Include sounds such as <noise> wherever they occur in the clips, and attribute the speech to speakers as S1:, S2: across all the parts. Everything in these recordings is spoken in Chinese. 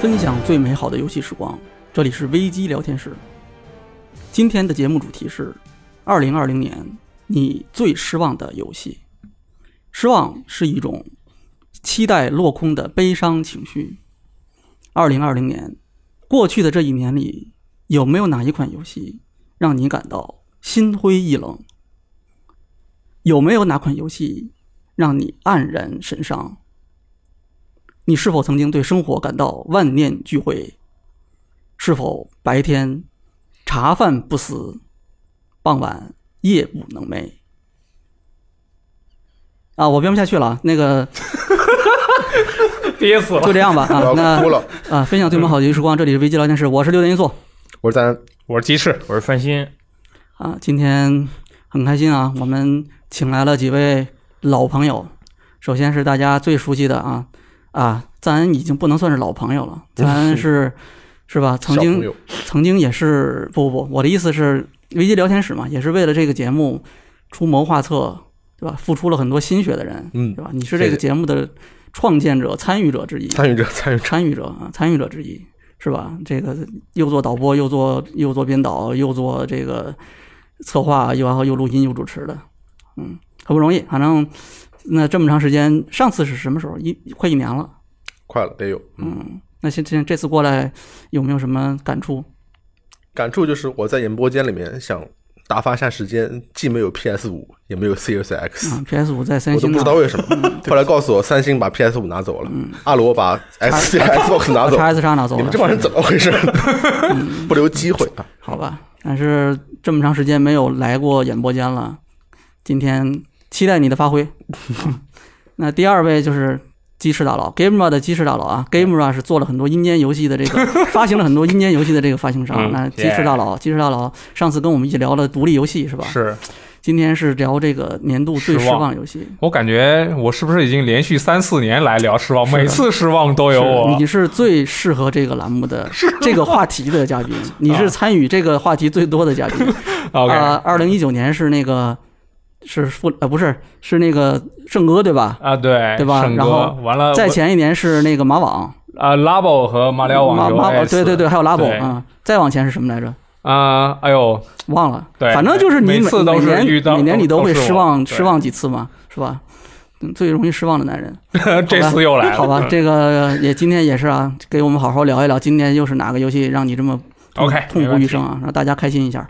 S1: 分享最美好的游戏时光。这里是危机聊天室。今天的节目主题是：二零二零年你最失望的游戏。失望是一种期待落空的悲伤情绪。二零二零年，过去的这一年里，有没有哪一款游戏让你感到心灰意冷？有没有哪款游戏让你黯然神伤？你是否曾经对生活感到万念俱灰？是否白天茶饭不思，傍晚夜不能寐？啊，我编不下去了，那
S2: <laughs>
S1: 个
S3: 憋死
S1: 就
S3: 了。
S1: 这样吧
S2: 我
S1: 啊，
S2: 要
S1: 那
S2: 哭了。
S1: 啊，分享最美好的一时光，这里是危机聊天室，我是六点一座
S2: 我是咱
S3: 我是鸡翅，我是范鑫。
S1: 啊，今天很开心啊，我们请来了几位老朋友，首先是大家最熟悉的啊啊，咱已经不能算是老朋友了，咱是是吧？曾
S2: 小
S1: 经
S2: 朋友，
S1: 曾经也是不不不，我的意思是，危机聊天室嘛，也是为了这个节目出谋划策，对吧？付出了很多心血的人，
S2: 嗯
S1: 对，吧？你是
S2: 谢
S1: 这
S2: 谢
S1: 个节目的创建者、参与者之一，
S2: 参与者，参与者，
S1: 参与者啊，参与者之一是吧？这个又做导播，又做又做编导，又做这个策划，又然后又录音又主持的，嗯，很不容易。反正那这么长时间，上次是什么时候？一快一年了，
S2: 快了得有。嗯，
S1: 嗯。那现现这次过来有没有什么感触？
S2: 感触就是我在演播间里面想打发一下时间，既没有 PS 五，也没有 Series X，、
S1: 啊，PS 五在三
S2: 我都
S1: 星
S2: 不知
S1: 那
S2: 道为什么。后来告诉我，三星把 PS 五拿走了，
S1: 嗯
S2: 阿罗把 X Xbox 拿走
S1: 叉。S 叉拿走
S2: 你
S1: 了
S2: 们这，帮人怎么回事？
S1: 嗯
S2: <laughs> 不留机会啊！
S1: 好吧？但是这么长时间没有来过演播间了，今天期待你的发挥。嗯那第二位就是鸡翅大佬 Gamera 的鸡翅大佬啊，Gamera 是做了很多阴间游戏的这个，发行了很多阴间游戏的这个发行商。
S3: 嗯
S1: 那鸡翅大佬，鸡翅大佬上次跟我们一起聊了独立游戏是吧？
S3: 是
S1: 今天是聊这个年度最
S3: 失
S1: 失
S3: 望
S1: 望游戏。
S3: 我感觉我是不是已经连续三四年来聊失望，
S1: 是的
S3: 每次失望都有
S1: 是
S3: 我
S1: 你。是最适合这个栏目的这个话题的嘉宾，你是参与这个话题最多的嘉宾。
S3: OK，
S1: 啊，二零一九年是那个是富呃不是是那个圣哥对吧？
S3: 啊，对
S1: 对吧
S3: 沈
S1: 然
S3: 哥
S1: 后，
S3: 完了，
S1: 再
S3: 呃我
S1: 前一年是那个马网，
S3: 啊，Labo 和马里奥
S1: 马
S3: 网游
S1: 马
S3: S，
S1: 对对对，还有拉布
S3: 对
S1: 啊，再往前是什么来着？
S3: 啊，哎呦， <laughs>
S1: 忘了，
S3: 对
S1: 反正就是你
S3: 每次都
S1: 每
S3: 是
S1: 年
S3: 遇到
S1: 每年你
S3: 都
S1: 会
S3: 是我
S1: 失望
S3: 对
S1: 失望几次嘛，是吧？嗯，最容易失望的男人，
S3: 这次又来了，
S1: 好吧，这个也今天也是啊，给我们好好聊一聊，今天又是哪个游戏让你这么痛
S3: OK，
S1: 痛
S3: 没
S1: 不
S3: 问
S1: 欲
S3: 题嗯
S1: 生啊，让大家开心一下。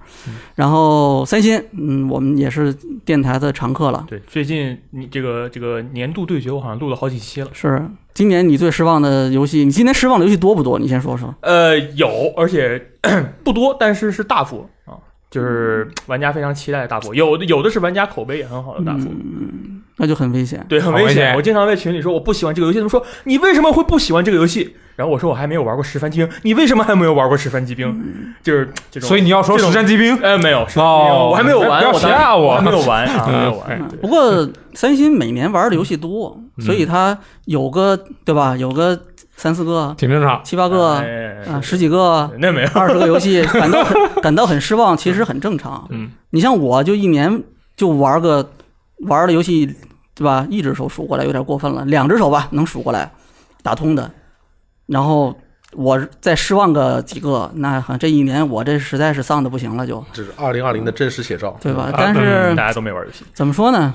S1: 然后三星，嗯，我们也是电台的常客了，
S4: 对，最近你这个这个年度对决，我好像录了好几期了。
S1: 是今年你最失望的游戏，你今年失望的游戏多不多？你先说说。
S4: 呃，有，而且 <clears throat> 不多，但是是大幅啊，就是玩家非常期待的大幅。有的有的是玩家口碑也很好呃的大幅，
S1: 嗯，那就很危险。
S4: 对，很
S3: 好危
S4: 危
S3: 险
S4: 险。我经常在群里说我不喜欢这个游戏，他们说你为什么会不喜欢这个游戏？然后我说我还没有玩过十番机兵，你为什么还没有玩过十番机兵？就是这种。
S3: 所以你要说实
S4: 这种
S3: 战骑兵，
S4: 哎，没有，十番机兵
S3: 哦
S4: 我还没有玩，
S3: 不要
S4: 我当
S3: 吓我
S4: 我还没有玩啊，
S3: 嗯
S4: 没有玩。对嗯
S1: 不过三星每年玩的游戏多，啊所以它有个对吧？有个三四个、
S3: <laughs> 挺正常。
S1: 七八个啊、
S4: 哎哎哎
S1: 十几个、啊
S4: 那没有，
S1: 二十个游戏，感到很感到很失望，其实很正常。
S3: 嗯，
S1: 你像我就一年就玩个玩的游戏，对吧？一只手数过来有点过分了，两只手吧能数过来打通的。然后我再失望个几个，那这一年我这实在是丧的不行了就，
S2: 这是二零二零的真实写照。
S1: 对吧？
S4: 啊
S1: 但是
S4: 嗯大家都没玩游戏。
S1: 怎么说呢？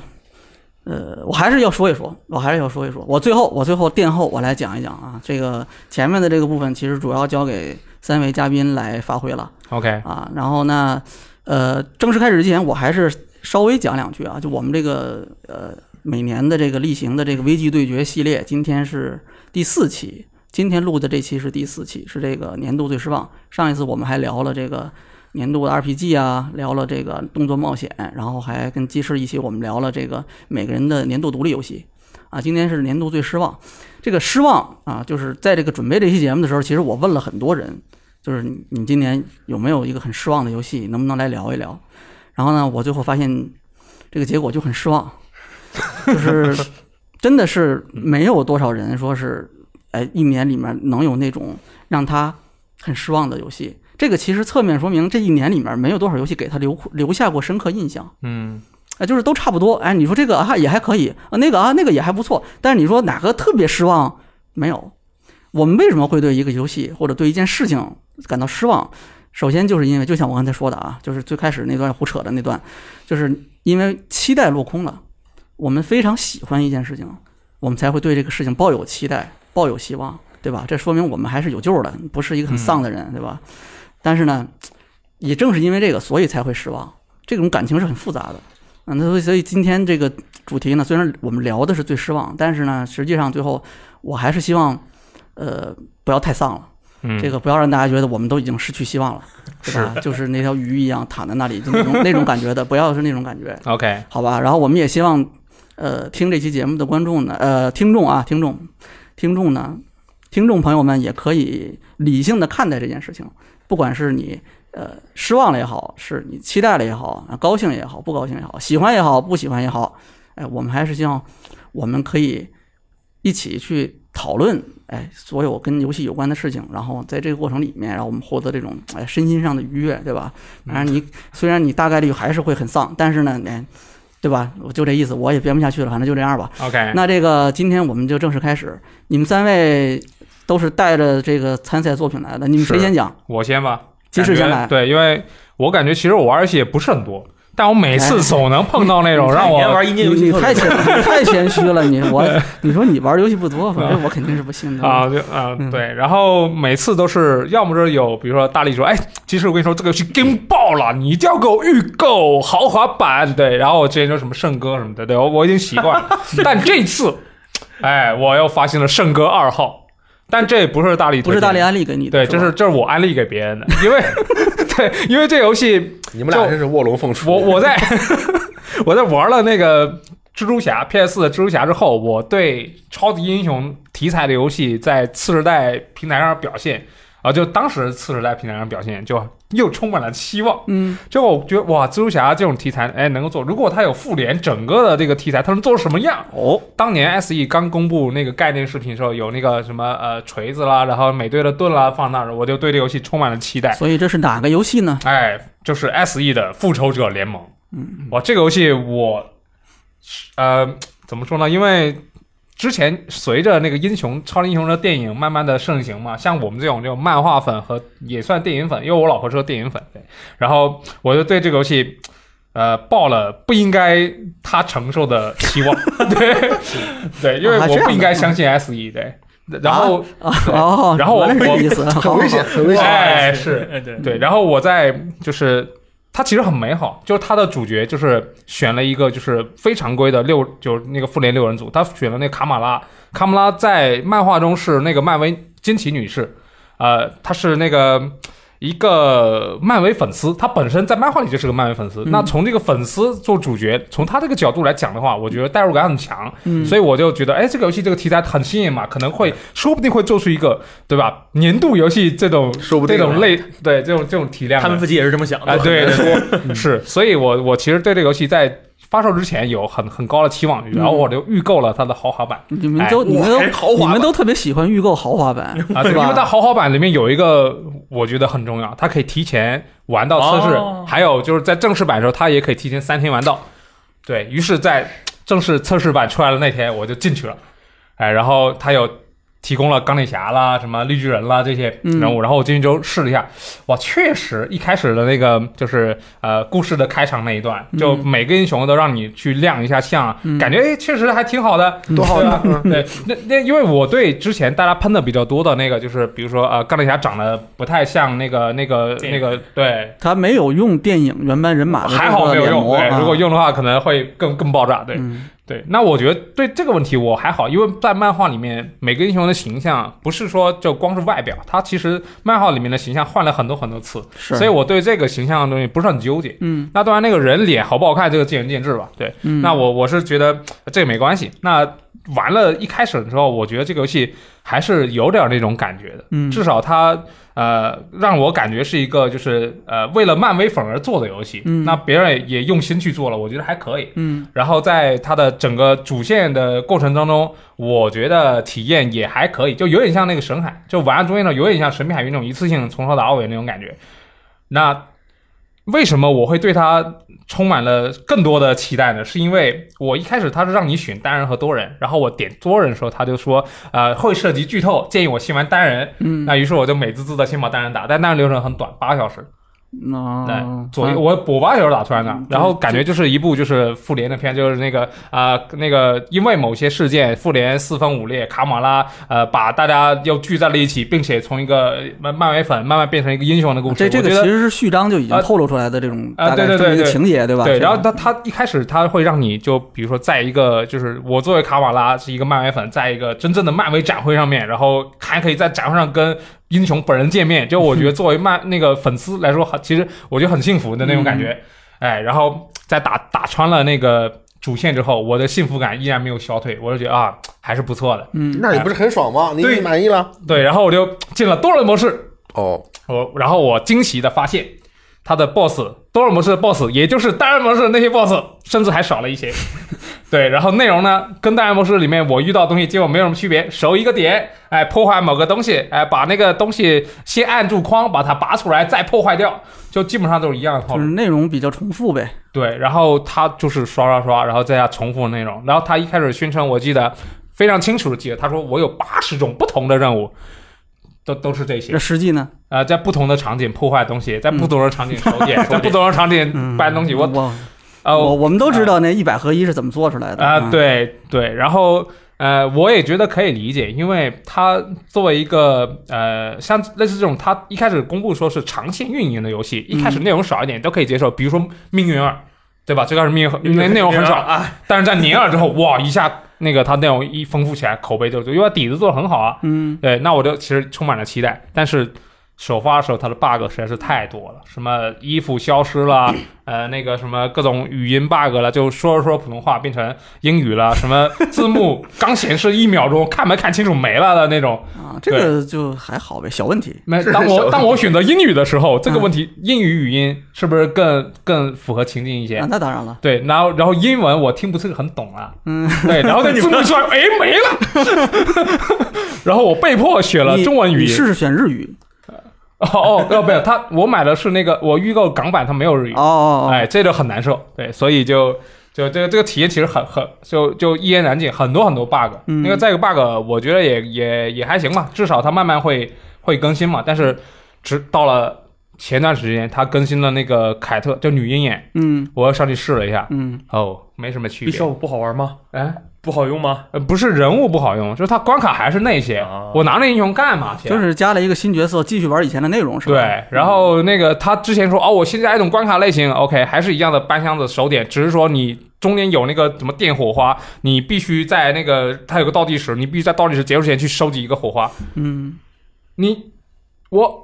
S1: 呃，我还是要说一说，我还是要说一说。我最后，我最后殿后，我来讲一讲啊。这个前面的这个部分，其实主要交给三位嘉宾来发挥了
S3: OK，
S1: 啊。然后呢，呃，正式开始之前，我还是稍微讲两句啊。就我们这个呃每年的这个例行的这个危机对决系列，今天是第四期，今天录的这期是第四期，是这个年度最失望。上一次我们还聊了这个年度的 RPG 啊，聊了这个动作冒险，然后还跟鸡翅一起我们聊了这个每个人的年度独立游戏。啊，今天是年度最失望，这个失望啊，就是在这个准备这期节目的时候，其实我问了很多人，就是你你今年有没有一个很失望的游戏，能不能来聊一聊？然后呢，我最后发现这个结果就很失望，就是 <laughs> 真的是没有多少人说是，哎，一年里面能有那种让他很失望的游戏。这个其实侧面说明这一年里面没有多少游戏给他留留下过深刻印象。
S3: 嗯，
S1: 啊，就是都差不多。哎，你说这个啊也还可以啊，那个啊那个也还不错，但是你说哪个特别失望？没有。我们为什么会对一个游戏或者对一件事情感到失望？首先就是因为，就像我刚才说的啊，就是最开始那段胡扯的那段，就是因为期待落空了。我们非常喜欢一件事情，我们才会对这个事情抱有期待，抱有希望，对吧？这说明我们还是有救的，不是一个很丧的人，对吧？但是呢，也正是因为这个，所以才会失望。这种感情是很复杂的。嗯，那所以所以今天这个主题呢，虽然我们聊的是最失望，但是呢，实际上最后我还是希望，呃，不要太丧了。
S3: 嗯，
S1: 这个不要让大家觉得我们都已经失去希望了，对吧？就是那条鱼一样躺在那里，就那种那种感觉的，不要是那种感觉，
S3: OK，
S1: 好吧？然后我们也希望，呃，听这期节目的观众呢，呃，听众啊，听众，听众呢，听众朋友们也可以理性的看待这件事情，不管是你呃失望了也好，是你期待了也好，啊高兴也好，不高兴也好，喜欢也好，不喜欢也好，哎，我们还是希望我们可以一起去讨论，哎，所有跟游戏有关的事情，然后在这个过程里面，然后我们获得这种哎身心上的愉悦，对吧？当然你虽然你大概率还是会很丧，但是呢，哎，对吧？我就这意思，我也编不下去了，反正就这样吧。
S3: OK，
S1: 那这个今天我们就正式开始，你们三位都是带着这个参赛作品来的，你们谁
S2: 是
S1: 先讲？
S3: 我先吧，
S1: 鸡翅先
S3: 感觉
S1: 来
S3: 对，因为我感觉其实我玩游戏也不是很多，但我每次总能碰到
S1: <laughs>
S3: 那种让
S4: 哎你还
S3: 我
S4: 玩音
S1: 哎你
S4: 阶游戏
S1: 你
S4: 特别
S1: 太谦你太谦虚了，你我你说你玩游戏不多，反正我肯定是不信的。
S3: 啊啊，就啊
S1: 嗯
S3: 对，然后每次都是要么就是有，比如说大力说，哎，其实我跟你说这个游戏 game 爆了，你一定要给我预购豪华版，对，然后我之前就什么圣歌什么的，对我我已经习惯了，但这次，哎，我又发现了圣歌二号，但这不是大力推荐的，
S1: 不是大力安利给你的，
S3: 对，
S1: 这
S3: 这是这是我安利给别人的，因为 <laughs> 对，因为这游戏
S2: 你们俩
S3: 就
S2: 真是卧龙凤雏。
S3: 我我在我在玩了那个蜘蛛侠 PS 的蜘蛛侠之后，我对超级英雄题材的游戏在次世代平台上的表现啊，就当时次世代平台上的表现就又充满了期望。
S1: 嗯，
S3: 就我觉得哇，蜘蛛侠这种题材，哎，能够做。如果它有复联整个的这个题材，它能做成什么样？
S1: 哦，
S3: 当年 SE 刚公布那个概念视频的时候，有那个什么呃锤子啦，然后美队的盾啦放那儿，我就对这游戏充满了期待。
S1: 所以这是哪个游戏呢？
S3: 哎，就是 S E 的《复仇者联盟》。
S1: 嗯，
S3: 哇，这个游戏我，呃，怎么说呢？因为之前随着那个英雄、超级英雄的电影慢慢的盛行嘛，像我们这种这种漫画粉和也算电影粉，因为我老婆是个电影粉，对，然后我就对这个游戏。呃，抱了不应该他承受的期
S1: <laughs>
S3: 望，对对，因为
S1: 啊这样
S3: 我不应
S1: 的
S3: 该相信 S E，对，然后
S1: 啊哦，
S3: 然后我
S1: 原来是
S3: 我
S1: 这意思，
S2: <laughs> 很危险，很危
S4: 多
S2: 险。
S3: 哎是
S4: 是，哎
S1: 嗯
S4: 对，
S3: 对，然后我在就是它其实很美好，就是它的主角就是选了一个就是非常规的六，就是那个复联六人组，他选了那个卡马拉，卡马拉在漫画中是那个漫威惊奇女士，呃，她是那个。一个漫威粉丝，她本身在漫画里就是个漫威粉丝。
S1: 嗯
S3: 那从这个粉丝做主角，从他这个角度来讲的话，我觉得代入感很强。
S1: 嗯，
S3: 所以我就觉得，哎，这个游戏这个题材很新颖嘛，可能会说不定会做出一个，对吧？年度游戏这种
S2: 说不定
S1: 嗯
S3: 这种嗯类，对这种这种体量的，
S4: 他们自己也是这么想的。
S3: 啊，对
S2: 很
S3: 对对，
S2: <laughs>
S3: 是，所以我我其实对这个游戏在发售之前有很很高的期望，然后我就预购了它的豪华版
S1: 你们都
S3: 哎
S1: 你们都
S4: 我还豪华
S1: 你
S4: 版
S1: 们都特别喜欢预购豪华版，
S3: <laughs> 啊，
S1: 是
S3: 对，因为它
S1: 吧？
S3: 豪华版里面有一个我觉得很重要，它可以提前玩到测试
S4: 哦，
S3: 还有就是在正式版的时候，它也可以提前三天玩到。对于是，在正式测试版出来的那天，我就进去了，哎，然后它有提供了钢铁侠啦、什么绿巨人啦这些
S1: 嗯
S3: 人物，然后我进去之后试了一下，哇，确实一开始的那个就是呃故事的开场那一段，就
S1: 嗯
S3: 每个英雄都让你去亮一下相，
S1: 嗯
S3: 感觉哎确实还挺好的，
S2: 多好
S3: <laughs> 对
S2: 呀
S3: 吧！对，那那因为我对之前大家喷的比较多的那个，就是比如说呃，钢铁侠长得不太像那个那个
S4: 电
S3: 那
S4: 影
S3: 个，对，
S1: 他没有用电影原班人马的
S3: 还好没
S1: 这
S3: 有
S1: 个脸
S3: 用，
S1: 模
S3: 对，
S1: 啊
S3: 如果用的话可能会更更爆炸，对
S1: 嗯
S3: 对。那我觉得对这个问题我还好，因为在漫画里面每个英雄的形象不是说就光是外表，他其实漫画里面的形象换了很多很多次，
S1: 是，
S3: 所以我对这个形象的东西不是很纠结。
S1: 嗯
S3: 那当然，那个人脸好不好看，这个见仁见智吧。对，
S1: 嗯，
S3: 那我我是觉得呃这个没关系。那玩了一开始的时候，我觉得这个游戏还是有点那种感觉的，
S1: 嗯
S3: 至少它呃让我感觉是一个就是呃为了漫威粉而做的游戏。
S1: 嗯
S3: 那别人也也用心去做了，我觉得还可以。
S1: 嗯
S3: 然后在它的整个主线的过程当中，我觉得体验也还可以，就有点像那个神海，就玩到中间呢，有点像神秘海域那种一次性从头打到尾那种感觉。那为什么我会对它充满了更多的期待呢？是因为我一开始它是让你选单人和多人，然后我点多人的时候，他就说呃会涉及剧透，建议我先玩单人。
S1: 嗯，
S3: 那于是我就美滋滋的先把单人打，但单人流程很短，八个小时。对
S1: 那，
S3: 嗯左右我我八小时打出来的
S1: 哦啊嗯，
S3: 然后感觉就是一部就是复联的片，就是那个啊、那个因为某些事件，复联四分五裂，卡马拉呃把大家又聚在了一起，并且从一个漫漫威粉慢慢变成一个英雄的故事。
S1: 这这个
S3: 我
S1: 其
S3: 觉得
S1: 实是序章就已经
S3: 啊
S1: 透露出来的这种
S3: 啊
S1: 大概
S3: 对对
S1: 这么一个
S3: 对对
S1: 情节，对吧？
S3: 对，
S1: 是吧
S3: 然后他他一开始他会让你就比如说在一个就是我作为卡瓦拉是一个漫威粉，在一个真正的漫威展会上面，然后还可以在展会上跟英雄本人见面，就我觉
S1: <laughs>
S3: 得作为漫那个粉丝来说，很其实我觉得很幸福的那种感觉。
S1: 嗯
S3: 哎，然后在打打穿了那个主线之后，我的幸福感依然没有消退，我就觉得啊还是不错的。
S1: 嗯，
S2: 那你不是很爽吗？你
S3: 对
S2: 你满意了？
S3: 对，然后我就进了多人模式，
S2: 哦，
S3: 我然后我惊奇的发现，他的 BOSS 多人模式的 BOSS，也就是单人模式的那些 BOSS，甚至还少了一些。对，然后内容呢，跟单人模式里面我遇到的东西基本没有什么区别，守一个点，哎， <laughs> 破坏某个东西，哎，把那个东西先按住框，把它拔出来，再破坏掉，就基本上都是一样的
S1: 就
S3: 套路
S1: 是。内容比较重复呗。
S3: 对，然后他就是刷刷刷，然后再加重复内容。然后他一开始宣称，我记得非常清楚的记得，他说我有八十种不同的任务，都都是这些
S1: 那。实际呢？
S3: 呃，在不同的场景破坏东西，在不同的场景手 <laughs> 点，在不同的场景
S1: 嗯，
S3: <laughs> 搬东西。我
S1: 我
S3: 呃
S1: 我嗯
S3: 我
S1: 我们都知道那一百合一是怎么做出来的
S3: 啊，，对对，然后呃，我也觉得可以理解，因为它作为一个呃，像类似这种，它一开始公布说是长线运营的游戏，一开
S1: 嗯
S3: 始内容少一点都可以接受，比如说《命运二》，对吧？最开始《命运》内内容很少，
S4: 啊，
S3: 但是在年二之后，哇，一下那个它内容一丰富起来，口碑就就因为它底子做的很好啊，
S1: 嗯，
S3: 对，那我就其实充满了期待，但是首发的时候它的 bug 实在是太多了，什么衣服消失了，呃，那个什么各种语音 bug 了，就说着说着普通话变成英语了，什么字幕刚显示一秒钟看没看清楚没了的那种。
S1: 啊，这个就还好呗，小问题。
S3: 没，
S2: 是
S3: 当
S2: 小问
S3: 我
S2: 题
S3: 当我选择英语的时候，这个问题英语语音是不是更更符合情境一些
S1: 啊，？那当然了，
S3: 对，然后然后英文我听不是很懂啊，
S1: 嗯，
S3: 对，然后那字幕出来，哎，没了， <laughs> 然后我被迫选了
S1: 你
S3: 中文语
S1: 你
S3: 音。
S1: 试试选日语
S3: 哦哦哦，没有，他我买的是那个我预购港版，它没有日语
S1: 哦，哦，哦
S3: 哎，这就很难受，对，所以就就这个这个体验其实很很就就一言难尽，很多很多 bug，、
S1: 嗯
S3: 那个再一个 bug，我觉得也也也还行吧，至少它慢慢会会更新嘛，但是直到了前段时间，它更新了那个凯特，就女鹰眼，
S1: 嗯
S3: 我又上去试了一下，
S1: 嗯，
S3: 哦，没什么区
S4: 必
S3: 别，
S4: 胜不好玩吗？
S3: 哎，
S4: 不好用吗？
S3: 呃不是人物不好用，就是它关卡还是那些，
S4: 啊
S3: 我拿那英雄干嘛去啊？
S1: 就是加了一个新角色，继续玩以前的内容是吧？
S3: 对，然后那个他之前说哦，我现在一种关卡类型，OK，还是一样的搬箱子手点，只是说你中间有那个什么电火花，你必须在那个它有个倒计时，你必须在倒计时结束前去收集一个火花。
S1: 嗯，
S3: 你我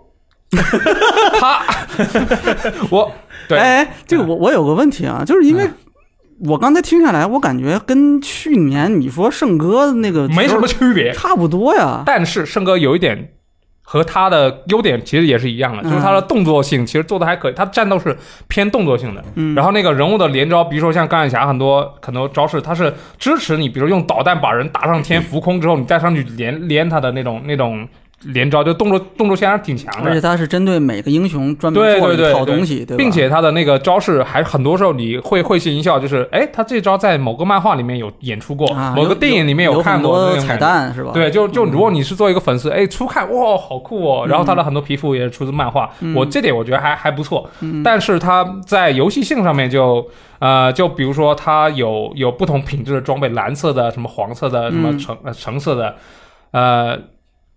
S3: <laughs> 他 <laughs> 我对、嗯
S1: 哎，这个我我有个问题啊，就是因为。我刚才听下来，我感觉跟去年你说圣哥那个
S3: 没什么区别，
S1: 差不多呀。
S3: 但是胜哥有一点和他的优点其实也是一样
S1: 嗯
S3: 的，就是他的动作性其实做的还可以，他战斗是偏动作性的。
S1: 嗯
S3: 然后那个人物的连招，比如说像钢铁侠很多很多招式，他是支持你，比如用导弹把人打上
S1: 嗯
S3: 天浮空之后，你再上去连连他的那种那种连招，就动作动作性还是挺强
S1: 而且
S3: 的。
S1: 它是针对每个英雄专门
S3: 对
S1: 做的
S3: 对
S1: 一
S3: 对
S1: 套
S3: 对
S1: 东西，对吧？
S3: 并且他的那个招式还很多时候你会会心一笑，就是哎，他这招在某个漫画里面有演出过，
S1: 啊
S3: 某个
S1: 有
S3: 电影里面
S1: 有
S3: 看
S1: 很
S3: 过
S1: 多
S3: 那种
S1: 彩
S3: 感觉
S1: 蛋是吧？嗯
S3: 对，就就如果你是做一个粉丝，哎，初看哇，好酷哦！然后他的很多皮肤也是出自漫画，
S1: 嗯
S3: 我这点我觉得还还不错。
S1: 嗯，
S3: 但是它在游戏性上面就，呃，就比如说它有有不同品质的装备，蓝色的、什么黄色的、什么
S1: 嗯
S3: 橙、呃橙色的，呃，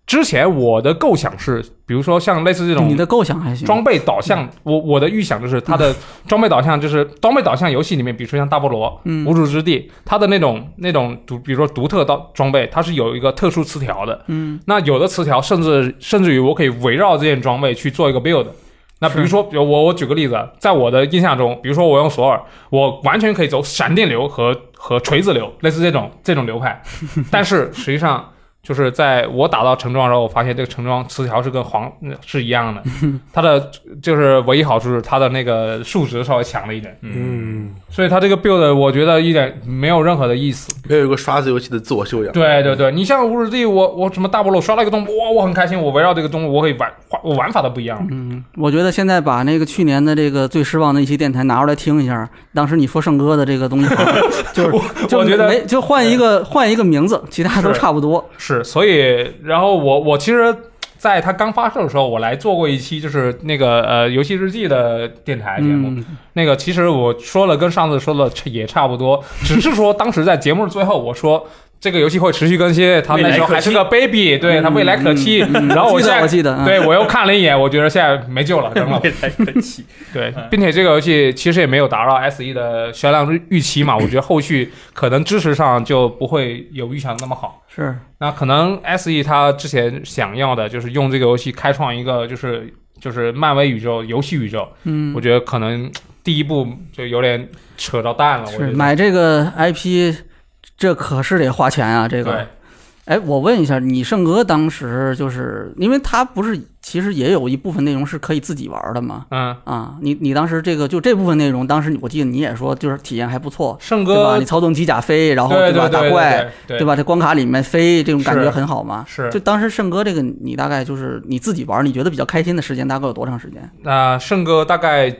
S3: 之前我的构想是，比如说像类似这种
S1: 你的嗯构想还行。
S3: 装备导向，我我的预想就是它
S1: 嗯
S3: 的装备导向就是装备导向游戏里面，比如说像大菠萝、
S1: 嗯
S3: 无主之地，它的那种那种独，比如说独特到装备，它是有一个特殊词条的。
S1: 嗯
S3: 那有的词条甚至甚至于我可以围绕这件装备去做一个 build。那比如
S1: 是
S3: 说，比如我我举个例子，在我的印象中，比如说我用索尔，我完全
S1: <laughs>
S3: 可以走闪电流和和锤子流，类似这种这种流派。但是实际上，就是在我打到橙装的时候，我发现这个橙装词条是跟黄是一
S1: <laughs>
S3: 样的，它的就是唯一好处是它的那个数值稍微强了一点，
S2: 嗯，
S3: 所以它这个 build 我觉得一点没有任何的意思。
S2: 没有一个刷子游戏的自我修养。
S3: 对对对，你像无日地，我我什么大菠萝刷了一个动物，哇，我很开心，我围绕这个动物，我可以玩，画我玩法都不一样了。
S1: 嗯，我觉得现在把那个去年的这个最失望的一期电台拿出来听一下，当时你说圣哥的这个东西好，
S3: <laughs>
S1: 就是就
S3: 我觉得哎
S1: 没就换一个换一个名字，其他都
S3: 是
S1: 差不多。
S3: 是，所以然后我我其实。在它刚发售的时候，我来做过一期，就是那个呃游戏日记的电台节目。
S1: 嗯，
S3: 那个其实我说了，跟上次说的也差不多，只是说当时在节目最后我说。这个游戏会持续更新，他那时候还是个 baby，对他未来可期。然后
S1: 我嗯记
S3: 现
S1: 得我
S3: 在
S1: 记得，嗯
S3: 对我又看了一眼，我觉得现在没救了，
S4: <laughs>
S3: 扔了。
S4: 未来
S3: <laughs>
S4: 可期。
S3: 对，并且这个游戏其实也没有达到 S E 的销量预预期嘛，我觉得后续可能支持上就不会有预想那么好。
S1: 是
S3: 那可能 S E 它之前想要的就是用这个游戏开创一个就是就是漫威宇宙游戏宇宙，
S1: 嗯
S3: 我觉得可能第一步就有点扯到蛋了。我觉
S1: 是
S3: 得
S1: 买这个 IP，这可是得花钱啊，这个。
S3: 对
S1: 哎，我问一下，你圣哥当时就是因为他不是，其实也有一部分内容是可以自己玩的嘛？
S3: 嗯，
S1: 啊，你你当时这个就这部分内容，当时你我记得你也说就是体验还不错，
S3: 胜
S1: 对吧？
S3: 哥
S1: 你操纵机甲飞，然后吧
S3: 对对对
S1: 打
S3: 对
S1: 怪，
S3: 对
S1: 吧？在关卡里面飞，这种感
S3: 是
S1: 觉很好嘛。
S3: 是
S1: 就当时圣哥这个，你大概就是你自己玩，你觉得比较开心的时间大概有多长时间？
S3: 那胜哥大概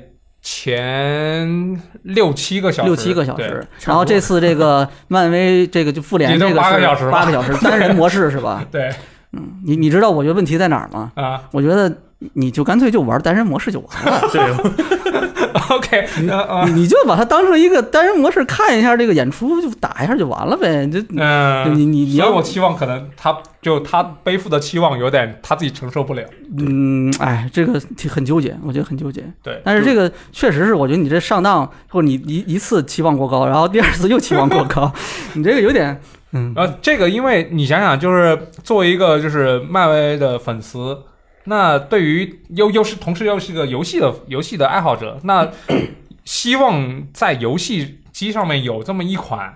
S3: 前六七个小时，
S1: 六七个小
S3: 对。
S1: 时。然后这次这
S3: <laughs>
S1: 个漫威这个就复联
S3: 也就
S1: 这个
S3: 八个
S1: 是
S3: 小时吧
S1: 八个小时单人模式是吧？
S3: 对
S1: 嗯，你你知道我觉得问题在哪儿吗？
S3: 啊
S1: <laughs> 我觉得你就干脆就玩单人模式就
S3: <laughs>
S1: 完了，
S4: 对，
S3: ，OK，啊啊
S1: 你你就把它当成一个单人模式看一下这个演出就打一下就完了呗，这。
S3: 嗯，
S1: 你你你
S3: 所以
S1: 要
S3: 我期望可能他就他背负的期望有点他自己承受不了。
S1: 嗯，哎，这个挺很纠结，我觉得很纠结。
S3: 对
S1: 但是这个确实是，我觉得你这上当，或者你一一次期望过高，然后第二次又期望过高， <laughs> 你这个有点，嗯，
S3: 呃，这个因为你想想，就是作为一个就是漫威的粉丝，那对于又又是同时又是个游戏的游戏的爱好者，
S1: <clears throat>
S3: 那希望在游戏机上面有这么一款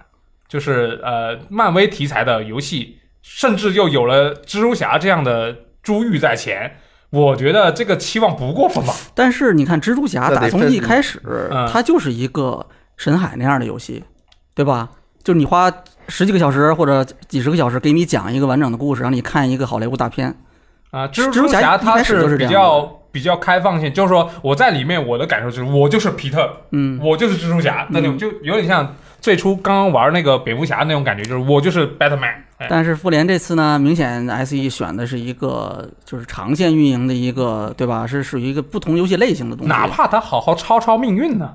S3: 就是呃漫威题材的游戏，甚至又有了蜘蛛侠这样的珠玉在前，我觉得这个期望不过分吧？
S1: 但是你看，蜘蛛侠
S2: 那得
S1: 打从
S2: 分
S1: 一开始
S3: 嗯，
S1: 它就是一个神海那样的游戏，对吧？就是你花十几个小时或者几十个小时，给你讲一个完整的故事，让你看一个好莱坞大片。
S3: 啊，蜘
S1: 蜘蛛
S3: 蛛
S1: 侠
S3: 侠
S1: 一
S3: 它
S1: 开始就是这
S3: 比
S1: 样
S3: 较比较开放性，就是说我在里面我的感受就是我就是皮特，
S1: 嗯，
S3: 我就是蜘蛛侠，那种就有点像最初刚刚玩那个蝙蝠侠那种感觉，就是我就是 Batman，哎，
S1: 但是复联这次呢，明显 S E 选的是一个就是长线运营的一个，对吧？是属于一个不同游戏类型的东西。
S3: 哪怕他好好抄抄命运呢，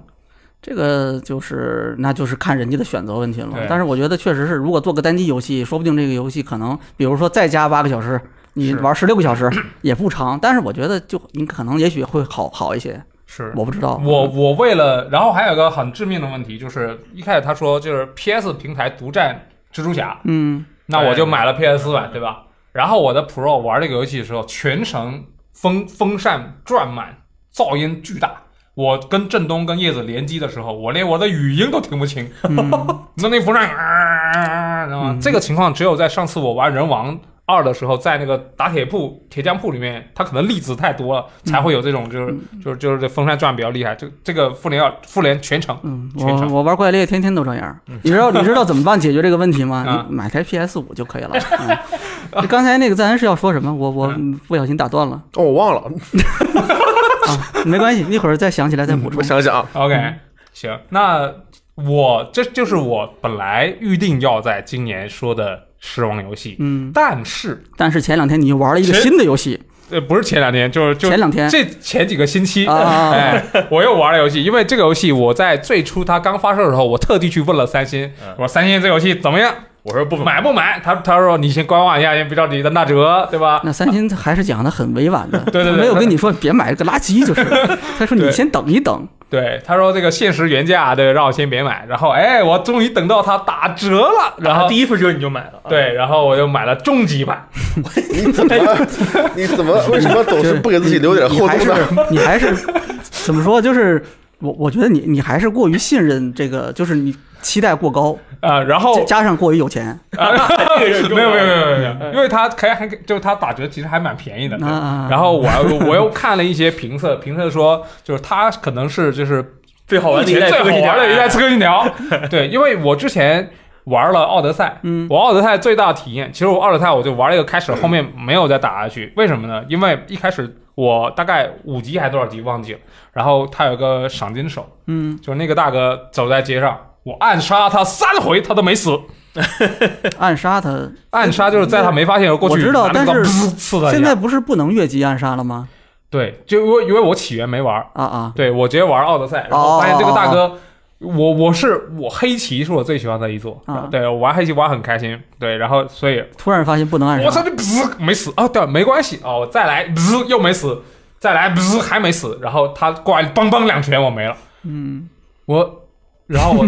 S1: 这个就是那就是看人家的选择问题了
S3: 对。
S1: 但是我觉得确实是，如果做个单机游戏，说不定这个游戏可能，比如说再加八个小时，你
S3: 是
S1: 玩十六个小时也不长。但是我觉得就你可能也许会好好一些，
S3: 是
S1: 我不知道。
S3: 我我为了，然后还有一个很致命的问题，就是一开始他说就是 PS 平台独占蜘蛛侠，
S1: 嗯
S3: 那我就买了 PS 版，对吧？然后我的 Pro 玩这个游戏的时候，全程风风扇转满，噪音巨大。我跟振东跟叶子联机的时候，我连我的语音都听不清。
S1: 嗯
S3: <laughs> 那那风扇，啊，知道吗？这个情况只有在上次我玩人王二的时候，在那个打铁铺铁匠铺里面，它可能粒子太多了，才会有这种就是就是就是这风扇转比较厉害。这这个复联二复联全程
S1: 嗯，
S3: 全场嗯
S1: 我我玩怪猎天天都这样。你知道你知道怎么办解决这个问题吗
S3: <laughs> 啊？
S1: 你买台 PS 五就可以
S3: <laughs>
S1: 了。嗯刚才那个赞恩是要说什么？我我
S3: 嗯
S1: 不小心打断了
S2: 哦，我忘了，
S1: 啊，没关
S3: <laughs>
S1: 系，一会儿再想起来再补充
S3: 嗯
S2: 我。想想
S1: <laughs>
S2: 啊，
S3: OK，、行，
S1: 嗯
S3: 那我这就是我本来预定要在今年说的失望游戏，
S1: 嗯，
S3: 但是
S1: 但是前两天你又玩了一个
S3: 前
S1: 新的游戏，
S3: 呃不是前两天，就是就
S1: 前两天
S3: 这前几个星期，
S1: 啊
S3: 哎，我又玩了游戏，因为这个游戏我在最初它刚发售的时候，我特地去问了三星，
S4: 嗯
S3: 我说三星这游戏怎么样，
S4: 我说不
S3: 买不买？他他说你先观望一下，先别着急，等打折，对吧？
S1: 那三星还是讲的很委婉的，
S3: <laughs> 对对对
S1: 没有跟你说别买这个垃圾，就是
S3: <laughs>
S1: 他说你
S3: 对
S1: 先等一等，
S3: 对，他说这个限时原价，对，让我先别买。然后哎，我终于等到它打折了，然
S4: <laughs> 然
S3: 后
S4: 后第一副车你就买了，啊，
S3: 对，然后我就买了终极版。
S2: 你怎么你怎么为什么总是不给自己留点后
S1: 就是
S2: 路呢？
S1: 你你还是你还是怎么说？就是我我觉得你你还是过于信任这个，就是你期待过高，
S3: 啊，然后啊
S1: 加加上过于有钱
S3: <laughs>
S4: 这个是
S3: 没有没有没有没有没有，因为他还还就他打折其实还蛮便宜的。
S1: 啊啊。
S3: 然后我我又看了一些评测，评测说就是他可能是就是
S4: 最好玩的一
S3: 目
S4: 代
S3: 前最好
S4: 科技
S3: 玩的一代
S4: 点，啊
S3: 刺客信条。对，因为我之前玩了《奥德赛》，
S1: 嗯
S3: 我《奥德赛》最大体验，其实我《奥德赛》我就玩了一个开始，后面没有再打下去，为什么呢？因为一开始我大概五级还多少级忘记了，然后他有个赏金手，
S1: 嗯
S3: 就是那个大哥走在街上，我暗杀他三回，他都没死。
S1: 暗杀
S3: <laughs>
S1: 他，
S3: 暗杀就是在他没发现的时候过去，
S1: 我知道
S3: 拿那个
S1: 但是
S3: 刀噗刺他一下
S1: 现在不是不能越级暗杀了吗？
S3: 对，就因为因为我起源没玩，
S1: 啊啊，
S3: 对我直接玩奥德赛，
S1: 哦
S3: 然后发现这个大哥，我我是我黑棋是我最喜欢的一座，
S1: 啊
S3: 对我玩黑棋玩很开心，对，然后所以
S1: 突然发现不能暗
S3: 我
S1: 杀，
S3: 操这噗没死啊，对，没关系啊，我再来噗又没死，再来噗还没死，然后他过来梆梆两拳我没了，
S1: 嗯，
S3: 我。然后
S1: <laughs>
S3: 我，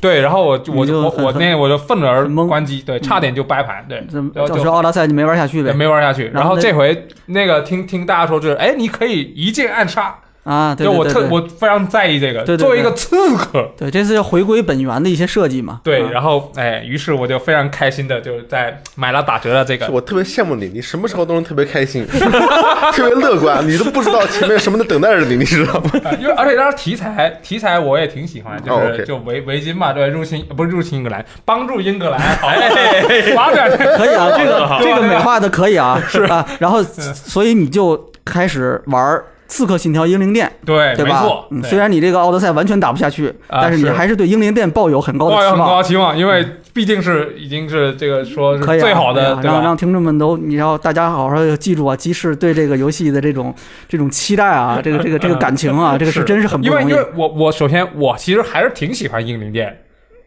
S3: 对，然后我就我
S1: 你
S3: 就
S1: 就
S3: 我
S1: 很
S3: 我那我就愤而
S1: 很懵嗯
S3: 关机，对，差点就掰盘，对，
S1: 这
S3: 然
S1: 到
S3: 后就
S1: 时候奥德赛就没玩下去
S3: 也
S1: 呗。
S3: 没玩下去。
S1: 然
S3: 然
S1: 后
S3: 后
S1: 那
S3: 这回那个听听大家说，就是哎，你可以一键暗杀，
S1: 啊，对
S3: 就我
S1: 对
S3: 特
S1: 对对，
S3: 我非常在意这个。
S1: 对对对嗯
S3: 作为一个刺客，
S1: 对，这次要回归本源的一些设计嘛。
S3: 对，
S1: 啊
S3: 然后哎，于是我就非常开心的就在买了打折的这
S2: 是
S3: 个。
S2: 我特别羡慕你，你什么时候都能特别开心， <laughs> 特别乐观，你都不知道前面什么在等待着你，你知道吗？
S3: 啊因为而且当时题材题材我也挺喜欢，就
S2: 哦
S3: 是
S2: ，OK
S3: 就围围巾嘛，对，入侵不是入侵英格兰，帮助英
S1: <laughs>
S3: 格兰， <laughs> 哎，发展这
S1: 可以啊，这个
S3: 好嗯
S1: 这
S3: 对
S1: 个
S3: 吧
S1: 美化的可以啊，是啊。然后，所以你就开始玩《刺客信条：英灵殿》，
S3: 对，
S1: 对
S3: 哎没
S1: 吧
S3: 错？，
S1: 嗯
S3: 对
S1: 虽然你这个奥德赛完全打不下去，
S3: 啊
S1: 但是你
S3: 是
S1: 还是对英灵殿抱有很高的
S3: 抱有
S1: 期
S3: 很
S1: 望嗯
S3: 高。期望，因为毕竟是已经是这个说是
S1: 可以啊、
S3: 最好的，
S1: 可以啊
S3: 对
S1: 让
S3: 吧？
S1: 让听众们都，你要大家好好记住啊，鸡翅对这个游戏的这种这种期待
S3: <laughs>
S1: 啊，这个这个
S3: 嗯
S1: 这个感情啊，这个是真是很不
S3: 因为
S1: 容易
S3: 因为我我首先我其实还是挺喜欢英灵殿，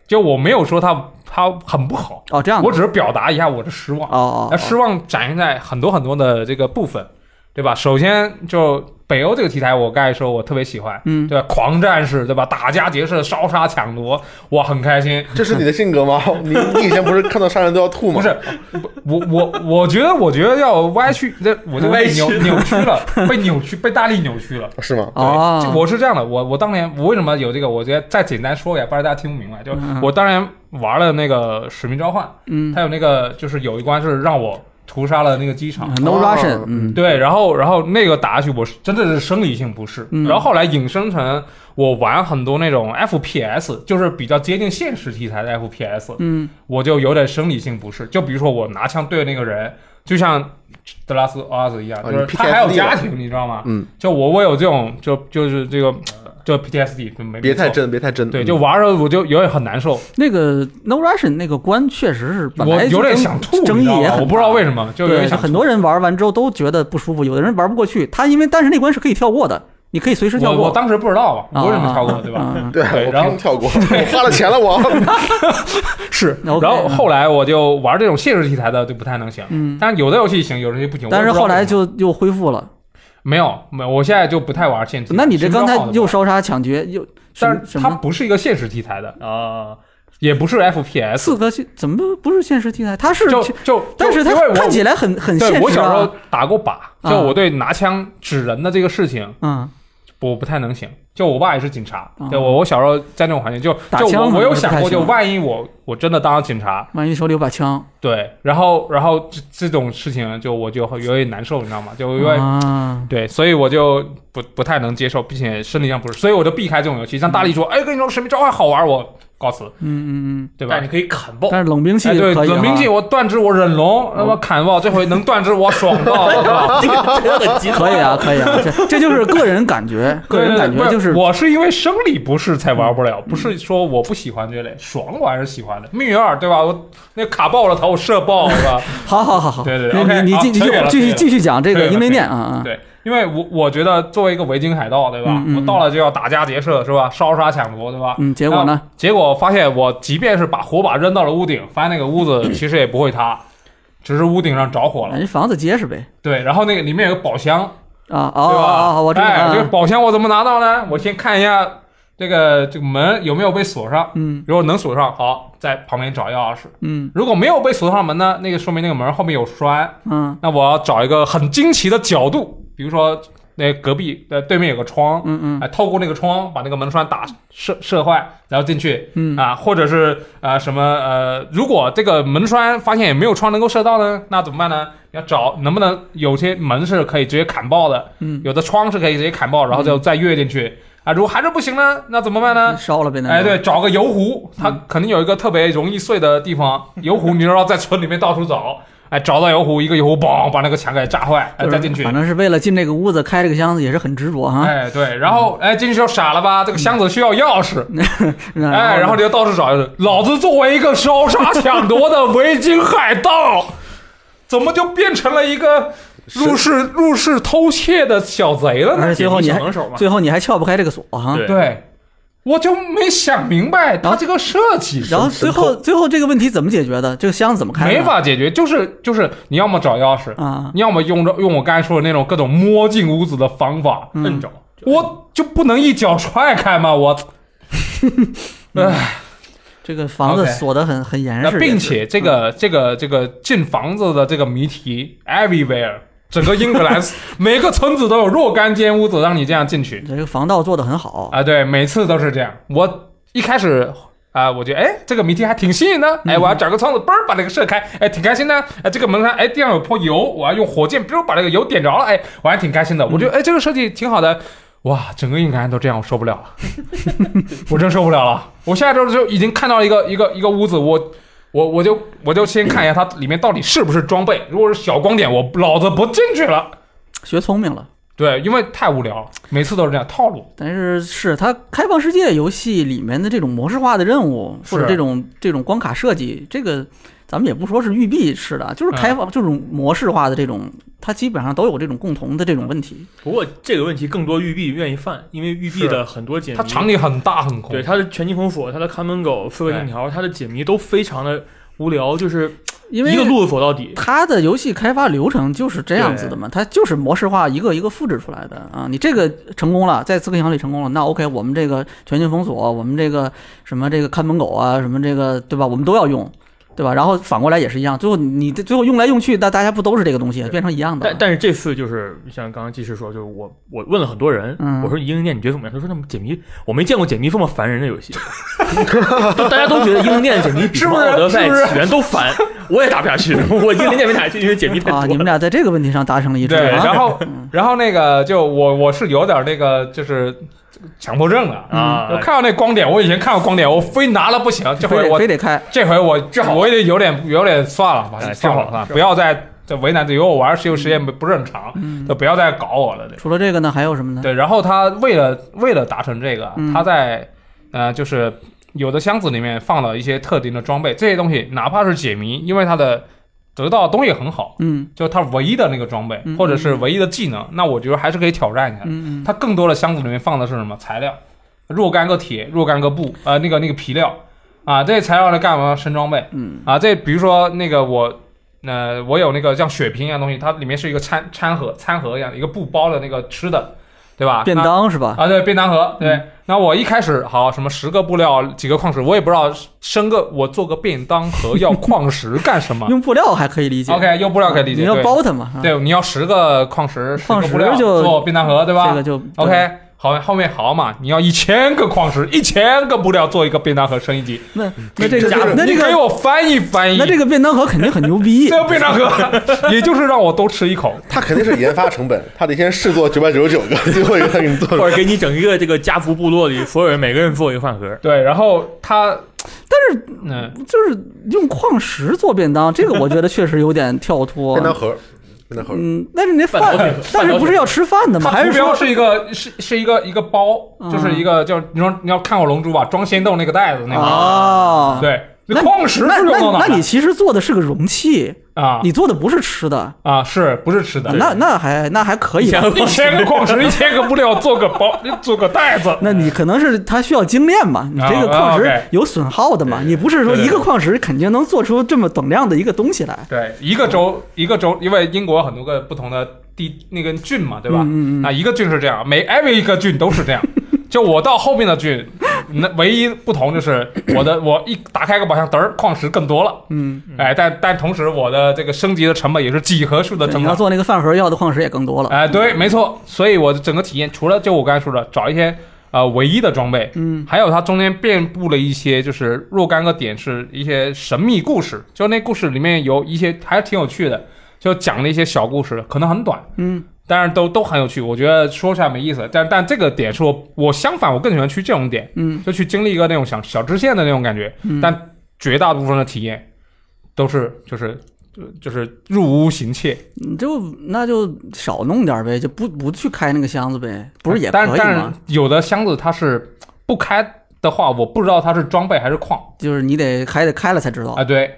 S3: 就我没有说它它很不好，
S1: 哦，这样的
S3: 我只是表达一下我的失望。
S1: 哦哦
S3: 那失望展现在很多很多的这个部分，对吧？首先就北欧这个题材，我刚才说我特别喜欢，
S1: 嗯
S3: 对吧？狂战士，对吧？打家劫舍、烧杀抢夺，我很开心。
S2: 这是你的性格吗？你你以前不是看到杀人都要
S1: 嗯
S2: 吐
S3: 不
S2: 吗？
S3: 是，我我我觉得，我觉得要歪曲，这我就
S4: 歪
S3: 被
S4: 曲
S3: 扭扭曲了，被扭曲，被大力扭曲了。
S2: 是吗？
S3: 这
S1: 哦，
S3: 我是这样的，我我当年我为什么有这个？我觉得再简单说一下，不然大家听不明白。就
S1: 嗯
S3: 我当年玩了那个《使命召唤》，
S1: 嗯
S3: 它有那个就是有一关是让我屠杀了那个机场，
S1: ，No
S2: 哦
S1: Russian，嗯，
S3: 对，然后然后那个打下去，我是真的是生理性不适。
S1: 嗯
S3: 然后后来引申成我玩很多那种 FPS，就是比较接近现实题材的 FPS，
S1: 嗯
S3: 我就有点生理性不适。就比如说我拿枪对那个人，就像德拉斯阿斯一样，
S1: 哦
S2: 啊
S3: 就
S2: 你
S3: 是
S2: PTSD
S3: 他还有家庭，你知道吗？
S2: 嗯，
S3: 就我我有这种就就是这个就 PTSD，就没
S2: 别太
S3: 没错
S2: 真，别太真。
S3: 对，
S2: 嗯
S3: 就玩的时候我就有点很难受，
S1: 那个 No Russian 那个关确实是本
S3: 我
S1: 来就
S3: 有点
S1: 争
S3: 想吐，
S1: 争
S3: 你
S1: 议
S3: 知道吗
S1: 也很大，
S3: 我不知道为什么，就有
S1: 对
S3: 点想
S1: 很多人玩完之后都觉得不舒服，有的人玩不过去，他因为但是那关是可以跳过的，你可以随时跳
S3: 我
S1: 过，
S3: 我当时不知道嘛，
S1: 啊
S3: 我为什么跳
S1: 啊
S3: 过，对吧？
S1: 啊
S2: 对，
S3: 对
S2: 我
S3: 然后
S2: 不能跳过，我花了钱
S3: <laughs>
S2: 了，我
S3: 是， <laughs> 然
S1: OK，
S3: 后
S1: 嗯
S3: 后来我就玩这种现实题材的就不太能行，
S1: 嗯，
S3: 但是有的游戏行，有的游戏不行。
S1: 但是
S3: 我也不知道
S1: 后来
S3: 为什么
S1: 就又恢复了。
S3: 没有没有，我现在就不太玩现实题材。
S1: 那你这刚才
S3: 神州号的
S1: 又
S3: 吧，
S1: 烧杀抢劫又什么
S3: 但是
S1: 什
S3: 它
S1: 么？
S3: 不是一个现实题材的，
S4: 啊，
S3: 也不是 FPS，
S1: 刺客信怎么不是现实题材？它是
S3: 就
S1: 其，
S3: 就
S1: 但是它
S3: 就因为我
S1: 看起来很很现
S3: 对我
S1: 实
S3: 小时候
S1: 啊。
S3: 打过靶，就我对拿枪指人的这个事情
S1: 嗯，
S3: 我不太能行。就我爸也是警察，
S1: 啊
S3: 对我我小时候在那种环境，就
S1: 打
S3: 就
S1: 枪
S3: 我
S1: 可能
S3: 我
S1: 是
S3: 有
S1: 不
S3: 想
S1: 太
S3: 过，就
S1: 行啊
S3: 万一我我真的当了警察，
S1: 万一手里有把枪，
S3: 对，然后然后这这种事情就我就会有点难受，你知道吗？就因为
S1: 啊，
S3: 对，所以我就不不太能接受，并且身体上不适，所以我就避开这种游戏。像大力说，
S1: 嗯
S3: 哎，跟你说《神秘召唤》好玩，我告辞，
S1: 嗯嗯
S3: 对吧
S4: 但？你可以砍爆
S1: 嗯，，但是冷兵器
S3: 哎，对，
S1: 可以啊嗯
S3: 冷兵器我断肢我忍龙，他妈砍爆，这回能断肢我爽到，
S1: <laughs>
S3: 我靠
S4: 这个真的很极端
S1: 可以啊，可以啊，这这就是个人感觉，个人感
S3: 对
S1: 觉
S3: 对
S1: 就
S3: 不
S1: 是
S3: 我是因为生理不适才玩不了，不是说我不喜欢这类，爽我还是喜欢的。命运二对吧？我那卡爆了头，我射爆了，
S1: 好好好好，
S3: 对对对
S1: 那
S3: OK，
S1: 你你
S3: 好
S1: 继
S3: 扯
S1: 继
S3: 远了
S1: 继
S3: 扯远
S1: 续
S3: 了
S1: 继续讲这
S3: 扯
S1: 个
S3: 远了
S1: 英灵
S3: 扯
S1: 殿啊啊，
S3: 对，因为我我觉得作为一个维京海盗，对吧？
S1: 嗯嗯
S3: 我到了就要打家劫舍，是吧？烧杀抢夺，对吧？
S1: 嗯，结果呢？？
S3: 结果发现我即便是把火把扔到了屋顶，发现那个屋子其实也不会塌，只是屋顶上着火了。
S1: 人哎房子结实呗，
S3: 对，然后那个里面有个宝箱，
S1: 啊哦
S3: 对吧？
S1: 哦哦，我知道，
S3: 哎，这个
S1: 啊
S3: 宝箱我怎么拿到呢？我先看一下这个这个门有没有被锁上，
S1: 嗯
S3: 如果能锁上，好，在旁边找钥匙。
S1: 嗯
S3: 如果没有被锁上的门呢，那个说明那个门后面有栓，
S1: 嗯
S3: 那我要找一个很惊奇的角度，比如说。那隔壁呃对面有个窗，
S1: 嗯嗯
S3: 啊，透过那个窗把那个门栓打射射坏，然后进去
S1: 嗯
S3: 啊，或者是啊、呃什么呃，如果这个门栓发现也没有窗能够射到呢，那怎么办呢？要找能不能有些门是可以直接砍爆的，
S1: 嗯，
S3: 有的窗是可以直接砍爆，然后就再跃进去啊。如果还是不行呢，那怎么办呢？
S1: 嗯烧了呗，那
S3: 哎，
S1: 就
S3: 对，，找个油壶，它
S1: 嗯
S3: 肯定有一个特别容易碎的
S1: <laughs>
S3: 地方。油壶，你知道在村里面到处找，哎，找到油壶，一个油壶，嘣，把那个墙给炸坏，
S1: 就
S3: 哎，
S1: 是
S3: 再进去
S1: 反。正是为了进这个屋子开这个箱子也是很执着哈。
S3: 哎，对，然后
S1: 嗯
S3: 哎，进去就傻了吧？这个箱子需要钥匙，哎，然后你就到处找，老子作为一个烧杀抢夺的维京海
S1: <laughs>
S3: 盗，怎么就变成了一个入室入室偷窃的小贼了呢？
S1: 而且最后你
S4: 小
S1: 还
S4: 能手嘛，
S1: 最后你还撬不开这个锁哈。
S4: 对
S3: 对，我就没想明白他这个设计
S1: 然后最后最后这个问题怎么解决的？这个箱子怎么开呢？
S3: 没法解决，就是就是你要么找钥匙，
S1: 啊，
S3: 你要么用着用我刚才说的那种各种摸进屋子的方法，
S1: 嗯
S4: 摁着。
S3: 我就不能一脚踹开吗？
S1: <laughs>
S3: 我，唉，
S1: 这个房子
S3: OK
S1: 锁得很很严
S3: 那
S1: 实，
S3: 并且这个这个这个进房子的这个谜题，everywhere，整个英格兰 <laughs> 每个村子都有若干间屋子让你这样进去
S1: 这个防盗做得很好，
S3: 啊，对，每次都是这样。我一开始。啊、我觉得哎，这个谜题还挺新颖的，哎，我要找个窗子，嘣儿把那个射开，哎，挺开心的，哎，这个门上，哎，地上有泼油，我要用火箭，比如把这个油点着了，哎，我还挺开心的，我觉得哎，这个设计挺好的，哇，整个硬汉都这样，我受不了 <laughs> 了，我真受不了了，我下周就已经看到一个一个一个屋子，我我我就我就先看一下它里面到底是不是装备，如果是小光点，我老子不进去了，
S1: 学聪明了。
S3: 对，因为太无聊了，每次都是这样套路，
S1: 但是是它开放世界游戏里面的这种模式化的任务，
S3: 是
S1: 或者这种这种关卡设计，这个咱们也不说是育碧式的，啊
S3: 嗯
S1: 就是开放这种模式化的这种，它基本上都有这种共同的这种问题。
S4: 不过这个问题更多育碧愿意犯，因为育碧的很多解谜，
S3: 它场景很大很空，
S4: 对它的全境封锁、它的看门狗、刺客信条、它的解谜都非常的无聊，就是
S1: 因为
S4: 一个路子走到底。
S1: 它的游戏开发流程就是这样子的嘛，它就是模式化一个一个复制出来的啊。你这个成功了，在刺客信条里成功了，那 OK，我们这个全境封锁，我们这个什么这个看门狗啊，什么这个对吧，我们都要用，对吧？然后反过来也是一样，最后你这最后用来用去，那大家不都是这个东西，变成一
S3: 嗯
S1: 样的
S4: 但
S1: 了？
S4: 但是这次就是像刚刚技师说，就是我我问了很多人，
S1: 嗯
S4: 我说《英灵殿》你觉得怎么样？他说那么解谜我没见过解谜这么烦人的游戏， <laughs> 就大家都觉得《英灵殿》解谜
S3: <laughs>
S4: 比
S3: 是
S4: 什么
S3: 不
S4: 《
S3: 是
S4: 奥德赛
S3: 是不》是
S4: 起源都烦，我也打不下去， <laughs> 我《英灵殿》没打下去，因为解谜太
S3: 哦
S1: 啊，
S4: 多
S1: 你们
S4: 了。
S1: 俩在这个问题上达成了一致
S3: 对，
S1: 啊 <laughs>
S3: 然后然后那个就我我是有点那个就是强迫症了。
S4: 啊
S3: 我，看到那光点，我以前看过光点，我非拿了不行。这
S1: 非
S3: 回
S1: 得 <laughs>
S3: 我
S1: 非得开，
S3: 这回我正好我也有点有点算了吧，算
S4: 哎
S3: 了
S4: 正好
S3: 算了，不要再再为难，因为我玩石油实验不不是很长，
S1: 嗯，
S3: 就不要再搞我了。对
S1: 除了这个呢，还有什么呢？
S3: 对，然后他为了为了达成这个
S1: 嗯，
S3: 他在呃就是有的箱子里面放了一些特定的装备，这些东西哪怕是解谜，因为它的得到的东西很好，
S1: 嗯
S3: 就他唯一的那个装备
S1: 嗯
S3: 或者是唯一的技能，那我觉得还是可以挑战一下。
S1: 嗯嗯，
S3: 它更多的箱子里面放的是什么材料？若干个铁，若干个布，呃，那个那个皮料啊，这些材料来干嘛？升装备
S1: 嗯
S3: 啊，这比如说那个我。呃，我有那个像血瓶一样的东西，它里面是一个餐餐盒，餐盒一样的一个布包的那个吃的，对
S1: 嗯
S3: 吧？
S1: 便
S3: 那
S1: 当嗯是吧？
S3: 啊，对，便当盒，对。那我一开始好什么十个布料，几个矿石，我也不知道生个我做个便当盒要矿石干什么。
S1: 用布料还可以理解
S3: 啊 OK，用布料可以理解，
S1: 你要
S3: 对
S1: 包它嘛？啊
S3: 对，你要十个矿石，十
S1: 矿
S3: 个
S1: 石
S3: 布料
S1: 就
S3: 做便当盒，对吧？
S1: 这个就
S3: OK，好，后面好嘛，你要一千个矿石，一千个布料做一个便当盒升一级，
S1: 那那这个
S4: 加入
S1: 那这
S3: 你给
S1: 个
S3: 我翻译翻译，
S1: 那这个便当盒肯定很牛逼
S3: 这，个便当
S1: <laughs>
S3: 盒，也就是让我多吃一口，
S2: 他肯定是研发成本，他得先试做九百九十九个，最后一个他给你做出来
S4: 或者给你整一个这个家族部落里所有人每个人做一个饭盒，
S3: 对，然后他，但是嗯，
S1: 就是用矿石做便当，这个我觉得确实有点跳脱
S2: 便。当盒，便当盒。
S1: 嗯，但是那
S4: 半导体
S1: 饭，但是不是要吃饭的吗？
S3: 它
S1: 还
S3: 目
S1: 是
S3: 标
S1: 说嗯
S3: 是一个是是一个一个包，就是一个叫你说你要看过《龙珠》吧，装仙豆那个袋子那个，
S1: 哦，
S3: 啊对，
S1: 那
S3: 那矿石
S1: 那
S3: 是用
S1: 那
S3: 到哪
S1: 那
S3: 的
S1: 你其实做的是个容器，
S3: 啊
S1: 你做的不是吃的，
S3: 啊是不是吃的？
S1: 那那还那还可以吧。
S3: 一千个矿石，一千个布料做个包，做个袋子，
S1: 那你可能是它需要精炼嘛，你这个
S3: 啊
S1: 矿石
S3: ，OK
S1: 有损耗的嘛，你不是说
S3: 对对
S1: 一
S3: 对
S1: 个矿石肯定能做出这么等量的一个东西来，
S3: 对，一个州一个州，因为英国有很多个不同的地那个郡嘛，对吧？
S1: 嗯嗯嗯 <laughs>
S3: 啊，一个郡是这样，每 every 一个郡都是这样。就我到后面的郡，那唯一不同
S1: <coughs>
S3: 就是我的我一打开个宝箱，嘚儿矿石更多了，
S1: 嗯，
S3: 哎，但但同时我的这个升级的成本也是几何数的
S1: 对
S3: 增
S1: 你要
S3: 长。
S1: 做那个饭盒要的矿石也更多了。
S3: 哎，对，没错，所以我的整个体验除了就我刚才说的找一些呃唯一的装备，
S1: 嗯，
S3: 还有它中间遍布了一些就是若干个点是一些神秘故事，就那故事里面有一些还是挺有趣的，就讲了一些小故事，可能很短，
S1: 嗯，
S3: 但是都都很有趣，我觉得说出来没意思，但但这个点是我我相反我更喜欢去这种点，
S1: 嗯，
S3: 就去经历一个那种小小支线的那种感觉，
S1: 嗯
S3: 但绝大部分的体验都是就是。就就是入屋行窃，
S1: 你就那就少弄点呗，就不不去开那个箱子呗，不是也
S3: 但
S1: 可以
S3: 但是
S1: 吗？
S3: 有的箱子它是不开的话，我不知道它是装备还是矿
S1: 就是你得还得开了才知道
S3: 啊、。对，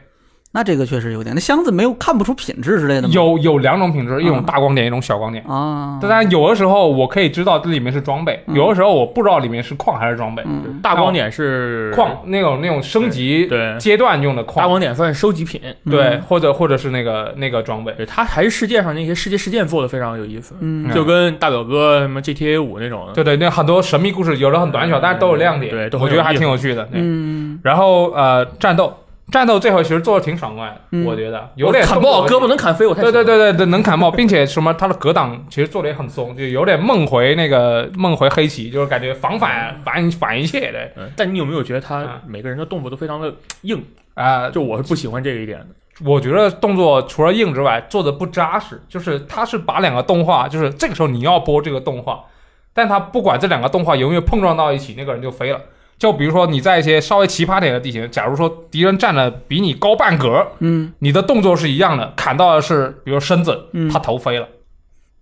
S1: 那这个确实有点，那箱子没有看不出品质之类的吗？
S3: 有有两种品质，一种
S1: 嗯
S3: 大光点，一种小光点。
S1: 啊，
S3: 但但有的时候我可以知道这里面是装备，
S1: 嗯
S3: 有的时候我不知道里面是矿还是装备。
S1: 嗯
S4: 大光点是
S3: 矿那种那种升级
S4: 对，
S3: 阶段用的
S4: 大
S3: 矿，
S4: 光点算是收集品，
S3: 对，
S1: 嗯
S3: 或者或者是那个那个装备。
S4: 对，它还是世界上那些世界事件做的非常有意思，
S1: 嗯
S3: 嗯
S4: 就跟大表哥什么 GTA 五那种，
S3: 对对，那很多神秘故事，有的很短小，
S4: 嗯
S3: 但是都有亮点，
S4: 对都很
S3: 我觉得还
S4: 有意思
S3: 挺有趣的。对
S1: 嗯，
S3: 然后呃，战斗战斗这回其实做的挺爽快的，
S1: 嗯
S3: 我觉得有点
S4: 砍爆
S3: 动作
S4: 胳膊能砍飞，我太
S3: 对对
S4: 喜欢了，
S3: 对对对，能砍爆，并且什么，它的格挡其实做的也很松，就有点梦回那个梦回黑棋，就是感觉防反反反一切的
S4: 嗯，但你有没有觉得他
S3: 啊
S4: 每个人的动作都非常的硬？
S3: 啊、
S4: 就我是不喜欢这一点的。
S3: 我觉得动作除了硬之外，做的不扎实，就是它是把两个动画，就是这个时候你要播这个动画，但它不管这两个动画有没有碰撞到一起，那个人就飞了。就比如说你在一些稍微奇葩点的地形，假如说敌人站的比你高半格，
S1: 嗯
S3: 你的动作是一样的，砍到的是比如身子，
S1: 嗯
S3: 他头飞了，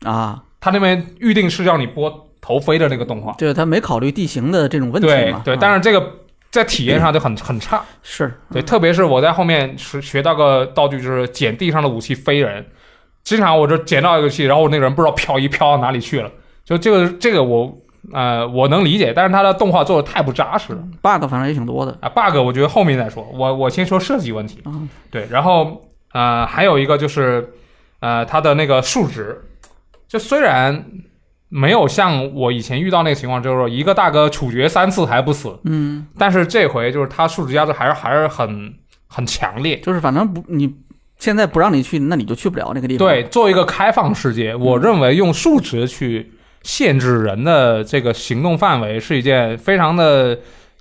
S1: 啊，
S3: 他那边预定是让你播头飞的那个动画。
S1: 就是他没考虑地形的这种问题
S3: 对
S1: 嘛。嗯
S3: 对，
S1: 啊
S3: 但是这个在体验上就很很差。
S1: 是
S3: 对，特别是我在后面学学到个道具，就是捡地上的武器飞人。经常我就捡到一个武器，然后那个人不知道漂移飘到哪里去了。就这个这个我呃我能理解，但是他的动画做的太不扎实了
S1: bug，反正也挺多的。
S3: 啊。bug 我觉得后面再说，我我先说设计问题
S1: 啊。
S3: 对，然后呃还有一个就是呃它的那个数值，就虽然。没有像我以前遇到那个情况，就是说一个大哥处决三次还不死，
S1: 嗯，
S3: 但是这回就是他数值压制还是还是很很强烈。
S1: 就是反正不你现在不让你去，那你就去不了那个地方。
S3: 对，，做一个开放世界，我认为用数值去限制人的这个行动范围是一件非常的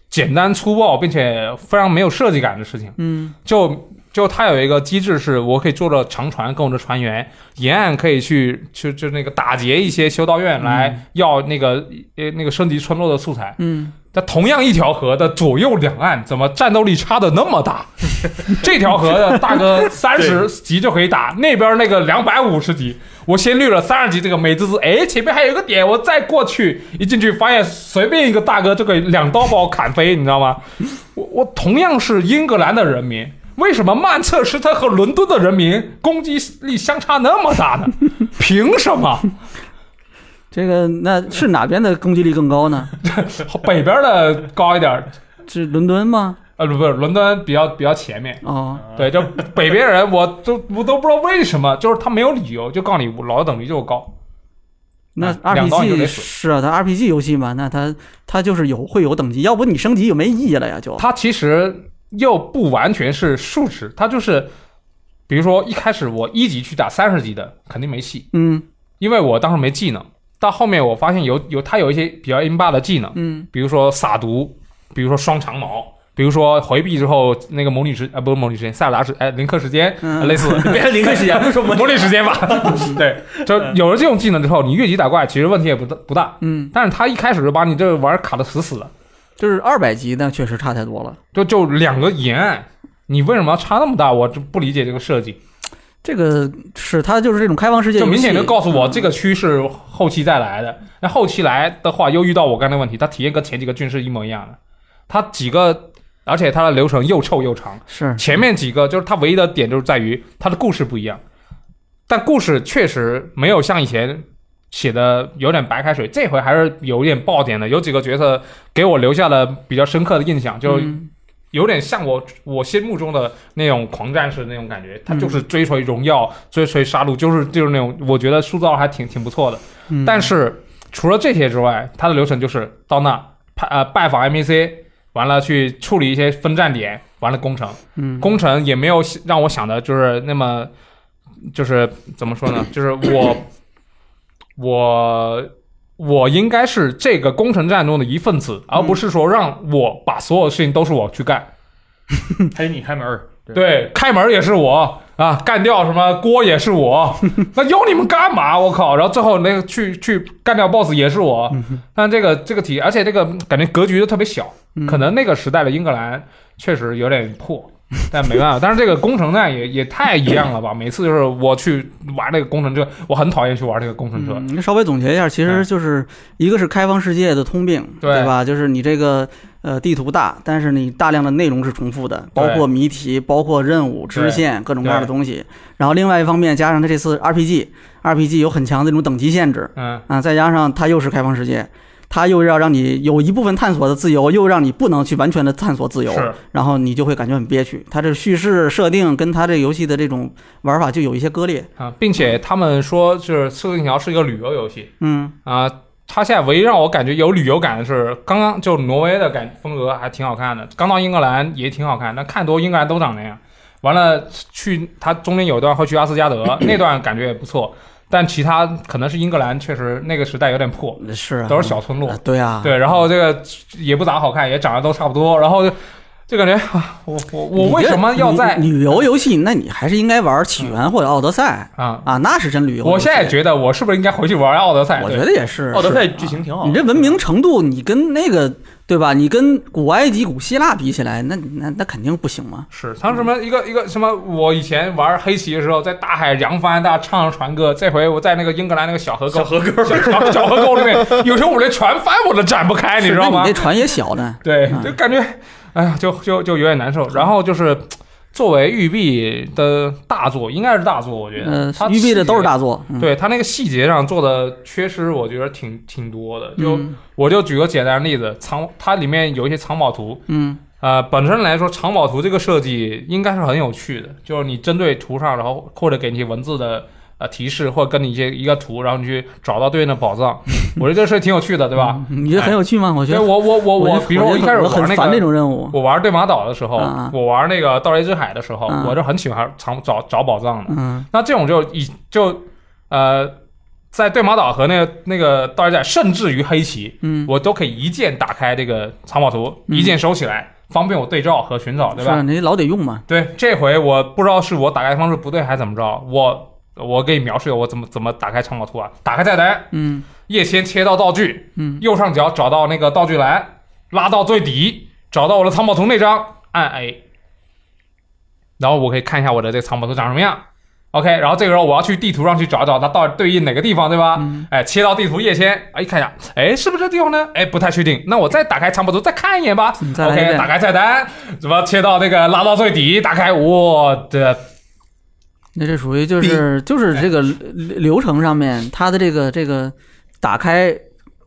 S3: 简单粗暴，并且非常没有设计感的事情。
S1: 嗯
S3: 就就它有一个机制，是我可以坐着长船，跟我的船员沿岸可以去去就那个打劫一些修道院来要那个呃那个升级村落的素材。
S1: 嗯，
S3: 它同样一条河的左右两岸，怎么战斗力差的那么大？ <laughs> 这条河的大哥三十级就可以打，那边那个两百五十级，我先略了三十级这个美滋滋，哎，前面还有一个点，我再过去，一进去发现随便一个大哥就可以两刀把我砍飞，你知道吗？我我同样是英格兰的人民。为什么曼彻斯特和伦敦的人民攻击力相差那么大呢？凭什么？
S1: 这个那是哪边的攻击力更高呢？
S3: 北边的高一点儿，
S1: 是伦敦吗？
S3: 呃，不不是，伦敦比较比较前面，
S1: 哦，
S3: 对，就北边人，我都我都不知道为什么，就是他没有理由，就告诉你我劳动等级就高。
S1: 那
S3: 啊两刀你就
S1: RPG
S3: 得死
S1: 是啊，它 RPG 游戏嘛，那它它就是有会有等级，要不你升级就没意义了呀，就
S3: 它其实又不完全是数值，它就是，比如说一开始我一级去打三十级的，肯定没戏，
S1: 嗯
S3: 因为我当时没技能。到后面我发现有有它有一些比较 in 霸的技能，
S1: 嗯
S3: 比如说撒毒，比如说双长矛。比如说回避之后，那个模拟时啊、不是模拟时间，塞尔达时哎林克时间、
S1: 嗯
S3: 类似的，
S4: 别林克
S3: <laughs>
S4: 时间，不说
S3: 模拟时间吧。对，就有了这种技能之后，你越级打怪其实问题也不大不大。
S1: 嗯，
S3: 但是他一开始就把你这玩意儿卡的死死的，
S1: 就是二百级那确实差太多了。
S3: 就就两个沿岸，你为什么要差那么大？我就不理解这个设计，
S1: 这个是它就是这种开放世界游
S3: 就
S1: 戏，
S3: 明显就告诉我
S1: 嗯
S3: 这个区是后期再来的。那后期来的话，又遇到我刚才问题，他体验跟前几个军事一模一样的，他几个，而且他的流程又臭又长。
S1: 是
S3: 前面几个就是它唯一的点就是在于它的故事不一样，但故事确实没有像以前写的有点白开水，这回还是有点爆点的。有几个角色给我留下了比较深刻的印象，就
S1: 嗯
S3: 有点像我我心目中的那种狂战士那种感觉，他
S1: 嗯
S3: 就是追随荣耀、追随杀戮，就是就是那种我觉得塑造还挺挺不错的。
S1: 嗯
S3: 但是除了这些之外，它的流程就是到那派呃拜访 NPC，完了去处理一些分站点，完了攻城，
S1: 嗯，
S3: 工程也没有让我想的，就是那么，就是怎么说呢？ <coughs> 就是我，我，我应该是这个工程战中的一份子，而不是说让我把所有事情都是我去干。
S1: 嗯
S4: 还得你开门儿。
S3: 对，开门也是我啊，干掉什么锅也是 <laughs> 我，那要你们干嘛？我靠！然后最后那个去去干掉 BOSS 也是我，但这个这个题，而且这个感觉格局都特别小，
S1: 嗯
S3: 可能那个时代的英格兰确实有点破。但没 <laughs> 办法，但是这个工程战也也太一样了吧！每次就是我去玩这个工程车，我很讨厌去玩这个工程车。
S1: 嗯，稍微总结一下，其实就是一个是开放世界的通病，
S3: 哎对
S1: 对吧？就是你这个呃地图大，但是你大量的内容是重复的，包
S3: 对
S1: 括谜题、包括任务、支线各种各样的东西。然后另外一方面，加上它这次 RPG，RPG 有很强的这种等级限制
S3: 嗯，
S1: 啊，再加上它又是开放世界。它又要让你有一部分探索的自由，又让你不能去完全的探索自由，
S3: 是
S1: 然后你就会感觉很憋屈。它这叙事设定跟它这游戏的这种玩法就有一些割裂。
S3: 啊，并且他们说就是《刺客信条》是一个旅游游戏，
S1: 嗯
S3: 啊，它现在唯一让我感觉有旅游感的是，刚刚就挪威的感风格还挺好看的，刚到英格兰也挺好看，但看多英格兰都长那样。完了，去它中间有一段会去阿斯加德，那段感觉也不错，但其他可能是英格兰确实那个时代有点破，
S1: 是啊，
S3: 都是小村落
S1: 啊，，对啊，
S3: 对，然后这个也不咋好看，也长得都差不多，然后就就感觉啊，我我我为什么要在
S1: 你这旅旅游游戏？那你还是应该玩起源或者奥德赛
S3: 啊？
S1: 啊，那是真旅游游戏。
S3: 我现在觉得我是不是应该回去玩奥德赛？
S1: 我
S3: 对
S1: 觉得也是。
S4: 奥德赛
S1: 是啊
S4: 剧情挺好
S1: 你，这文明程度，你跟那个对吧？你跟古埃及、古希腊比起来，那那那肯定不行嘛。
S3: 是，像什么一个一个什么，我以前玩黑棋的时候，在大海扬帆，大家唱船歌。这回我在那个英格兰那个小河沟，
S4: 小河沟儿，
S3: 小小小河沟里面，有时候我连船帆我都展不开，哎你
S1: 是
S3: 知道
S1: 那
S3: 吗
S1: 你那？船也小呢。
S3: 对，
S1: 嗯
S3: 就感觉，哎呀，就就就有点难受。然后就是，作为育碧的大作，应该是大作，我觉得
S1: 呃，，
S3: 它
S1: 育碧的都是
S3: 细
S1: 大作。嗯
S3: 节，，对它那个细节上做的缺失，我觉得挺挺多的。就
S1: 嗯
S3: 我就举个简单的例子，藏它里面有一些藏宝图，
S1: 嗯
S3: 呃，本身来说，藏宝图这个设计应该是很有趣的，就是你针对图上，然后或者给你一些文字的呃提示，或者跟你一些一个图，然后你去找到对应的宝藏。 <laughs> 我觉得这事挺有趣的，对吧？
S1: 嗯你觉得很有趣吗？我觉
S3: 所以
S1: 得
S3: 我我
S1: 我
S3: 我我，
S1: 觉得
S3: 比如说
S1: 我
S3: 我一开始
S1: 我很
S3: 玩那
S1: 烦这
S3: 个，
S1: 种任务。
S3: 我玩对马岛的时候，
S1: 啊
S3: 我玩那个《盗猎之海》的时候，
S1: 啊
S3: 我就很喜欢藏找找宝藏的。
S1: 嗯
S3: 那这种就以就呃，在对马岛和那个那个《盗猎之海》，甚至于黑棋，
S1: 嗯，
S3: 我都可以一键打开这个藏宝图，
S1: 嗯
S3: 一键收起来，方便我对照和寻找，对
S1: 是啊，
S3: 吧？
S1: 你老得用嘛。
S3: 对，这回我不知道是我打开方式不对还是怎么着，我我给你描述一下我怎么怎么打开藏宝图啊，打开菜单，
S1: 嗯
S3: 页签切到道具，
S1: 嗯
S3: 右上角找到那个道具栏，拉到最底，找到我的藏宝图那张，按 A，然后我可以看一下我的这个藏宝图长什么样。OK，然后这个时候我要去地图上去找找它到底对应哪个地方，对吧？
S1: 嗯
S3: 哎，切到地图页签，哎，看一下，哎，是不是这地方呢？哎，不太确定。那我再打开藏宝图再看一眼吧。
S1: 你再来一
S3: OK，
S1: 遍
S3: 打开菜单，什么切到那个拉到最底，打开，我的
S1: 那这属于就是就是
S3: 哎
S1: 这个流流程上面，它的这个这个打开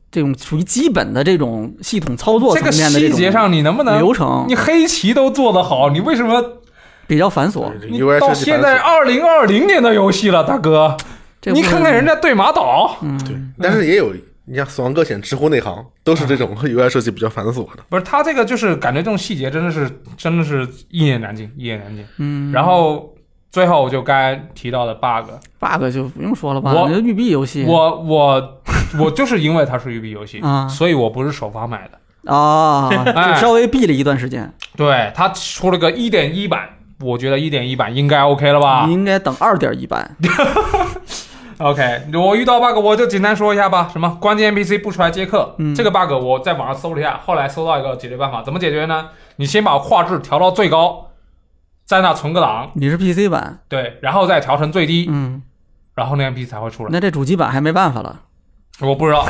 S1: 这种属于基本的这种系统操作
S3: 这
S1: 层
S3: 个
S1: 面的
S3: 细节
S1: 这种
S3: 上你能不能？
S1: 流程
S3: 你黑棋都做得好，你为什么
S1: 比较繁琐。
S3: 你
S2: ，UI
S3: 到
S2: 设计
S3: 现
S2: 繁
S3: 在
S2: 琐，
S3: 二零二零年的游戏了，大哥，
S1: 这
S3: 你看看人
S1: 家，
S3: 家对马岛，
S1: 嗯
S2: 对，
S3: 嗯
S2: 但是也有，你像《死亡搁浅》、《知乎内行》都是这种
S3: 啊
S2: UI 设计比较繁琐的。
S3: 不是他这个就是感觉这种细节真的是真的是一言难尽，一言难尽。
S1: 嗯，
S3: 然后最后就该提到的 bug，
S1: bug 就不用说了吧？
S3: 我
S1: 那育碧游戏，
S3: 我我我就是因为它是育碧游戏
S1: 啊，
S3: 所以我不是首发买的。
S1: 啊，
S3: <laughs> 哎
S1: 就稍微避了一段时间，
S3: 对，它出了个一点一版，我觉得一点一版应该 OK 了吧
S1: 你应该等二点一版。
S3: ？OK，我遇到 bug 我就简单说一下吧。什么关键 NPC 不出来接客，
S1: 嗯
S3: 这个 bug 我在网上搜了一下，后来搜到一个解决办法，怎么解决呢？你先把画质调到最高，在那存个档，
S1: 你是 PC 版，
S3: <laughs> 对，然后再调成最低，
S1: 嗯，
S3: 然后那 NPC 才会出来。
S1: 那这主机版还没办法了。
S3: 我不知道。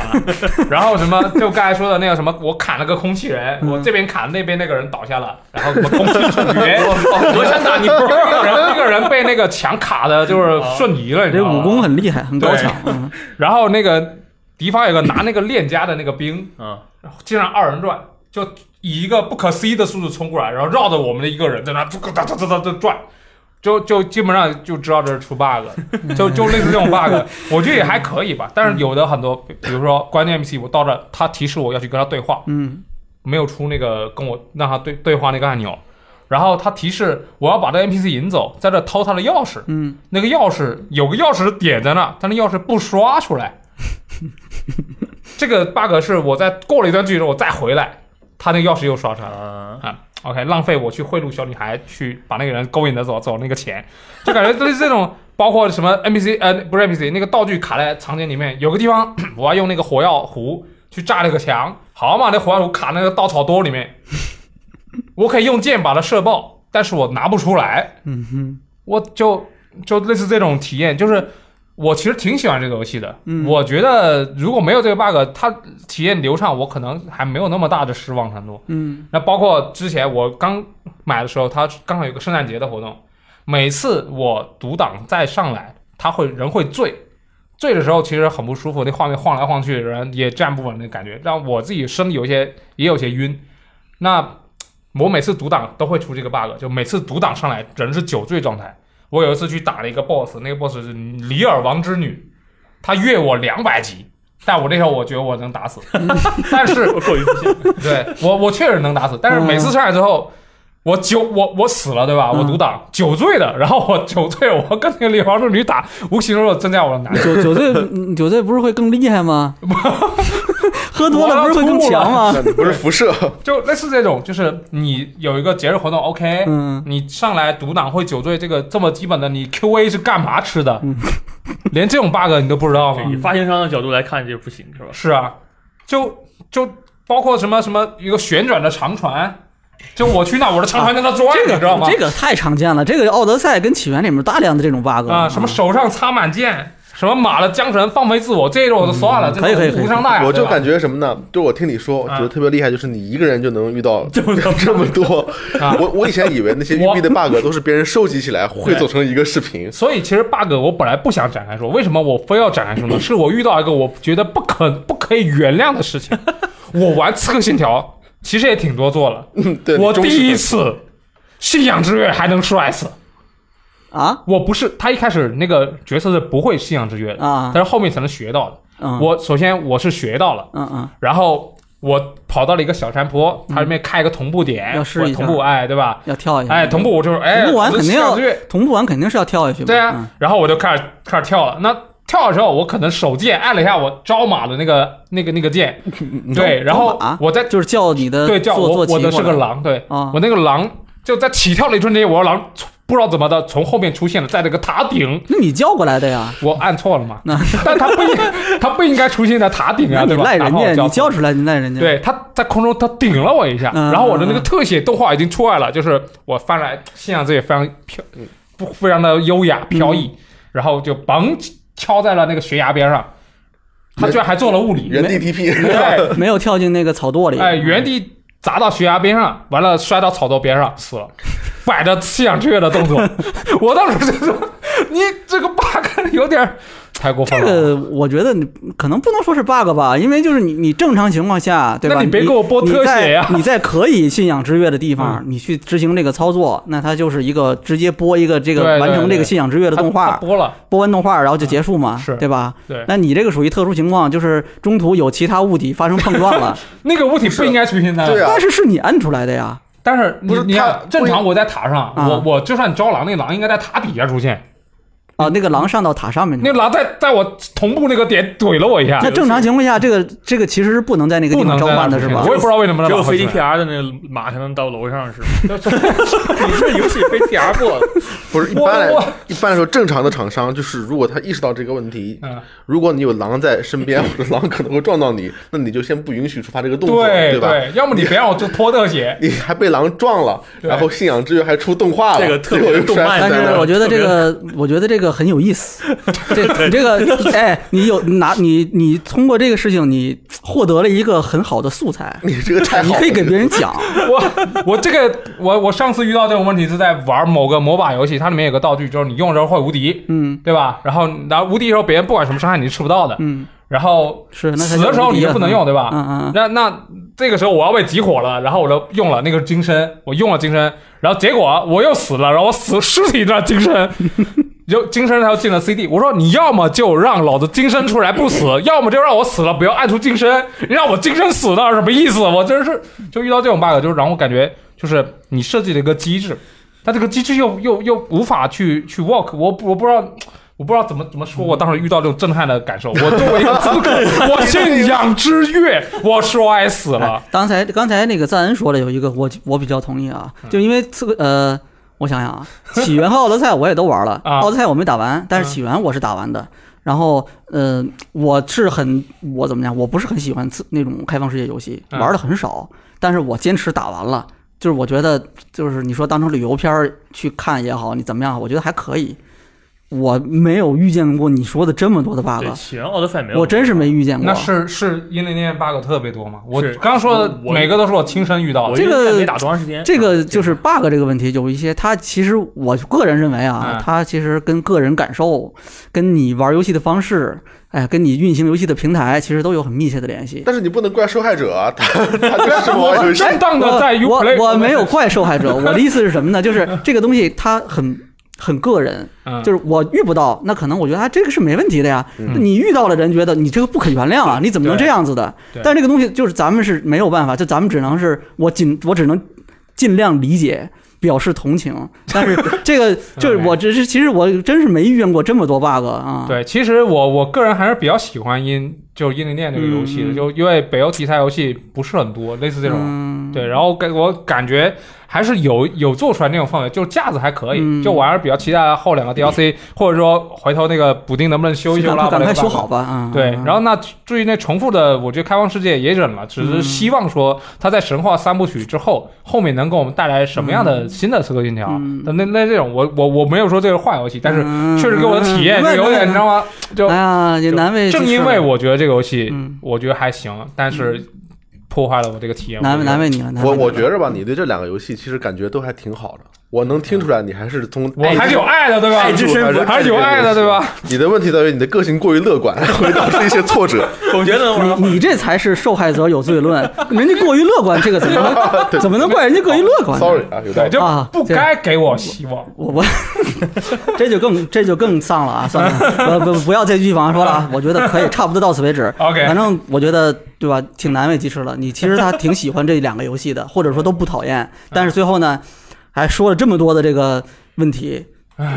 S3: 然后什么，就刚才说的那个什么，我砍了个空气人，
S1: 嗯
S3: 我这边砍那边那个人倒下了，然后什么空气处决，
S4: 我想打你
S3: 那个人那个人被那个墙卡的，就是瞬移了，你知
S1: 这
S3: 道吗
S1: 武功。很厉害，很高强。嗯
S3: 然后那个敌方有个拿那个链家的那个兵，
S4: 嗯，
S3: 竟然二人转，就以一个不可思议的速度冲过来，然后绕着我们的一个人在那哒哒哒哒哒哒转。就就基本上就知道这是出 bug，了就就类似这种 bug，我觉得也还可以吧。但是有的很多，比如说关键 MC，我到这儿他提示我要去跟他对话，
S1: 嗯
S3: 没有出那个跟我让他对对话那个按钮，然后他提示我要把这 NPC 引走，在这偷他的钥匙，
S1: 嗯，
S3: 那个钥匙有个钥匙点在那，但那钥匙不刷出来。这个 bug 是我在过了一段距离之后我再回来，他那个钥匙又刷出来了
S4: 啊，
S1: 嗯
S3: 啊。OK，浪费我去贿赂小女孩，去把那个人勾引着走，走那个钱，就感觉就是这种，包括什么 NPC 呃不是 NPC 那个道具卡在场景里面，有个地方我要用那个火药壶去炸那个墙，好嘛，那火药壶卡那个稻草垛里面，我可以用剑把它射爆，但是我拿不出来，
S1: 嗯哼，
S3: 我就就类似这种体验，就是我其实挺喜欢这个游戏的。
S1: 嗯
S3: 我觉得如果没有这个 bug，它体验流畅，我可能还没有那么大的失望程度。
S1: 嗯
S3: 那包括之前我刚买的时候，它刚好有个圣诞节的活动，每次我读档再上来，它会人会醉，醉的时候其实很不舒服，那画面晃来晃去，人也站不稳的感觉，让我自己身体有些也有些晕。那我每次读档都会出这个 bug，就每次读档上来人是酒醉状态。我有一次去打了一个 boss，那个 boss 是里尔王之女，她越我两百级，但我那时候我觉得我能打死， <laughs> 但是
S4: 我过于不信。
S3: <laughs> 对我，我确实能打死，但是每次上来之后，我酒我我死了，对吧？
S1: 嗯
S3: 我独挡酒醉的，然后我酒醉，我跟那个李黄淑女打，无形中增加我的难度。
S1: 酒酒醉嗯酒醉不是会更厉害
S3: <laughs>
S1: 吗？喝多了不是会更强
S3: 啊
S1: 吗？
S2: 那你不是辐射，
S3: 就类似这种，就是你有一个节日活动，OK，、
S1: 嗯
S3: 你上来独挡会酒醉，这个这么基本的，你 QA 是干嘛吃的？
S1: 嗯
S3: <laughs> 连这种 bug 你都不知道吗
S1: 哦
S4: 就？以发行商的角度来看，这不行是吧？
S3: <laughs> 是啊，就就包括什么什么一个旋转的长船，就我去那我的长船在那转，
S1: 啊这
S3: 你知道
S1: 个
S3: 吗？
S1: 这个太常见了，这个奥德赛跟起源里面大量的这种 bug
S2: 嗯
S3: 啊，什么手上擦满剑，什么马的缰绳放飞自我，这一种我都算
S2: 嗯
S3: 了，这
S1: 可以可以可
S3: 种
S1: 以
S3: 无伤大雅。
S2: 我
S3: 哎对
S2: 就
S3: 吧啊
S2: 感觉什么呢？就我听你说，我觉得特别厉害，就是你一个人就能
S3: <laughs>
S2: 遇到这
S4: 么多
S2: 么多
S3: 啊。
S2: <laughs> 我我以前以为那些育
S3: 我
S2: 碧的 bug 都是别人收集起来汇总成一个视频，
S3: 所以其实 bug 我本来不想展开说，为什么我非要展开说呢？是我遇到一个我觉得不可不可以原谅的事
S2: <laughs>
S3: 情。我玩《刺客信条》其实也挺多做了，
S2: 嗯对，
S3: 我
S2: 忠实
S3: 第一
S2: 粉丝
S3: 次信仰之跃还能摔死，
S1: 啊
S3: 我不是他一开始那个角色是不会信仰之跃的，
S1: 啊
S3: 但，是后面才能学到的。
S1: 嗯
S3: 我首先我是学到了。
S1: 嗯嗯
S3: 然后我跑到了一个小山坡，它里面开一个同步点，
S1: 要试一
S3: 我
S1: 下
S3: 同步哎，对吧？
S1: 要跳一下，
S3: 哎，同步我就是哎，
S1: 同步完肯定要嗯
S3: 我就上去
S1: 同步完肯定是要跳下去嘛，
S3: 对啊，然后我就开始开始跳了。那跳的时候，我可能手贱按了一下我招马的那个那个那个键，对，然后
S1: 招马
S3: 我在
S1: 嗯，就是叫你的
S3: 对叫
S1: 坐坐
S3: 我
S1: 骑
S3: 我的是
S1: 过
S3: 个
S1: 来
S3: 狼，对
S1: 啊
S3: 我那个狼就在起跳的一瞬间，我的狼从不知道怎么的从后面出现了，在这个塔顶，
S1: 那你叫过来的呀？
S3: 我按错了嘛
S1: <laughs> 那，
S3: 但他不应他不应该出现在塔
S1: <laughs>
S3: 顶
S1: 那
S3: 啊，
S1: 你
S3: 对吧？
S1: 赖人
S3: 然后我
S1: 家，你
S3: 错了
S1: 叫出来你赖人家。，
S3: 对，他在空中他顶了我一下，
S1: 嗯
S3: 然后我的那个特写动画已经出来了，就是我翻来现象这也非常飘，不非常的优雅
S1: 嗯
S3: 飘逸，然后就嘣敲在了那个悬崖边上，他居然还做了物理，
S2: 人 DTP，
S3: 对，
S1: 没有跳进那个草垛里。
S3: 哎，原地砸到悬崖边上，完了摔到草垛边上死了，摆着信仰之跃的动
S1: <laughs>
S3: 作，我当时就说你这个 bug 有点儿太过分
S1: 这
S3: 了。
S1: 个我觉得你可能不能说是 bug 吧，因为就是你你正常情况下，对吧？
S3: 那你别给我播
S1: 你
S3: 特写呀
S1: <laughs> 你在
S3: 嗯
S1: 你在可以信仰之跃的地方，你去执行这个操作，那它就是一个直接播一个这
S3: 对
S1: 个
S3: 对
S1: 完成这个
S3: 对
S1: 信仰之跃的
S3: 他
S1: 动
S3: 他
S1: 画，
S3: 播了，
S1: 播完动画然后就结束嘛，
S3: 嗯是
S1: 对吧？
S3: 对，
S1: 那你这个属于特殊情况，就是中途有其他物体发生碰撞
S3: <laughs>
S1: 了，
S3: 那个物体不应该出现在
S2: 对啊
S1: 但是是你摁出来的呀，
S3: 但是你
S2: 不是
S3: 你
S2: 他
S3: 看，正常我在塔上，
S1: 啊
S3: 我我就算招狼，那狼应该在塔底下出现，
S1: 啊，那个狼上到塔上面去了
S3: 嗯那。狼在在我同步那个点怼了我一下
S1: 那，正常情况下，这个这个其实是不能在那个地
S3: 不
S1: 方
S3: 能
S1: 召
S3: 在那
S1: 唤的是
S3: 出现
S1: 吧
S3: 我？也不知道为什么
S4: 只
S3: 那
S4: 有
S3: 狼
S4: 飞
S3: 会出
S4: D
S3: 现
S4: P R 的那个马才能到楼上是吧？
S1: <laughs>
S3: 你这游戏飞 T R <laughs> 过了，
S2: <laughs> 不是一
S3: 我
S2: 般来
S3: 我
S2: 一般来说，正常的厂商就是如果他意识到这个问题，
S3: 嗯，
S2: 如果你有狼在身
S3: <laughs>
S2: 边，或者狼可能会撞到你，那你就先不允许触发这个动作，
S3: 对
S2: 吧？
S3: 要么你别让我做拖特写，
S2: 你还被狼撞了，
S3: 对
S2: 然后信仰之跃还出动画了，
S4: 这个特别
S2: 结果又摔
S4: 动漫
S2: 死
S1: 但
S2: 在那
S1: 是
S2: 儿
S1: 我觉得这
S2: <laughs>
S1: 个，我觉得这个很有意思。这你这个，哎，你有拿你你通过这个事情，你获得了一个很好的素材，
S2: 你这个太好
S1: 你
S2: 了，
S1: 可以给别人
S2: <laughs>
S1: 讲。
S3: <laughs> 我我这个我我上次遇到这种问题是在玩某个魔法游戏，它里面有个道具，就是你用的时候会无敌，
S1: 嗯
S3: 对吧？然后然后无敌的时候，别人不管什么伤害你是吃不到的，
S1: 嗯，
S3: 然后
S1: 是那才
S3: 死的时候你就不能用，对吧？
S1: 嗯嗯嗯，
S3: 那那这个时候我要被集火了，然后我就用了那个金身，我用了金身，然后结果我又死了，然后我死尸体的金身，就金身他又进了 CD，我说你要么就让老子金身出来不死，要么就让我死了不要按出金身，你让我金身死那是什么意思？我真是就遇到这种 bug，就是让我感觉就是你设计了一个机制，它这个机制又又又无法去去 work，我不我不知道。我不知道怎么怎么说，我当时遇到这种震撼的感受。我作为一个资格，我信仰之月，我摔死
S1: <laughs>
S3: 了。
S1: 哎刚才刚才那个赞恩说的有一个我我比较同意啊，
S3: 嗯
S1: 就因为刺客呃，我想想
S3: <laughs>
S1: 啊，起源和奥德赛我也都玩了，
S3: 啊嗯
S1: 奥德赛我没打完，但是起源我是打完的。然后，呃，我是很我怎么讲，我不是很喜欢刺那种开放世界游戏，
S3: 嗯
S1: 玩的很少，但是我坚持打完了。就是我觉得，就是你说当成旅游片儿去看也好，你怎么样，我觉得还可以。我没有遇见过你说的这么多的 bug，
S4: 对，起源奥德赛没有，
S1: 我真是没。遇见过。
S3: 那是是因为那天 bug 特别多吗？我
S4: 是
S3: 刚说的
S4: 我
S3: 每个都是我亲身遇到
S4: 我
S3: 的。
S1: 这个
S4: 哦因为没打多长时间，啊
S1: 啊这个就是 bug 这个问题，有一些它其实我个人认为啊
S3: 嗯，
S1: 它其实跟个人感受、跟你玩游戏的方式，哎，跟你运行游戏的平台，其实都有很密切的联系。
S2: 但是你不能怪受害者啊，他他就是我有一些
S3: 正当的
S1: 我
S3: 在 u
S1: 我
S3: play，
S1: 我没有怪受害者，我的意思是什么呢？就是这个东西它很很个人，
S3: 嗯，
S1: 就是我遇不到，那可能我觉得啊，这个是没问题的呀。
S2: 嗯
S1: 你遇到了人觉得你这个不可原谅啊，你怎么能这样子的
S3: 对对？
S1: 但这个东西就是咱们是没有办法，就咱们只能是我尽我只能尽量理解。表示同情，但是这个
S3: <laughs>
S1: 就是我只是，其实我真是没遇见过这么多 bug 啊。，
S3: 对，其实我我个人还是比较喜欢因就是英灵殿这个游戏的，
S1: 嗯
S3: 就因为北欧题材游戏不是很多，类似这种。
S1: 嗯，
S3: 对，然后给我感觉还是有有做出来那种氛围，就架子还可以，
S1: 嗯
S3: 就我还是比较期待后两个 DLC，、或者说回头那个补丁能不能修一修
S1: 赶
S3: 啦，
S1: 快赶
S3: 把
S1: 快
S3: 这
S1: 修
S3: 个 bug
S1: 好吧啊。
S3: 对，
S1: 嗯
S3: 然后那至于那重复的，我觉得开放世界也忍了，
S1: 嗯
S3: 只是希望说他在神话三部曲之后，后面能给我们带来什么样的新的刺客信条。
S1: 嗯
S3: 那那这种，我我我没有说这是坏游啊戏，但是
S1: 嗯
S3: 确实给我的体验
S1: 嗯
S3: 就有点，
S1: 嗯
S3: 你知道吗？就
S1: 哎呀，也难为之
S3: 正
S1: 士了。
S3: 因为我觉得这个游戏
S1: 嗯，
S3: 我觉得还行，但是破坏了我这个体验。
S1: 难为难
S3: 为，
S1: 为你了，难为
S2: 我
S1: 你了
S2: 我觉着吧，你对这两个游戏其实感觉都还挺好的，我能听出来你还是从
S3: 我还是有爱的，对吧？
S4: 爱之深
S2: 是
S3: 还是有爱的，对吧？？
S2: 你的问题在于你的个性过于乐观，会导致一些挫折。
S4: 总觉得
S1: 你你这才是受害者有罪论，人家过于乐观，这个怎么能怎么能怪人家过于乐观呢
S2: Sorry 啊，有道
S3: 对，
S2: 理。
S3: 就
S1: 啊
S3: 不
S1: 这
S3: 该给我希望。
S1: 我我这就更这就更丧了啊！算了，不不不要再继续往下说了啊！我觉得可以，差不多到此为止。
S3: OK
S1: 反正我觉得对吧，挺难为鸡翅了。你其实他挺喜欢这两个游戏的，或者说都不讨厌，但是最后呢，还说了这么多的这个问题。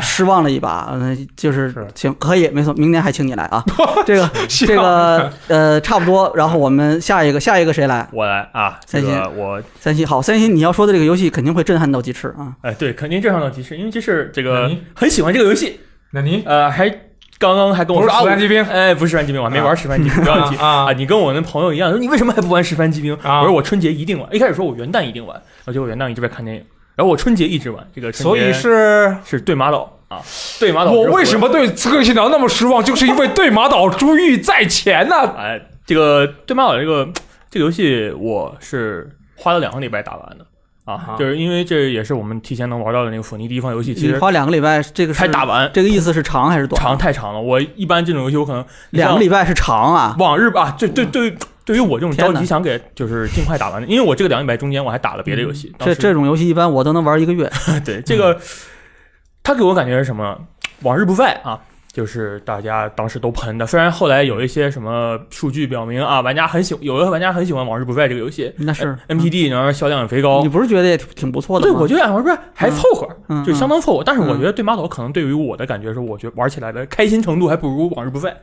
S1: 失望了一把，嗯，就是
S3: 是
S1: 请可以，没错，明年还请你来啊。这个这个呃，差不多。然后我们下一个下一个谁来？
S4: 我来啊，这
S1: 再
S4: 个
S1: 见
S4: 我
S1: 三星好，三星你要说的这个游戏肯定会震撼到鸡翅啊。
S4: 哎对，肯定正常的提示，因为这是这个
S3: 嗯
S4: 很喜欢这个游戏，
S3: 那你
S4: 呃，还刚刚还跟我
S3: 不
S4: 说
S3: 是
S4: 啊，
S3: 十
S4: 我
S3: 万骑兵
S4: 哎，不是十番机兵，我还 <laughs> 没玩十番机兵，
S1: <laughs>
S4: 不要急
S3: 啊
S4: 啊！你跟我那朋友一样，说你为什么还不玩十番机兵？
S3: 啊
S4: 我说我春节一定玩，一开始说我元旦一定玩，我觉得我元旦一直在看电影，然后我春节一直玩这个春
S3: 所
S4: 节，
S3: 以是
S4: 是对马岛啊，对马岛。
S3: 我为什？么对《刺客信条》那么失望，就是因为对马岛珠玉在前呢、
S4: 哎，这个对马岛这个这个游戏，我是花了两个礼拜打完的
S3: 啊
S4: 啊，就是因为这也是我们提前能玩到的那个索尼第一方游戏，其
S1: 你
S4: 实
S1: 花两个礼拜，这个是
S4: 才打完，
S1: 这个意思是长还是短？
S4: 长太长了。我一般这种游戏我可能
S1: 两个礼拜是长啊。
S4: 往日吧，对对对，对于我这种
S1: 天
S4: 着
S1: 哪
S4: 急想给就是尽快打完的，因为我这个两个礼拜中间我还打了别的游戏。
S1: 嗯这这种游戏一般我都能玩一个月。
S4: 这对这个，他给我感觉是什么？往日不败啊，就是大家当时都喷的。虽然后来有一些什么数据表明啊，玩家很喜有的玩家很喜欢往日不败这个游戏呃
S1: 那是
S4: ，MPD 然后销量也肥
S1: 嗯
S4: 高
S1: 你。不是觉得也挺挺不错的
S4: 哦对，
S1: 吗？
S4: 我觉得往日不败还凑合，
S1: 嗯
S4: 就相当凑合。但是我
S1: 嗯
S4: 觉得对马岛可能对于我的感觉是，我觉得玩起来的开心程度还不如往日不败。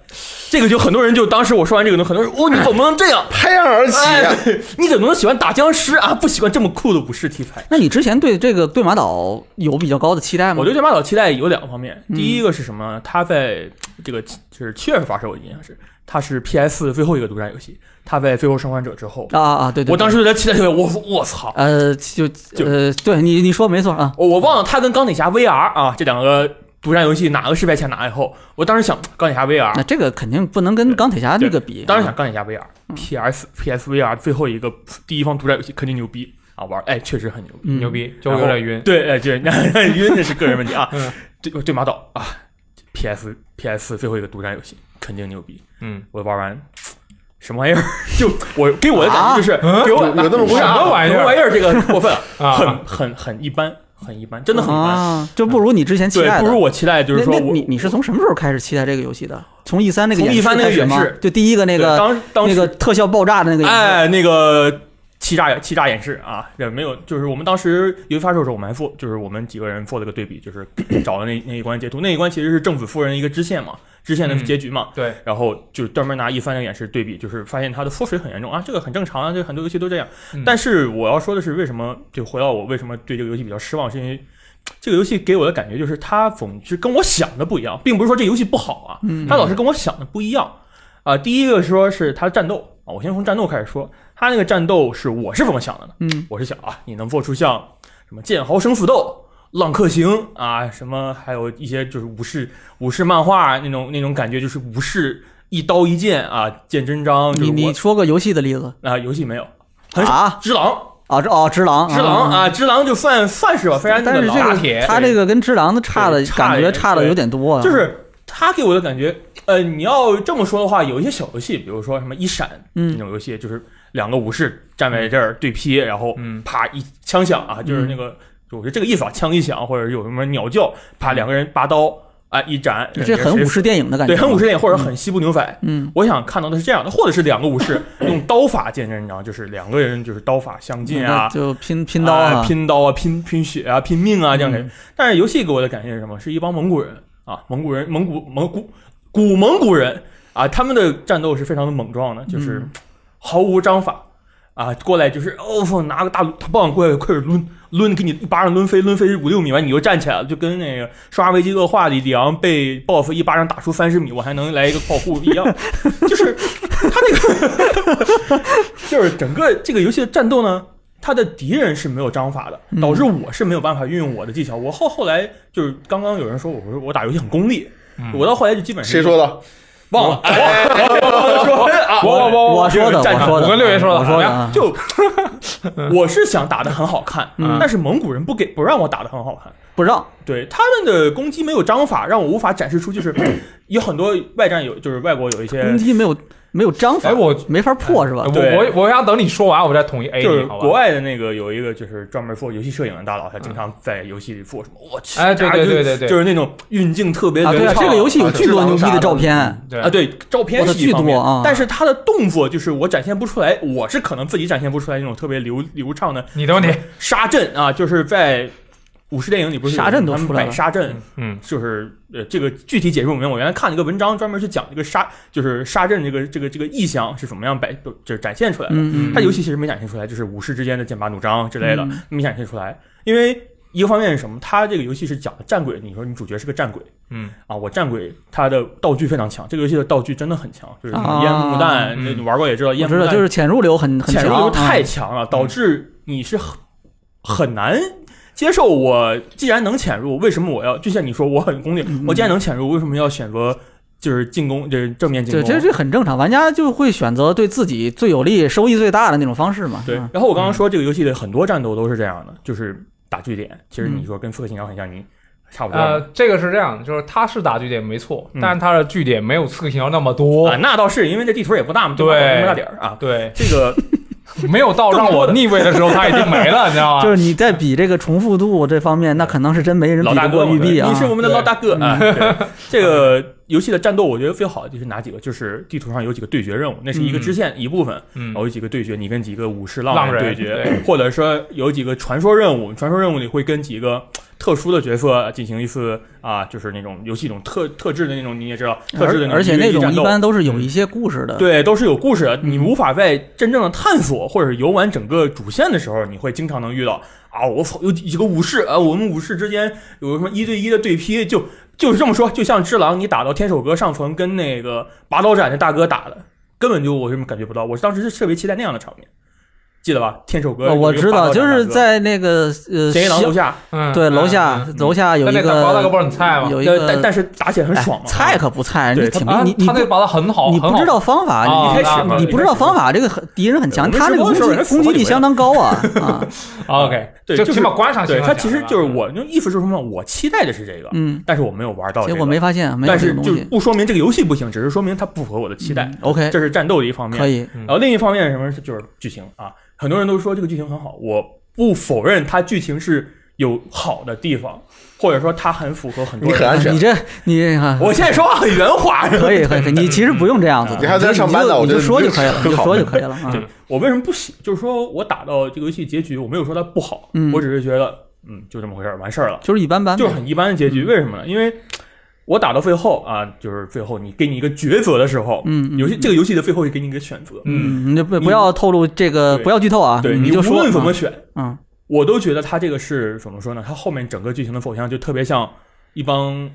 S4: 这个就很多人就当时我说完这个，很多人哦，你怎么能这样？
S2: 拍案而起，
S4: 哎，对你怎么能喜欢打僵尸啊？不喜欢这么酷的武士题材？
S1: 那你之前对这个对马岛有比较高的期待吗？
S4: 我对这马岛期待有两个方面，
S1: 嗯
S4: 第一个是什么？它在这个就是七月份发售，我印象是它是 PS 最后一个独占游戏，它在《最后生还者》之后，
S1: 啊啊啊，对对，
S4: 我当
S1: 时
S4: 时对它期待特别，我说我操！
S1: 呃就呃对你你说没错啊，
S4: 我我忘了它跟钢铁侠 VR 啊这两个独占游戏哪个是在前哪个以后，我当时想钢铁侠 VR，
S1: 那啊这个肯定不能跟钢铁侠那个比。
S4: 当时想钢铁侠
S1: 嗯
S4: VR，PS PS VR 最后一个第一方独占游戏肯定牛逼啊玩，哎确实很牛逼。
S1: 嗯
S3: 牛，逼，就有点晕。
S4: 对，哎，对，那晕那是 <laughs> 个人问题啊
S3: 嗯。
S4: 对对，马岛啊，PS PS 最后一个独占游戏肯定牛逼，
S3: 嗯，
S4: 我玩完。什么玩意儿？ <laughs> 就我给我的感觉就是，
S3: 啊
S1: 嗯
S4: 给我
S2: 有有那么
S4: 什
S2: 回事
S3: 啊
S4: 么玩意
S3: 什么
S4: 儿？
S3: 玩
S4: 玩意儿？这个过分了，
S3: <laughs> 啊
S4: 很很很一般。很一般，真的很一般。
S1: 啊，就不如你之前期
S4: 对
S1: 待，的。
S4: 不如我期待，就是说
S1: 那
S4: 我
S1: 那你你是从什么时候开始期待这个游戏的？从 E 三那个
S4: 从
S1: 演示
S4: E3 那个
S1: 开始
S4: 演
S1: 吗
S4: 示
S1: 就第一个那
S4: 对
S1: 个
S4: 当当时
S1: 那个特效爆炸的那个演示，
S4: 哎，那个欺诈欺诈演示啊，也没有，就是我们当时游戏发售的时候，我们还做，就是我们几个人做了个对比，就是 <coughs> 找了那那一关截图，那一关其实是政府夫人一个支线嘛，支线的
S3: 嗯
S4: 结局嘛。
S3: 对，
S4: 然后就专门拿一番的演示对比，就是发现它的缩水很严重啊，这个很正常啊，这个很多游戏都这样。
S3: 嗯
S4: 但是我要说的是，为什么就回到我为什么对这个游戏比较失望，是因为这个游戏给我的感觉就是它总是跟我想的不一样，并不是说这游戏不好啊，
S1: 嗯
S4: 它老是跟我想的不一样啊、第一个说是它的战斗啊，我先从战斗开始说，它那个战斗是我是怎么想的呢？
S1: 嗯
S4: 我是想啊，你能做出像什么剑豪生死斗、浪客行啊，什么还有一些就是武士武士漫画那种那种感觉，就是武士一刀一剑啊，见真章。就
S1: 你
S4: 是我
S1: 你说个游戏的例子
S4: 啊，游戏没有很少
S1: 啊？
S4: 只狼，
S1: 啊，这哦，只狼，
S4: 只狼，啊，只狼就算算是吧，虽然
S1: 但
S4: 个
S1: 是这
S4: 狼
S3: 打
S1: 个
S3: 铁
S1: 他这个跟只狼的差的
S4: 对差
S1: 感
S4: 一
S1: 觉
S4: 点
S1: 差的有点多啊，
S4: 哎就是他给我的感觉，呃，你要这么说的话，有一些小游戏，比如说什么一闪那
S1: 嗯
S4: 种游戏，就是两个武士站在这儿对劈，然后
S3: 嗯
S4: 啪一枪响
S1: 嗯
S4: 啊，就是那个，就我觉得这个意思啊，枪一响或者有什么鸟叫，啪两个人拔刀啊一斩，
S1: 这很武
S4: 谁
S1: 士电影的感觉，
S4: 对，很武士，电影或者很西部牛仔。
S1: 嗯
S4: 我想看到的是这样的，或者是两个武
S1: <laughs>
S4: 士用刀法见真章，就是两个人就是刀法相近啊
S1: 嗯那，就拼拼刀
S4: 啊
S1: 啊，
S4: 拼刀啊，拼拼血啊，拼命啊，这样的。
S3: 嗯
S4: 但是游戏给我的感觉是什么？是一帮蒙古人啊，蒙古人，蒙古蒙古古蒙古人啊，他们的战斗是非常的猛撞的，就是
S1: 嗯
S4: 毫无章法啊，过来就是哦，拿个大大棒过来，快点抡抡，给你一巴掌抡飞，把飞五六米完你又站起来了，就跟那个《生化危机恶化》里里昂被 BOSS 一巴掌打出三十米，我还能来一个保护一样，就是他那个， <laughs> 就是整个这个游戏的战斗呢。他的敌人是没有章法的，
S1: 嗯
S4: 导致我是没有办法运用我的技巧。我后后来就是刚刚有人说我说我打游戏很功利，
S3: 嗯
S4: 我到后来就基本上
S2: 谁说的？
S4: 忘了，哎哎哎我我说啊，
S3: 我我我
S1: 我说的，
S4: 战
S1: 我
S4: 场
S1: 说的，
S3: 我跟六爷说的
S1: 我说的
S3: 好
S1: 啊，
S4: 哎就我是想打的很好看，
S1: 嗯
S4: 但是蒙古人不给不让我打的很好看。
S1: 不让，
S4: 对他们的攻击没有章法，让我无法展示出，就是有很多外战有，就是外国有一些
S1: 攻击没有没有章法，
S3: 哎我
S1: 没法破是吧
S3: 我？
S4: 对
S3: 我我想等你说完，我再统一 A
S4: 就是
S3: 你，好
S4: 国
S3: 吧？
S4: 外的那个有一个就是专门做游戏摄影的大佬，
S1: 嗯
S4: 他经常在游戏里做什么，我去，
S3: 哎对对
S4: 就是
S3: 对对对
S4: 就是那种运镜特别
S1: 啊，对
S4: 流
S1: 啊，
S4: 畅
S1: 这个游戏有
S2: 啊
S1: 巨多牛逼的照片，
S3: 对
S4: 啊，，对，照片
S1: 我的
S4: 是一方
S1: 巨
S4: 面
S1: 多啊
S4: 但是他的动作就是我展现不出来，我是可能自己展现不出来那种特别流流畅的
S3: 你的问题，
S4: 沙阵啊，就是在武士电影里不是有
S1: 沙阵都
S4: 他们
S1: 出来了
S4: 摆沙阵，
S3: 嗯
S4: 就是呃，这个具体解释我没有。我原来看了一个文章，专门去讲这个沙，就是沙阵这个这个这个意象是怎么样摆，就是展现出来的。
S1: 嗯，嗯
S4: 它游戏其实没展现出来，就是武士之间的剑拔弩张之类的、
S1: 嗯
S4: 没展现出来。因为一个方面是什么？它这个游戏是讲的战鬼，你说你主角是个战鬼
S3: 嗯，
S4: 啊，我战鬼它的道具非常强，这个游戏的道具真的很强，就是什
S1: 啊
S4: 么烟雾弹，
S3: 嗯
S4: 那你玩过也知道，
S1: 我
S4: 烟雾
S1: 知
S4: 弹
S1: 道，就是潜入流很很
S4: 潜
S1: 强，
S4: 入流太
S1: 啊
S4: 强了，导致你是很很难接受我。既然能潜入，为什么我要？就像你说，我很功利
S1: 嗯，
S4: 我既然能潜入，为什么要选择就是进攻，就是正面进
S1: 对，
S4: 攻
S1: 这？这很正常，玩家就会选择对自己最有利、收益最大的那种方式嘛。
S4: 对
S1: 嗯。
S4: 然后我刚刚说这个游戏的很多战斗都是这样的，就是打据点。其
S1: 嗯
S4: 实你说跟刺客信条很像，你差不多
S3: 呃，这个是这样，就是它是打据点没错，
S4: 嗯
S3: 但是它的据点没有刺客信条那么多
S4: 啊，，那倒是因为这地图也不大嘛，吧
S3: 呃对
S4: 没那么大点儿啊。
S3: 对，
S4: 这个
S3: 没有到让我逆位的时候它已经没
S4: <laughs>
S3: 了，你知
S4: 啊
S3: 道
S1: 就
S3: 吗？
S1: 是你在比这个重复度这方面，那可能是真没 <laughs> 人
S4: 老
S1: 比
S4: 大
S1: 得
S4: 哥
S1: 过
S4: 我们
S1: 育
S4: 的，
S1: 碧啊
S4: 你。是我们的老大哥
S1: <laughs> 对
S4: 啊。对这个游戏的战斗，我觉得最好的就是哪几个？就是地图上有几个对决任务，那是一个
S3: 嗯
S4: 支线一部分，
S3: 嗯
S4: 然，后有几个对决，你跟几个武士
S3: 浪
S4: 浪人
S3: 人
S4: 对决，或者说有几个传说任务，传说任务里会跟几个特殊的角色进行一次啊，就是那种游戏一种特特制的那种，你也知道，特制的
S1: 而而且
S4: 那
S1: 那
S4: 种
S1: 种
S4: 战
S1: 一
S4: 斗嗯
S1: 般都是有一些故事的，
S4: 对，都是有故事的。
S1: 嗯
S4: 你无法在真正的探索或者游玩整个主线的时候，你会经常能遇到啊，我操，有几个武士啊，我们武士之间有什么一对一的对劈，就就是这么说，就像只狼你打到天守阁上层跟那个拔刀斩的大哥打的，根本就我什么感觉不到，我当时是特别期待那样的场面，记得吧？天守阁
S1: 呃，我
S4: 有一个
S1: 知
S4: 拔
S1: 道，
S4: 刀斩
S1: 就
S4: 大哥
S1: 是在那个呃，
S4: 嫌疑狼楼下，
S3: 嗯
S1: 对
S3: 嗯
S1: 楼下
S3: 嗯
S1: 楼下有
S3: 但
S1: 一
S3: 那
S1: 个
S3: 个拔大哥不是很菜吗？
S1: 有一
S4: 呃但
S1: 个
S4: 但是打起来很
S1: 哎
S4: 爽嘛，啊
S1: 菜可不菜，
S4: 对
S1: 你挺
S3: 啊，
S1: 你你
S3: 他那个
S1: 不
S3: 拔的很好，
S4: 哦
S1: 你
S3: 很
S1: 不
S3: 好
S1: 知道方法，
S3: 啊
S1: 你
S4: 一开始
S3: 那
S4: 嘛
S1: 你
S4: 一
S1: 不
S4: 开
S1: 知道
S4: 始
S1: 方法，这个很敌人很强，
S4: 我们
S1: 他那
S4: 直
S1: 个
S4: 播
S1: 攻
S4: 的时
S1: 击
S4: 候有人
S1: 攻击力相当高啊
S4: 嗯
S1: 啊，
S3: OK，
S4: 对
S3: 就
S4: 就是
S3: 起码观赏性啊
S4: 对
S3: 要
S4: 他
S3: 讲
S4: 其实
S3: 吧
S4: 就是我那意思是什么？我期待的是这个，
S1: 嗯，
S4: 但是我没有玩到这
S1: 结
S4: 个，
S1: 果没发现没有
S4: 但
S1: 这
S4: 是
S1: 种
S4: 就
S1: 东
S4: 是
S1: 西，
S4: 不说明这个游戏不行，只是说明它不合我的期待
S1: 嗯。OK
S4: 这是战斗的一方
S1: 可
S4: 面。
S1: 以，
S3: 嗯
S4: 然后另一方面是什么？就是剧情啊，很多人都说这个剧情很好，我不否认它剧情是有好的地方，或者说它很符合很多
S2: 你很
S4: 人。
S2: 安全
S1: 啊你。这你哈，
S4: 我现在说话很圆滑，
S1: 可以可以，可以你其实不用这样子的，
S2: 你还在上班呢
S1: 你就你就
S2: 我
S1: 说
S2: 觉得
S1: 就可以了，
S2: 很
S1: 你就
S2: 好
S1: 说就可以了啊。
S4: 对我为什么不喜？就是说我打到这个游戏结局，我没有说它不好，
S1: 嗯
S4: 我只是觉得，嗯，就这么回事儿，完事儿了，
S1: 就是一般般呗，
S4: 就是很一般的结局。
S1: 嗯
S4: 为什么呢？因为我打到最后啊，就是最后你给你一个抉择的时候，
S1: 嗯，嗯
S4: 游戏这个游戏的最后会给你一个选择，
S1: 嗯，你就不
S4: 你
S1: 不要透露这个，
S4: 对
S1: 不要剧透啊，
S4: 对
S1: 你
S4: 无
S1: 就说
S4: 论怎么
S1: 啊
S4: 选，
S1: 嗯
S4: 我都觉得他这个是怎么说呢？他后面整个剧情的走向就特别像一帮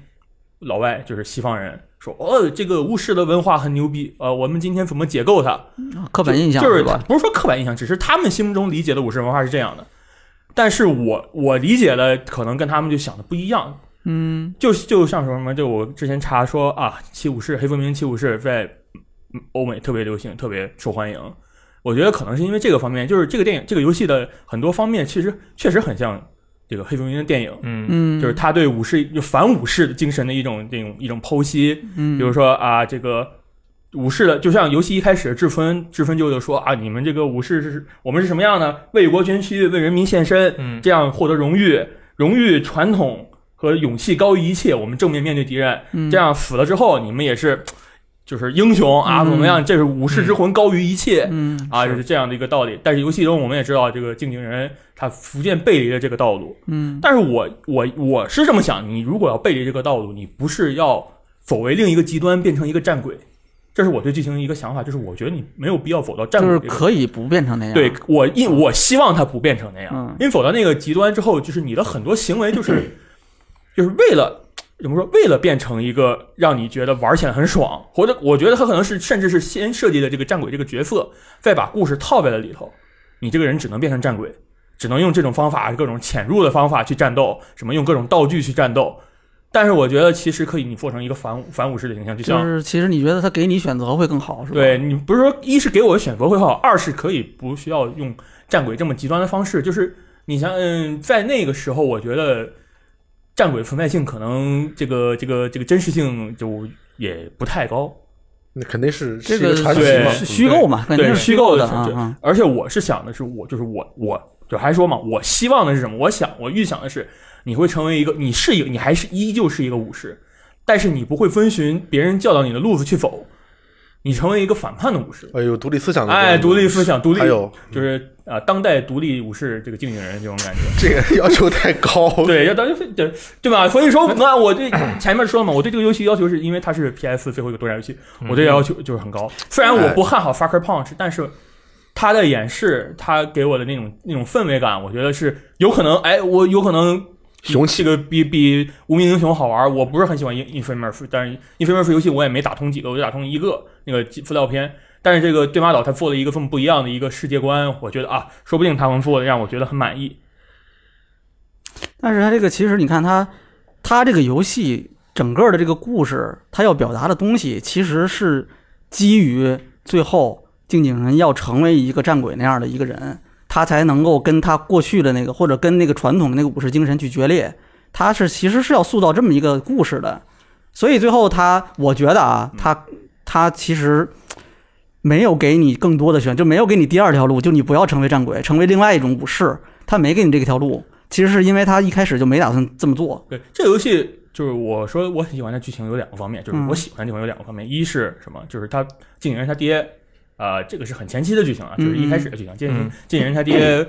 S4: 老外，就是西方人说，哦，这个巫师的文化很牛逼，呃，我们今天怎么解构它？
S1: 嗯刻板印象
S4: 就是
S1: 吧？
S4: 不是说刻板印象，只是他们心目中理解的武士文化是这样的。但是我我理解的可能跟他们就想的不一样，
S1: 嗯
S4: 就就像什么，就我之前查说啊，七武士黑风鸣七武士在嗯欧美特别流行，特别受欢迎。我觉得可能是因为这个方面，就是这个电影这个游戏的很多方面，其实确实很像这个黑风鸣的电影，
S3: 嗯
S1: 嗯，
S4: 就是他对武士就反武士的精神的一种这种一种剖析，
S1: 嗯，
S4: 比如说啊，这个武士的，就像游戏一开始，志芬志芬舅舅说啊，你们这个武士是我们是什么样呢？为国捐躯，为人民献身，
S3: 嗯，
S4: 这样获得荣誉，荣誉、传统和勇气高于一切。我们正面面对敌人，
S1: 嗯
S4: 这样死了之后，你们也是就是英雄啊，
S1: 嗯
S4: 怎么样？这是武士之魂高于一切。
S1: 嗯
S4: 啊，
S3: 是
S4: 就是这样的一个道理。但是游戏中我们也知道，这个敬景人他逐渐背离了这个道路。
S1: 嗯
S4: 但是我我我是这么想，你如果要背离这个道路，你不是要走为另一个极端，变成一个战鬼，这是我对剧情的一个想法，就是我觉得你没有必要走到战
S1: 就
S4: 鬼
S1: 是
S4: 这个。
S1: 可以不变成那样，
S4: 对，我因我希望它不变成那样，
S1: 嗯
S4: 因为走到那个极端之后，就是你的很多行为就是就是为了怎么说，为了变成一个让你觉得玩起来很爽，或者我觉得他可能是甚至是先设计的这个战鬼这个角色，再把故事套在了里头，你这个人只能变成战鬼，只能用这种方法，各种潜入的方法去战斗，什么用各种道具去战斗。但是我觉得其实可以你做成一个反反武士的形象，就
S1: 就
S4: 像
S1: 是其实你觉得他给你选择会更好，是吧？
S4: 对，你不是说一是给我选择会好，二是可以不需要用战鬼这么极端的方式。就是你想，嗯，在那个时候，我觉得战鬼存在性可能这个这个这个真实性就也不太高。
S2: 那肯定是
S1: 这
S2: 是一个传奇
S4: 对
S2: 嘛
S1: 是，虚构嘛，肯定是
S4: 对
S1: 虚构的
S4: 虚
S1: 啊
S4: 构的
S1: 啊，
S4: 而且我是想的是我，就是我我就还说嘛，我希望的是什么？我想我预想的是你会成为一个，你是一个，你还是依旧是一个武士，但是你不会遵循别人教导你的路子去走，你成为一个反叛的武士。
S2: 哎有独立思想的，
S4: 哎，独立思想，独立
S2: 还有
S4: 就是啊，当代独立武士这个敬景人这种感觉，
S2: 这
S4: <laughs>
S2: 个要求太高，
S4: 对，要当对对吧？所以说，那我对前面说了嘛，我对这个游戏要求是因为它是 PS 最后一个多人游戏，
S3: 嗯
S4: 我对要求就是很高。虽然我不看好 Fucker Punch，但是它的演示，它给我的那种那种氛围感，我觉得是有可能，哎，我有可能比
S2: 雄起
S4: 这个比比无名英雄好玩。我不是很喜欢 In Infamous，但是 Infamous 游戏我也没打通几个，我就打通一个那个资料片。但是这个对马岛它做了一个这么不一样的一个世界观，我觉得啊，说不定他们做的让我觉得很满意。
S1: 但是它这个其实你看它，它这个游戏整个的这个故事，它要表达的东西其实是基于最后静井人要成为一个战鬼那样的一个人，他才能够跟他过去的那个或者跟那个传统的那个武士精神去决裂。他是其实是要塑造这么一个故事的，所以最后他，我觉得啊，他他其实没有给你更多的选，就没有给你第二条路，就你不要成为战鬼，成为另外一种武士，他没给你这条路。其实是因为他一开始就没打算这么做。
S4: 对，这游戏就是我说我很喜欢的剧情有两个方面，就是
S1: 嗯
S4: 我喜欢的地方有两个方面，一是什么？就是他静人他爹，呃，这个是很前期的剧情啊，就是一开始的剧情。静
S3: 嗯
S4: 人静人他爹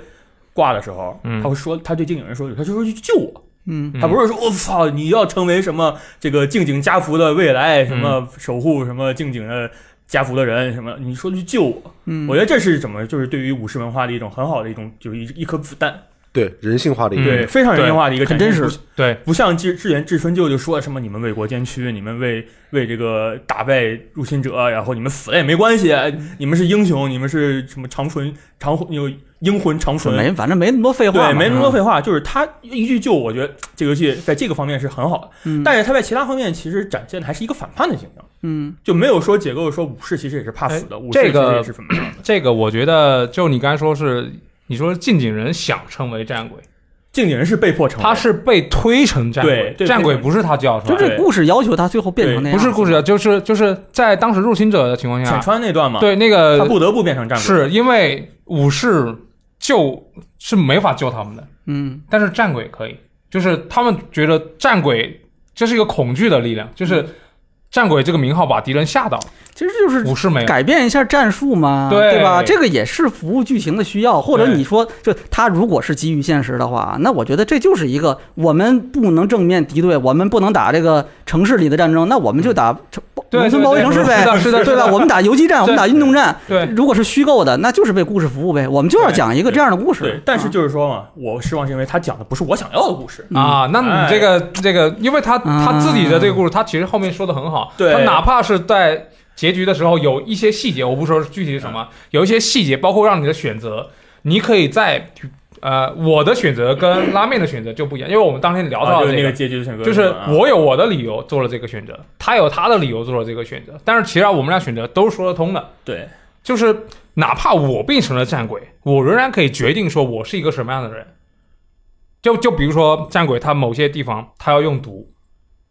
S4: 挂的时候，
S3: 嗯
S4: 他会说他对静景人说一句，他就说去救我，
S1: 嗯
S4: 他不是说我操你要成为什么这个静景家福的未来，什
S1: 嗯
S4: 么守护什么静景的家福的人，什么你说去救我，
S1: 嗯
S4: 我觉得这是怎么就是对于武士文化的一种很好的一种就是一一颗子弹，
S2: 对人性化的一个
S3: 嗯
S4: 对，非常人性化的一个
S1: 很
S4: 展
S1: 真
S4: 现，
S1: 实
S4: 不
S3: 对，
S4: 不像志志远志春舅舅说什么你们为国捐躯，你们为为这个打败入侵者，然后你们死了也没关系，你们是英雄，你们是什么长存长魂有英魂长
S1: 就
S4: 存，
S1: 没，反正没那么多废话嘛，
S4: 对，没那
S1: 是
S4: 么多
S1: 吧。
S4: 废话，就是他一句就，我觉得这个游戏在这个方面是很好的，
S1: 嗯
S4: 但是他在其他方面其实展现的还是一个反叛的形象，
S1: 嗯
S4: 就没有说解构说武士其实也是怕死的，武士
S3: 哎这
S4: 其实
S3: 个
S4: 也是怎么样的。
S3: 这个我觉得就你刚才说是，你说近景人想成为战鬼，
S4: 敬景人是被迫成为，
S3: 他是被推成战
S4: 对
S3: 鬼，
S4: 对
S3: 战鬼
S4: 被推
S3: 不是他叫出
S1: 就
S3: 来
S1: 这
S3: 的，
S1: 故事要求他最后变成那
S3: 不
S1: 样，
S3: 是故事，就是就是在当时入侵者的情况
S4: 浅
S3: 下，
S4: 川那段嘛，，
S3: 对呃那
S4: 他
S3: 个
S4: 不得不变成战鬼，
S3: 是因为武士救是没法救他们的，
S1: 嗯
S3: 但是战鬼可以，就是他们觉得战鬼这是一个恐惧的力量，
S4: 嗯
S3: 就是战鬼这个名号把敌人吓到，
S1: 其实就是
S3: 武士没有。
S1: 改变一下战术嘛，
S3: 对
S1: 吧？这个也是服务剧情的需要，或者
S3: 对
S1: 你说，就他如果是基于现实的话，那我觉得这就是一个我们不能正面敌对，我们不能打这个城市里的战争，那我们就打城
S3: 对
S1: 农村
S3: 对
S1: 包围
S3: 对
S1: 城市呗
S3: 是，的是的
S1: 对吧？
S3: 是的
S1: 我们打游击战，我们打运动战。
S3: 对，
S1: 如果是虚构的，那就是为故事服务呗。我们就要
S4: 对
S1: 讲一个这样的故事
S4: 对，。但是
S1: 啊
S4: 就是说嘛，我失望是因为他讲的不是我想要的故事。
S1: 嗯
S3: 啊，那
S4: 哎
S3: 你这个这个，因为他
S1: 啊
S3: 他自己的这个故事，他其实后面说的很好，
S4: 对
S3: 他哪怕是在结局的时候有一些细节，我不说具体是什
S4: 嗯
S3: 么，有一些细节，包括让你的选择，你可以在呃我的选择跟拉面的选择就不一样，因为我们当天聊
S4: 啊
S3: 到
S4: 就
S3: 了
S4: 是那
S3: 这
S4: 个
S3: 个。
S4: 结局就像哥
S3: 就是
S4: 说的啊
S3: 我有我的理由做了这个选择，他有他的理由做了这个选择，但是其实上我们俩选择都说得通的，
S4: 对
S3: 就是哪怕我变成了战鬼，我仍然可以决定说我是一个什么样的人。就就比如说战鬼，他某些地方他要用毒，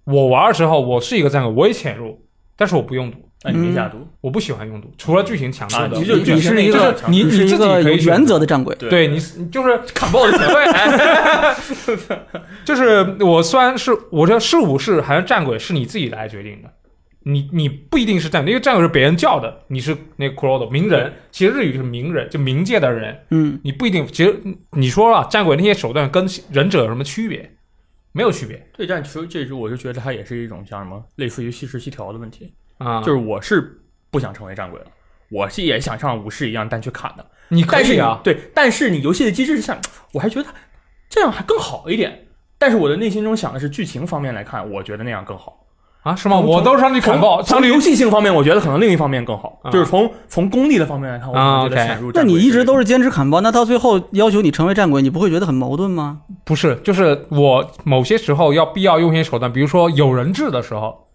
S3: 我玩的时候我是一个战鬼，我也潜入，但是我不用毒，
S4: 那你没下毒
S3: 我不喜欢用毒，除了剧情强制
S4: 啊
S3: 的，
S4: 你
S1: 就
S3: 就是
S1: 你是一个
S3: 就是你
S1: 你是
S3: 你
S1: 一
S3: 自己
S1: 个
S3: 可
S1: 有
S3: 以选
S1: 原
S3: 择。
S1: 则的战鬼，
S3: 对你，你就是砍爆的前辈。哎 <laughs> 就是我虽然是我说是武士还是战鬼，是你自己来决定的。你你不一定是战鬼，因为战鬼是别人叫的，你是那个 crow 的名人，其实日语是名人，就冥界的人，
S1: 嗯，
S3: 你不一定。其实你说了，战鬼那些手段跟忍者有什么区别？没有区别
S4: 对战，其实这时候我就觉得它也是一种像什么类似于吸食吸条的问题，
S3: 啊，
S4: 就是我是不想成为战鬼了，我是也想像武士一样单去砍的，
S3: 你可
S4: 但是
S3: 以
S4: 你
S3: 啊，
S4: 对，但是你游戏的机制是像，我还觉得这样还更好一点。但是我的内心中想的是剧情方面来看，我觉得那样更好。
S3: 啊是吗？
S4: 从
S3: 我都是让你砍爆，
S4: 从
S3: 你
S4: 游戏性方面，我觉得可能另一方面更好，
S3: 啊
S4: 就是从从功利的方面来看，我可
S3: 啊
S4: 能觉得
S3: OK
S4: 潜入
S1: 那
S4: 战
S1: 你
S4: 鬼
S1: 一
S4: 是
S1: 直都是坚持砍包，那到最后要求你成为战鬼，你不会觉得很矛盾吗？
S3: 不是，就是我某些时候要必要用一些手段，比如说有人质的时候，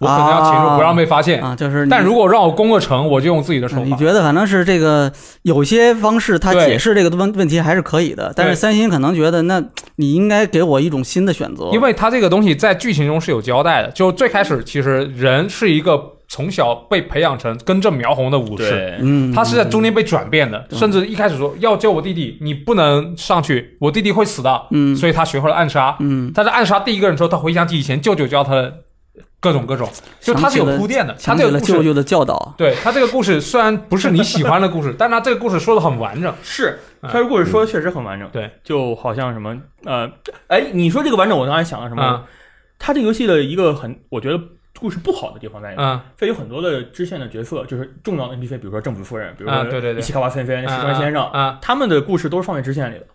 S3: 我可能要潜入，
S1: 啊
S3: 不让被发现。
S1: 啊，就是你
S3: 但如果让我攻个城，我就用自己的手
S1: 嗯你
S3: 法。
S1: 觉得反正是这个有些方式，他
S3: 对
S1: 解释这个问问题还是可以的，但是
S3: 对
S1: 三星可能觉得，那你应该给我一种新的选择，
S3: 因为它这个东西在剧情中是有交代的，就最开始其实人是一个从小被培养成根正苗红的武士，
S4: 对，
S1: 嗯，
S3: 他是在中间被转变的，
S1: 嗯
S3: 甚至一开始说要救我弟弟，你不能上去，我弟弟会死的，
S1: 嗯
S3: 所以他学会了暗杀。
S1: 嗯，
S3: 他在暗杀第一个人之后，他回想起以前舅舅教他的各种各种，就他是有
S1: 想起了
S3: 铺垫的，他
S1: 想起
S3: 这个
S1: 了
S3: 故事
S1: 舅舅的教导，
S3: 对他这个故事虽然不是你喜欢的
S1: <laughs>
S3: 故事，但他这个故事说的很完整。
S4: 是
S3: 嗯
S4: 他如果是说的确实很完整，
S3: 对，
S4: 就好像什么呃，哎，你说这个完整，我当然想到什么？
S3: 嗯
S4: 他这个游戏的一个很，我觉得故事不好的地方在
S1: 哎
S4: 于，
S3: 嗯
S4: 它有很多的支线的角色，就是重要的 NPC，比如说政府夫人，比如
S3: 啊
S4: 说
S3: 对对对
S4: 伊西卡瓦
S1: 哎
S4: 森森、石川先生，
S3: 啊，
S4: 他们的故事都是放在支线里的，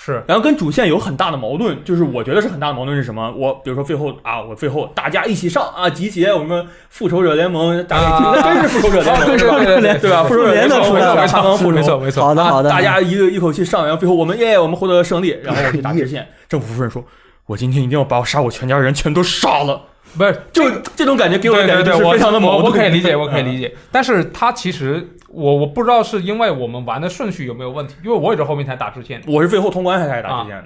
S3: 是
S4: 然后跟主线有很大的矛盾，就是我觉得是很大的矛盾是什么？我比如说最后啊，我最后大家一起上啊，集结我们复仇者联盟，大家、
S3: 啊
S4: 那真是复仇者联盟，
S3: 对
S4: 是吧
S3: 对对
S4: 对吧？复仇者
S1: 联
S4: 联盟
S1: 的出来了
S4: 我们查房复
S3: 没错
S4: 仇。
S3: 没错，
S1: 好的好的，
S4: 啊大家一个一口气上，然后最后我们耶，我们获得了胜利，然后我去打支线。政府夫人说：“我今天一定要把我杀我全家人全都杀了。
S3: 不是”
S4: 就这种感觉给我的感
S3: 对
S4: 觉
S3: 对
S4: 是
S3: 对，我
S4: 非常的矛
S3: 我
S4: 盾。
S3: 我可以理解，我可以
S4: 嗯
S3: 理解。但是他其实我我不知道是因为我们玩的顺序有没有问题，因为我也是后面才打支线，
S4: 我是最后通关才开始打支线的。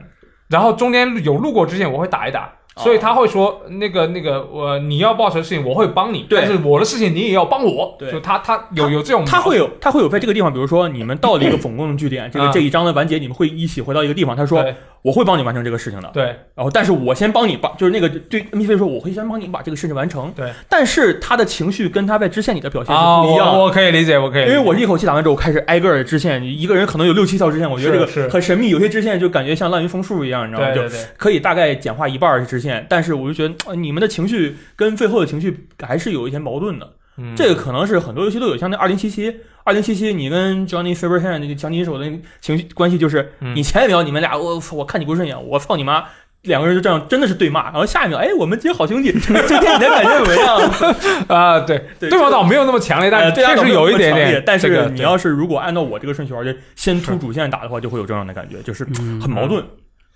S3: 然后中间有路过支线我会打一打。
S4: 哦
S3: 所以他会说，那个那个，我、你要报仇的事情我会帮你，
S4: 对
S3: 但是我的事情你也要帮我。
S4: 对
S3: 就他他有有这种
S4: 他会
S3: 有
S4: 有，他会有在这个地方，比如说你们到了一 <clears throat> 个总共的据点，这个
S3: 啊
S4: 这一章的完结，你们会一起回到一个地方。他说
S3: 对
S4: 我会帮你完成这个事情的，
S3: 对
S4: 然后但是我先帮你把，就是那个对 NPC 说我会先帮你把这个事情完成。
S3: 对，
S4: 但是他的情绪跟他在支线里的表现是
S3: 啊，
S4: 不一样
S3: 我
S4: 的。
S3: 我可以理解，我可以
S4: 因
S3: 理解，
S4: 为我是一口气打完之后，我开始挨个儿的支线，一个人可能有六七条支线，我觉得
S3: 是
S4: 这
S3: 是
S4: 个很神秘。有些支线就感觉像滥竽充数一样，你知道吗？
S3: 对
S4: 就
S3: 对对，
S4: 可以大概简化一半儿的支线，但是我就觉得呃你们的情绪跟最后的情绪还是有一些矛盾的。
S3: 嗯
S4: 这个可能是很多游戏都有，像那二零七七，二零七七，你跟 Johnny Silverhand 那个强尼手的那个情绪关系就是，
S3: 嗯
S4: 你前一秒你们俩我操我看你不顺眼，我操你妈。两个人就这样，真的是对骂，然后下一秒，哎，我们结好兄弟， <laughs> 这跟你的感觉怎么样？
S3: 啊、对，<laughs>
S4: 对
S3: 对
S4: 这
S3: 方
S4: 个
S3: 倒没有那么强烈，但
S4: 呃
S3: 是
S4: 对
S3: 确
S4: 啊
S3: 实有一点
S4: 这
S3: 点
S4: 个。但
S3: 这个
S4: 是你要是如果按照我这个顺序玩，就先突主线打的话，就会有这样的感觉，就是
S1: 嗯
S4: 很矛盾。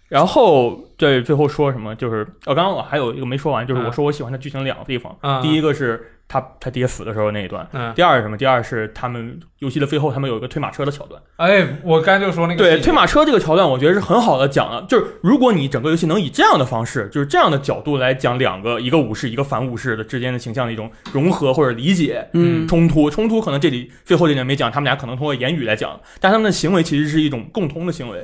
S4: 然后对最后说什么，就是呃，刚刚我还有一个没说完，就是
S3: 嗯
S4: 我说我喜欢的剧情两个地方，
S3: 嗯
S4: 第一个是他他爹死的时候那一段，
S3: 嗯，
S4: 第二是什么？第二是他们游戏的最后，他们有一个推马车的桥段。
S3: 哎，我刚才就说那个
S4: 对，
S3: 细节
S4: 推马车这个桥段，我觉得是很好的讲了。就是如果你整个游戏能以这样的方式，就是这样的角度来讲两个一个武士一个反武士的之间的形象的一种融合或者理解。
S1: 嗯
S4: 冲突，冲突可能这里最后这点没讲，他们俩可能通过言语来讲，但他们的行为其实是一种共通的行为。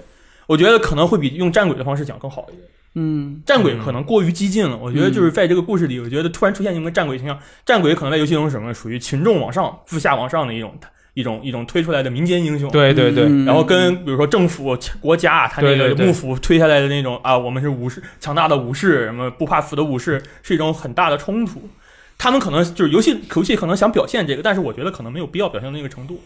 S4: 我觉得可能会比用战鬼的方式讲更好一点。
S1: 嗯
S4: 战鬼可能过于激进了，我觉得
S1: 嗯
S4: 就是在这个故事里，我觉得突然出现一个战鬼形象，战鬼可能在游戏中是什么属于群众往上、自下往上的一种一种一种推出来的民间英雄。
S3: 对对对，
S1: 嗯
S4: 然后跟比如说政府、国家，他那
S3: 对
S4: 个
S3: 对对
S4: 幕府推下来的那种啊，我们是武士，强大的武士，什么不怕死的武士，是一种很大的冲突。他们可能就是游戏，游戏可能想表现这个，但是我觉得可能没有必要表现到那个程度。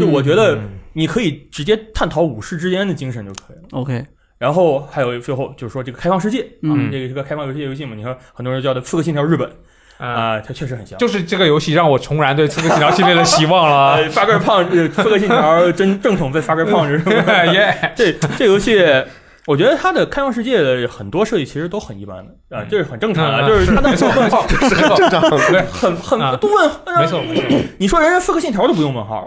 S4: 就我觉得
S3: 嗯
S4: 你可以直接探讨武士之间的精神就可以了。
S1: OK，
S4: 然后还有最后就是说这个开放世界啊
S1: 嗯，
S4: 这个是个开放游戏游戏嘛，你看很多人叫的《刺客信条：日本》
S3: 啊，
S4: 啊，它确实很像。
S3: 就是这个游戏让我重燃对刺客信条系列的希望
S4: 啊
S3: 了。，
S4: 发根胖子，刺客信条真正统被发根胖子是
S3: <laughs>
S4: 吧？
S3: 耶，
S4: 这这游戏，我觉得它的开放世界的很多设计其实都很一般的啊，
S3: 嗯
S4: 这是很正常
S3: 嗯
S4: 的，就是它
S3: <laughs>
S4: 的
S3: 没错没错，是很
S2: 正常。
S4: 很很
S3: 啊
S4: 都问，
S3: 没错没错
S4: 你说人家刺客信条都不用问
S3: 啊。
S4: 号，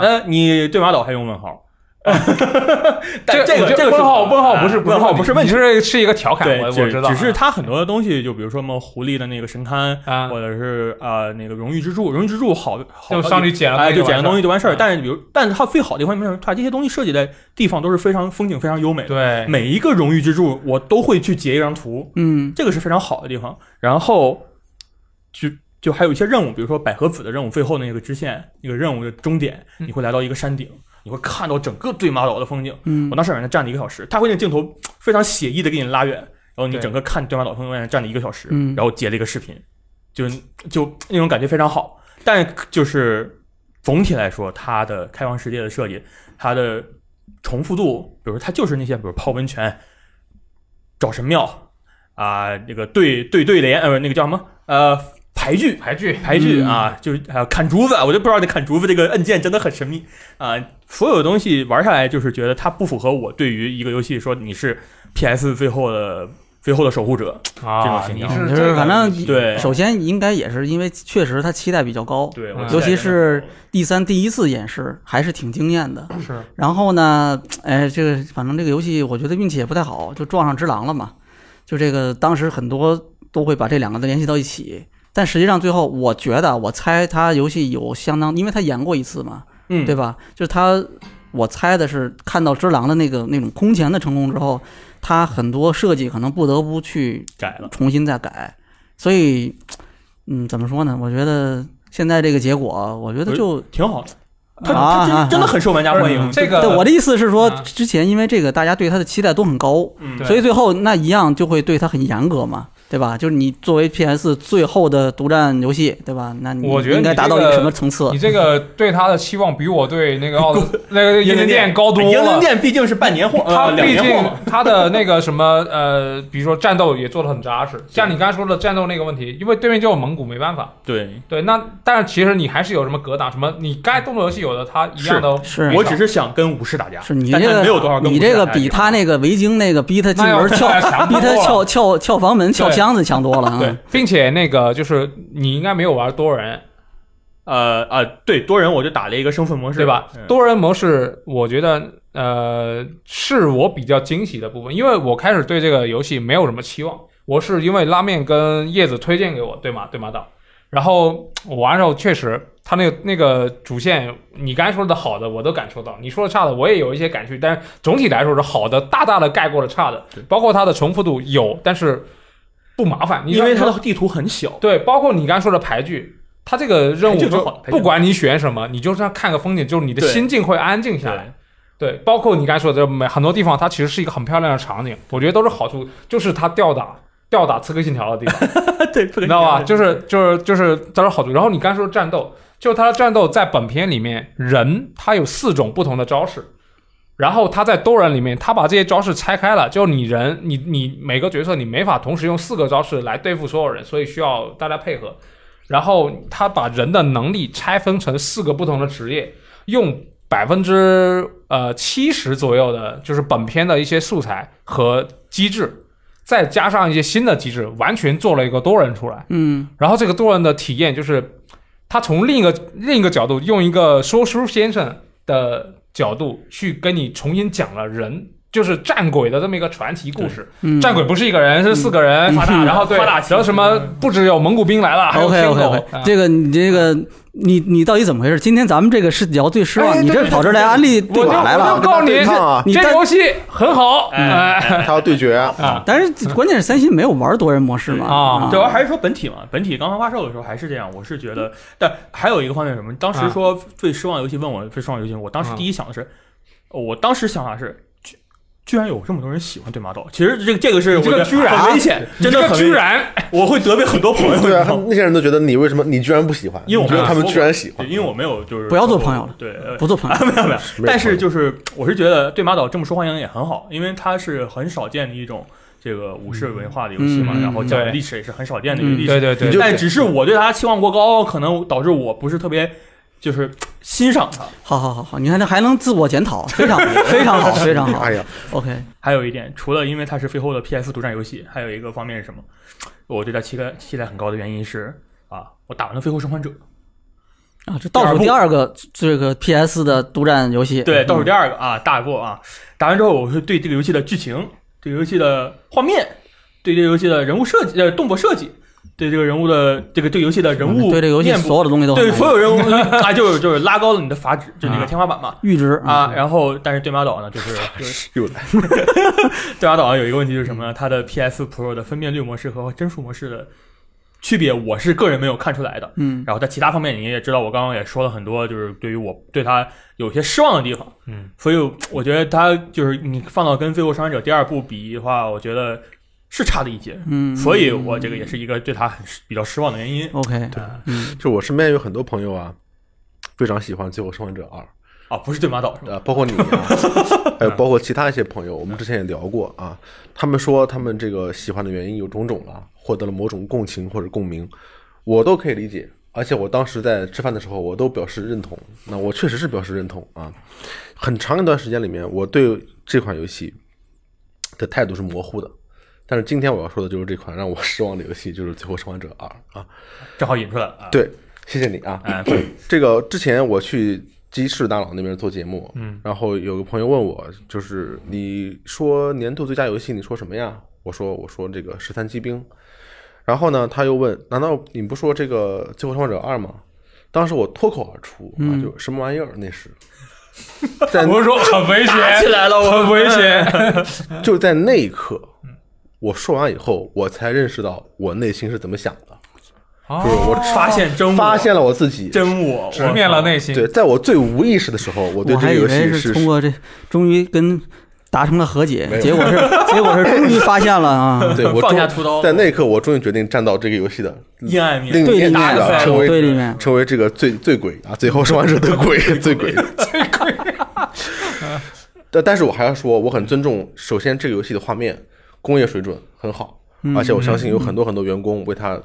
S4: 呃，你对马岛还用问号？但这
S3: 我
S4: 个
S3: 觉得
S4: 这个
S3: 问
S4: 啊
S3: 号问号不是
S4: 问号不是问
S3: 你
S4: 题，
S3: 是是一个调侃，
S4: 对，
S3: 我我
S4: 只
S3: 知道，
S4: 只是它很多的东西，就比如说什么狐狸的那个神龛，
S3: 啊，
S4: 或者是啊那个荣誉之柱，荣誉之柱好好
S3: 就上去捡了
S4: 哎，
S3: 东西
S4: 就
S3: 完事儿，
S4: 捡个东西就完事儿。
S3: 嗯
S4: 但是比如，但是它最好的一方面是，它这些东西设计的地方都是非常风景非常优美的。
S3: 对，
S4: 每一个荣誉之柱，我都会去截一张图，
S1: 嗯
S4: 这个是非常好的地方。然后就就还有一些任务，比如说百合子的任务，最后那个支线那个任务的终点，
S3: 嗯
S4: 你会来到一个山顶，你会看到整个对马岛的风景。
S1: 嗯
S4: 我，当时在那站了一个小时，他会那镜头非常写意的给你拉远，然后你
S3: 对
S4: 整个看对马岛风景在那站了一个小时，
S1: 嗯
S4: 然后截了一个视频，就就那种感觉非常好。但就是总体来说，它的开放世界的设计，它的重复度，比如它就是那些，比如泡温泉、找神庙啊、那个对对对联，呃，那个叫什么呃牌剧。
S3: 排剧，
S4: 牌剧
S1: 嗯
S4: 啊，就是还有砍竹子，我就不知道这砍竹子这个按键真的很神秘啊。所有的东西玩下来，就是觉得它不符合我对于一个游戏说你是 PS 最后的最后的守护者，
S3: 啊，
S4: 这种
S3: 你
S4: 形
S1: 嗯
S4: 象
S3: 是
S1: 就
S3: 这
S1: 是
S3: 个
S1: 反正
S4: 对
S1: 首先应该也是因为确实他期待比较高，
S4: 对，
S3: 嗯
S4: 我
S1: 尤其是第三第一次演示还是挺惊艳的。
S3: 是
S1: 然后呢，哎，这个反正这个游戏我觉得运气也不太好，就撞上只狼了嘛。就这个当时很多都会把这两个都联系到一起，但实际上最后我觉得啊我猜他游戏有相当，因为他演过一次嘛，
S4: 嗯，
S1: 对吧？就是他我猜的是看到只狼的那个那种空前的成功之后，他很多设计可能不得不去
S4: 改了，
S1: 重新再改。所以，嗯，怎么说呢？我觉得现在这个结果，我觉得就
S4: 挺好的。他
S1: 啊
S4: 他真
S1: 啊
S4: 真的很受玩家欢
S3: 不是
S4: 迎，
S3: 这个
S1: 对我的意思是说
S3: 啊，
S1: 之前因为这个大家对他的期待都很高，
S4: 嗯
S3: 对
S1: 所以最后那一样就会对他很严格嘛，对吧？就是你作为 PS 最后的独占游戏，对吧？那你
S3: 我觉得
S1: 应该
S3: 你这
S1: 达到一
S3: 个
S1: 什么层次
S3: 你？这个对他的期望比我对那个奥德那个英灵殿高多
S4: 英灵
S3: 了。
S4: 殿毕竟是半年货，
S3: 他
S4: 呃，两
S3: 毕
S4: 年货
S3: 竟
S4: <laughs> 嘛，
S3: 他的那个什么呃，比如说战斗也做的很扎实，像你刚才说的战斗那个问题，因为对面就有蒙古，没办法。
S4: 对。
S3: 对，那但是其实你还是有什么格挡什么，你该动作游戏有的它一样的，
S1: 是
S4: 我只是想跟武士打架，
S1: 是你
S4: 但
S1: 这
S4: 他
S1: 个
S4: 没有多少跟
S1: 你
S4: 武士
S1: 这个
S4: 打架
S1: 比他那个维京那个逼他进
S3: 那要
S1: 门撬，
S3: 强 <laughs>
S1: 逼
S3: 多
S1: 他
S3: 了
S1: 撬撬撬房门、撬
S3: 对
S1: 箱子强多了啊！
S4: 对
S3: 并且那个就是你应该没有玩多人
S4: 呃啊，对多人我就打了一个生存模式，
S3: 对吧
S4: 嗯？
S3: 多人模式我觉得呃是我比较惊喜的部分，因为我开始对这个游戏没有什么期望，我是因为拉面跟叶子推荐给我，对吗？对吗？道。然后我玩的时候确实，他那个那个主线，你刚才说的好的我都感受到，你说的差的我也有一些感触，但是总体来说是好的，大大的盖过了差的
S4: 对，
S3: 包括它的重复度有，但是不麻烦，你
S4: 因为
S3: 它
S4: 它的地图很小，
S3: 对，包括你刚才说的牌局，它这个任务
S4: 牌局
S3: 就
S4: 很好牌局
S3: 不管你选什么，你就是要看个风景，就是你的
S4: 对
S3: 心境会安静下来。
S4: 对，
S3: 对，包括你刚才说的这每很多地方，它其实是一个很漂亮的场景，我觉得都是好处，就是它吊打吊打刺客信条的地方，
S4: 对，不
S3: 你知
S4: 跟
S3: 道吧？
S4: 你
S3: 就是就是就是都是好处。然后你刚才说战斗，就是它的战斗在本片里面，人他有四种不同的招式。然后他在多人里面，他把这些招式拆开了，就你人，你你每个角色你没法同时用四个招式来对付所有人，所以需要大家配合。然后他把人的能力拆分成四个不同的职业，用百分之呃七十左右的，就是本片的一些素材和机制，再加上一些新的机制，完全做了一个多人出来。
S1: 嗯
S3: 然后这个多人的体验就是，他从另一个另一个角度，用一个说书先生的角度去跟你重新讲了人就是战鬼的这么一个传奇故事。
S1: 嗯，
S3: 战鬼不是一个人，是四个
S1: 嗯
S3: 人，夸大，
S1: 嗯
S3: 然后对，
S4: 夸大
S3: 然
S4: 其
S3: 后什么
S4: 嗯
S3: 不只有蒙古兵来了，还有
S1: OK
S3: 天
S1: OK
S3: 狗
S1: OK，、，
S3: 啊
S1: 这个你这个你你到底怎么回事？今天咱们这个是聊最失望，
S3: 哎
S1: 你
S3: 对
S1: 这
S3: 对
S1: 跑这儿来
S3: 对
S1: 安利
S3: 我
S1: 对
S3: 就
S1: 吧来
S3: 我
S1: 了
S3: 就。告诉你
S2: 对抗啊，
S1: 你嗯
S3: 这
S1: 单
S3: 游戏很好，
S4: 哎
S3: 哎
S2: 他要对决啊，
S3: 啊，
S1: 但是关键是三星没有玩多人模式嘛
S3: 啊
S4: 对，我还是说本体嘛，本体刚刚发售的时候还是这样，我是觉得，但还有一个方面是什么？当时说最失望游戏，问我最失望游戏，我当时第一想的是，哦我当时想法是，居居然有这么多人喜欢对马岛，其实这个这个是我
S3: 这
S4: 觉
S3: 个
S4: 得
S3: 居然
S4: 很危险，真
S3: 这
S4: 的
S3: 个
S4: 很危
S3: 居然
S4: <laughs> 我会得罪很多朋友，你
S2: <laughs>
S4: 知
S2: 对啊，
S4: 道
S2: 他
S4: 吗
S2: 们那些人都觉得你为什么你居然不喜欢？
S4: 因为我
S2: 觉
S4: 们
S2: 得他们居然喜
S4: 对，
S2: 欢，
S4: 因为我没有就是
S1: 不要做朋友了，
S4: 对，呃 <laughs>
S1: 不做朋友。
S4: 没有没有，
S2: 没有
S4: 但是就是我是觉得对马岛这么受欢迎也很好，因为它是很少见的一种这个武士文化的游戏嘛，
S1: 嗯
S4: 然后讲的
S3: 对
S4: 历史也是很少见的一个
S1: 嗯
S4: 历史
S3: 对对
S2: 你
S3: 对
S2: 就，
S4: 但只是我对他期望过高，可能导致我不是特别就是欣赏他。
S1: 好好好好，你看他还能自我检
S4: <laughs>
S1: 讨，非常非常好，非常好
S2: 哎。呀，
S1: OK，
S4: 还有一点，除了因为它是最后的 PS 独占游戏，还有一个方面是什么？我对它期待期待很高的原因是啊，我打完了《最后生还者》，
S2: 嗯
S1: 啊，这倒数第二个这个 PS 的独占游戏，
S4: 对，
S1: 嗯
S4: 倒数第二个啊，大过啊，打完之后我会对这个游戏的剧情、这个游戏的画面、对这个游戏的人物设计、呃动作设计、对这个人物的这个对游戏的人物
S1: 嗯对这个游戏
S4: 面部
S1: 所有的东西都很
S4: 对
S1: 满意
S4: 所有人物
S1: <laughs>
S4: 啊，就是就是拉高了你的阀值，就那个
S3: 啊
S4: 天花板嘛。
S1: 阈值
S4: 啊，，然后但是对马岛呢，就是就是
S2: 又来，
S4: 对马岛有一个问题就是什么呢？它的 PS Pro 的分辨率模式和帧数模式的区别，我是个人没有看出来的。
S1: 嗯，
S4: 然后在其他方面，你也知道，我刚刚也说了很多，就是对于我对它有些失望的地方。
S3: 嗯，
S4: 所以我觉得它就是你放到跟《最后生还者》第二部比的话，我觉得是差了一截。
S1: 嗯，
S4: 所以我这个也是一个对它很失比较失望的原因。
S1: OK，
S4: 对
S1: 嗯，
S2: 就我身边有很多朋友啊，非常喜欢《最后生还者二》，
S4: 啊，不是对马岛是吧？
S2: 呃，包括你、
S4: <laughs>
S2: 啊，还有包括其他一些朋友，我们之前也聊过啊。他们说他们这个喜欢的原因有种种了，获得了某种共情或者共鸣，我都可以理解。而且我当时在吃饭的时候，我都表示认同。那我确实是表示认同啊。很长一段时间里面，我对这款游戏的态度是模糊的。但是今天我要说的就是这款让我失望的游戏，就是《最后生还者二》啊。
S4: 正好引出来了啊。
S2: 对，谢谢你啊。
S4: 哎，
S2: <clears throat> 这个之前我去鸡翅大佬那边做节目，嗯，然后有个朋友问我，就是你说年度最佳游戏，你说什么呀？我说我说这个《十三机兵》，然后呢，他又问，难道你不说这个《最后生还者二》吗？当时我脱口而出啊，
S4: 嗯
S2: 就什么玩意儿那
S4: <laughs>
S2: 是，在
S3: 我说很危
S4: 打起
S3: 险，
S4: 来了，我
S3: 很危险，
S2: 就在那一刻，我说完以后，我才认识到我内心是怎么想的，
S4: 哦
S2: 就是我
S4: 发现真我，
S2: 发现了我自己。
S4: 真我，
S3: 直面了内心，
S2: 对，在我最无意识的时候，我对
S1: 我
S2: 这
S1: 还
S2: 个
S1: 以
S2: 游戏
S1: 为
S2: 是
S1: 通过这，终于跟达成了和
S2: 没
S1: 解，
S2: 有
S1: 结
S2: <laughs>
S1: 果是结果是终于发现了啊，
S2: 对我
S4: 放下
S2: 终
S4: 屠刀
S2: 在那一刻，我终于决定站到这个游戏的
S4: 阴暗面，
S2: 另
S1: 对
S2: 一
S1: 立
S2: 面
S1: 面
S2: 了，成为
S1: 对立面
S2: 成为这个醉醉鬼啊，最后生还者的鬼，醉鬼，醉鬼。但但是我还要说，我很尊重，首先这个游戏的画面工业水准很好，
S1: 嗯
S2: 而且我相信有很多很多员工为它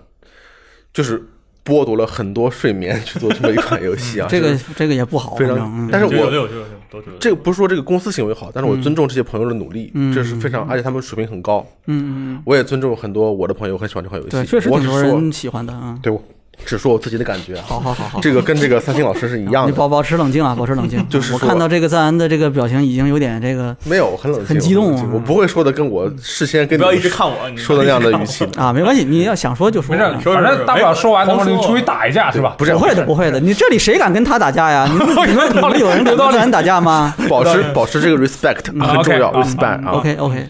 S2: 就是剥夺了很多睡眠去做这么一款游戏啊，
S1: 这个
S2: 是
S1: 这个也不好，
S2: 非
S1: 反正
S2: 常。
S1: 嗯
S2: 但是
S4: 九九
S2: <laughs> 我
S4: 六九九六都九九六
S2: 这个不是说这个公司行为好，但是我尊重这些朋友的努力，
S1: 嗯
S2: 这是非常，而且他们水平很高，
S1: 嗯嗯嗯，
S2: 我也尊重很多我的朋友很喜欢这款游戏，
S1: 对，确实
S2: 我
S1: 挺
S2: 只
S1: 多
S2: 说
S1: 人喜欢的啊，
S2: 对我只说我自己的感觉啊，
S1: 好好好好。
S2: <laughs> 这个跟这个三星老师是一样
S1: 你
S2: 的，
S1: 保保持冷静啊，保持冷
S2: <laughs>
S1: 静。
S2: 就是
S1: 我
S2: 说
S1: 看到这个赞恩的这个表情已经有点这个
S2: 没有，我很冷静，
S1: 很激动啊
S2: 我冷静我不会说的跟我事先跟
S4: 不
S2: 你
S4: 要一直看我，你
S2: 说的那样的语气的，
S1: 啊，没关系，你要想说就说
S3: 没事，
S1: 啊。
S3: 反正大不了说完，等会儿你出去打一架是吧？
S2: 不是
S1: 不会的，不会的。你这里谁敢跟他打架呀？你们你
S3: <laughs>
S1: 们你们有人跟赞恩打架
S2: <laughs>
S1: 吗嗯
S2: 保持保持这个 respect
S3: 啊
S2: 很重要
S3: OK，啊
S2: ，respect 啊。
S1: ？OK OK，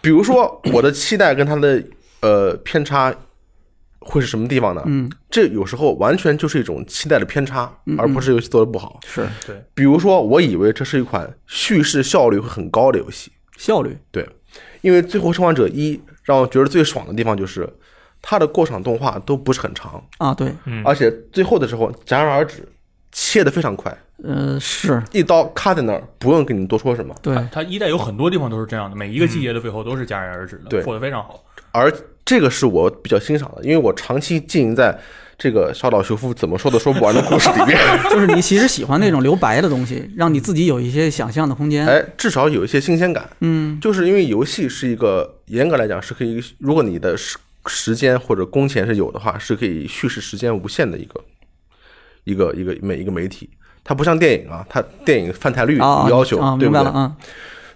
S2: 比如说我的期待跟他的呃偏差会是什么地方呢？
S1: 嗯，
S2: 这有时候完全就是一种期待的偏差，而
S1: 嗯
S2: 不是游戏做的不好。
S1: 是
S4: 对，
S2: 比如说，我以为这是一款叙事效率会很高的游戏，
S1: 效率。
S2: 对，因为《最后生还者一》让我觉得最爽的地方就是它的过场动画都不是很长，
S1: 啊，对，
S3: 嗯
S2: 而且最后的时候戛然而止，切的非常快，
S1: 呃，是
S2: 一刀卡在那儿，不用跟你多说什么。
S1: 对，
S4: 它一代有很多地方都是这样的，每一个季节的最后都是戛然而止的，
S2: 对
S4: 做的非常好。
S2: 而这个是我比较欣赏的，因为我长期浸淫在这个小岛修复怎么说都说不完的故事里面。
S1: 就是你其实喜欢那种留白的东西，让你自己有一些想象的空间。
S2: 哎，至少有一些新鲜感。
S1: 嗯，
S2: 就是因为游戏是一个严格来讲是可以，如果你的时时间或者工钱是有的话，是可以叙事时间无限的一个一个一个每一个媒体。它不像电影啊，它电影犯台率
S1: 啊，
S2: 有要求，
S1: 啊，明
S2: 对
S1: 白
S2: 不对？
S1: 了啊，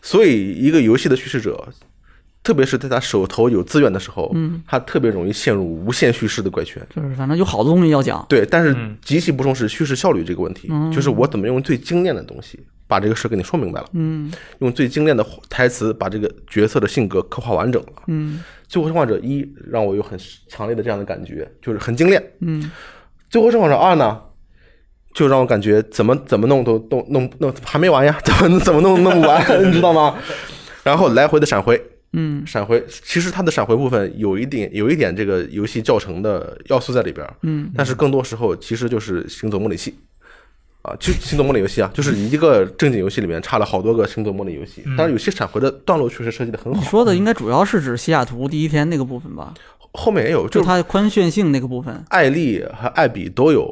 S2: 所以一个游戏的叙事者，特别是在他手头有资源的时候，
S1: 嗯，
S2: 他特别容易陷入无限叙事的怪圈。
S1: 就是反正有好多东西要讲，
S2: 对，但是
S3: 嗯
S2: 极其不重视叙事效率这个问题，
S1: 嗯
S2: 就是我怎么用最精炼的东西把这个事儿给你说明白了，
S1: 嗯
S2: 用最精炼的台词把这个角色的性格刻画完整了。
S1: 嗯
S2: 《最后生化者一》让我有很强烈的这样的感觉，就是很精炼。
S1: 嗯
S2: 《最后生化者二》呢，就让我感觉怎么怎么弄都都弄弄还没完呀，怎么怎么弄都弄不完，你知道吗？然后来回的闪回，
S1: 嗯
S2: 闪回，其实它的闪回部分有一点有一点这个游戏教程的要素在里边儿，
S1: 嗯
S2: 但是更多时候其实就是行走模拟器。啊，就行走模拟游戏啊，就是一个正经游戏里面插了好多个行走模拟游戏，
S4: 嗯
S2: 当然有些闪回的段落确实设计的很
S1: 你
S2: 好，
S1: 说的应该主要是指西雅图第一天那个部分吧，
S2: 后面也有，
S1: 就
S2: 就是
S1: 它宽炫性那个部分。
S2: 艾丽和艾比都有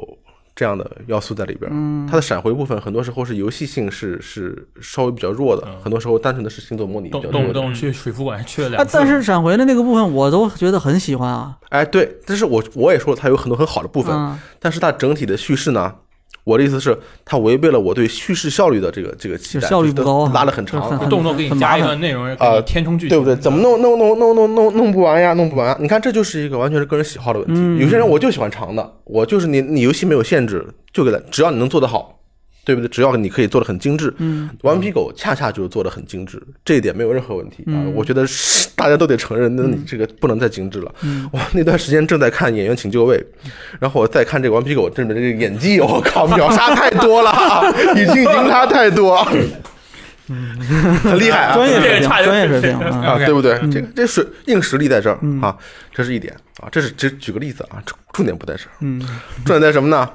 S2: 这样的要素在里边儿。
S1: 嗯
S2: 它的闪回部分很多时候是游戏性是是稍微比较弱的，很多时候单纯的是行走模拟比
S4: 嗯动
S2: 较
S4: 动
S2: 弱
S4: 不
S2: 的。
S4: 动去水族馆去了
S1: 啊
S4: 两，次，
S1: 但是闪回的那个部分我都觉得很喜欢啊。
S2: 哎，对，但是我我也说了它有很多很好的部分，
S1: 嗯
S2: 但是它整体的叙事呢，我的意思是它违背了我对叙事效率的这个这个期待，
S1: 效率
S2: 就是
S1: 不高啊
S2: 拉得很长
S1: 就是
S2: 啊
S1: 很
S4: 动不动给
S1: 很麻
S4: 你加
S1: 烦
S4: 一段内容，给你填充剧情，
S2: 对不对？怎么弄弄弄弄弄弄弄不完呀，弄不完！你看，这就是一个完全是个人喜好的问题。
S1: 嗯
S2: 有些人我就喜欢长的，我就是你你游戏没有限制，就给他，只要你能做得好，对不对？只要你可以做得很精致，
S1: 嗯，
S2: 顽皮狗恰恰就是做的很精致，这一点没有任何问题啊
S1: 嗯！
S2: 我觉得是大家都得承认，那你这个不能再精致了
S1: 嗯。
S2: 我那段时间正在看《演员请就位》，然后我再看这个顽皮狗这里面这个演技，我靠，秒杀太多了啊，已经赢他太多，很厉害啊！
S1: 专业
S4: 这
S1: 水
S3: <laughs>
S4: 个
S1: 平，
S4: 差点
S1: 专业水平啊。
S2: 啊，
S3: OK
S2: 对不对？这个这水硬实力在这儿
S1: 嗯
S2: 啊，这是一点啊，这是只举个例子啊，重重点不在这儿，
S1: 嗯
S2: 重点在什么呢？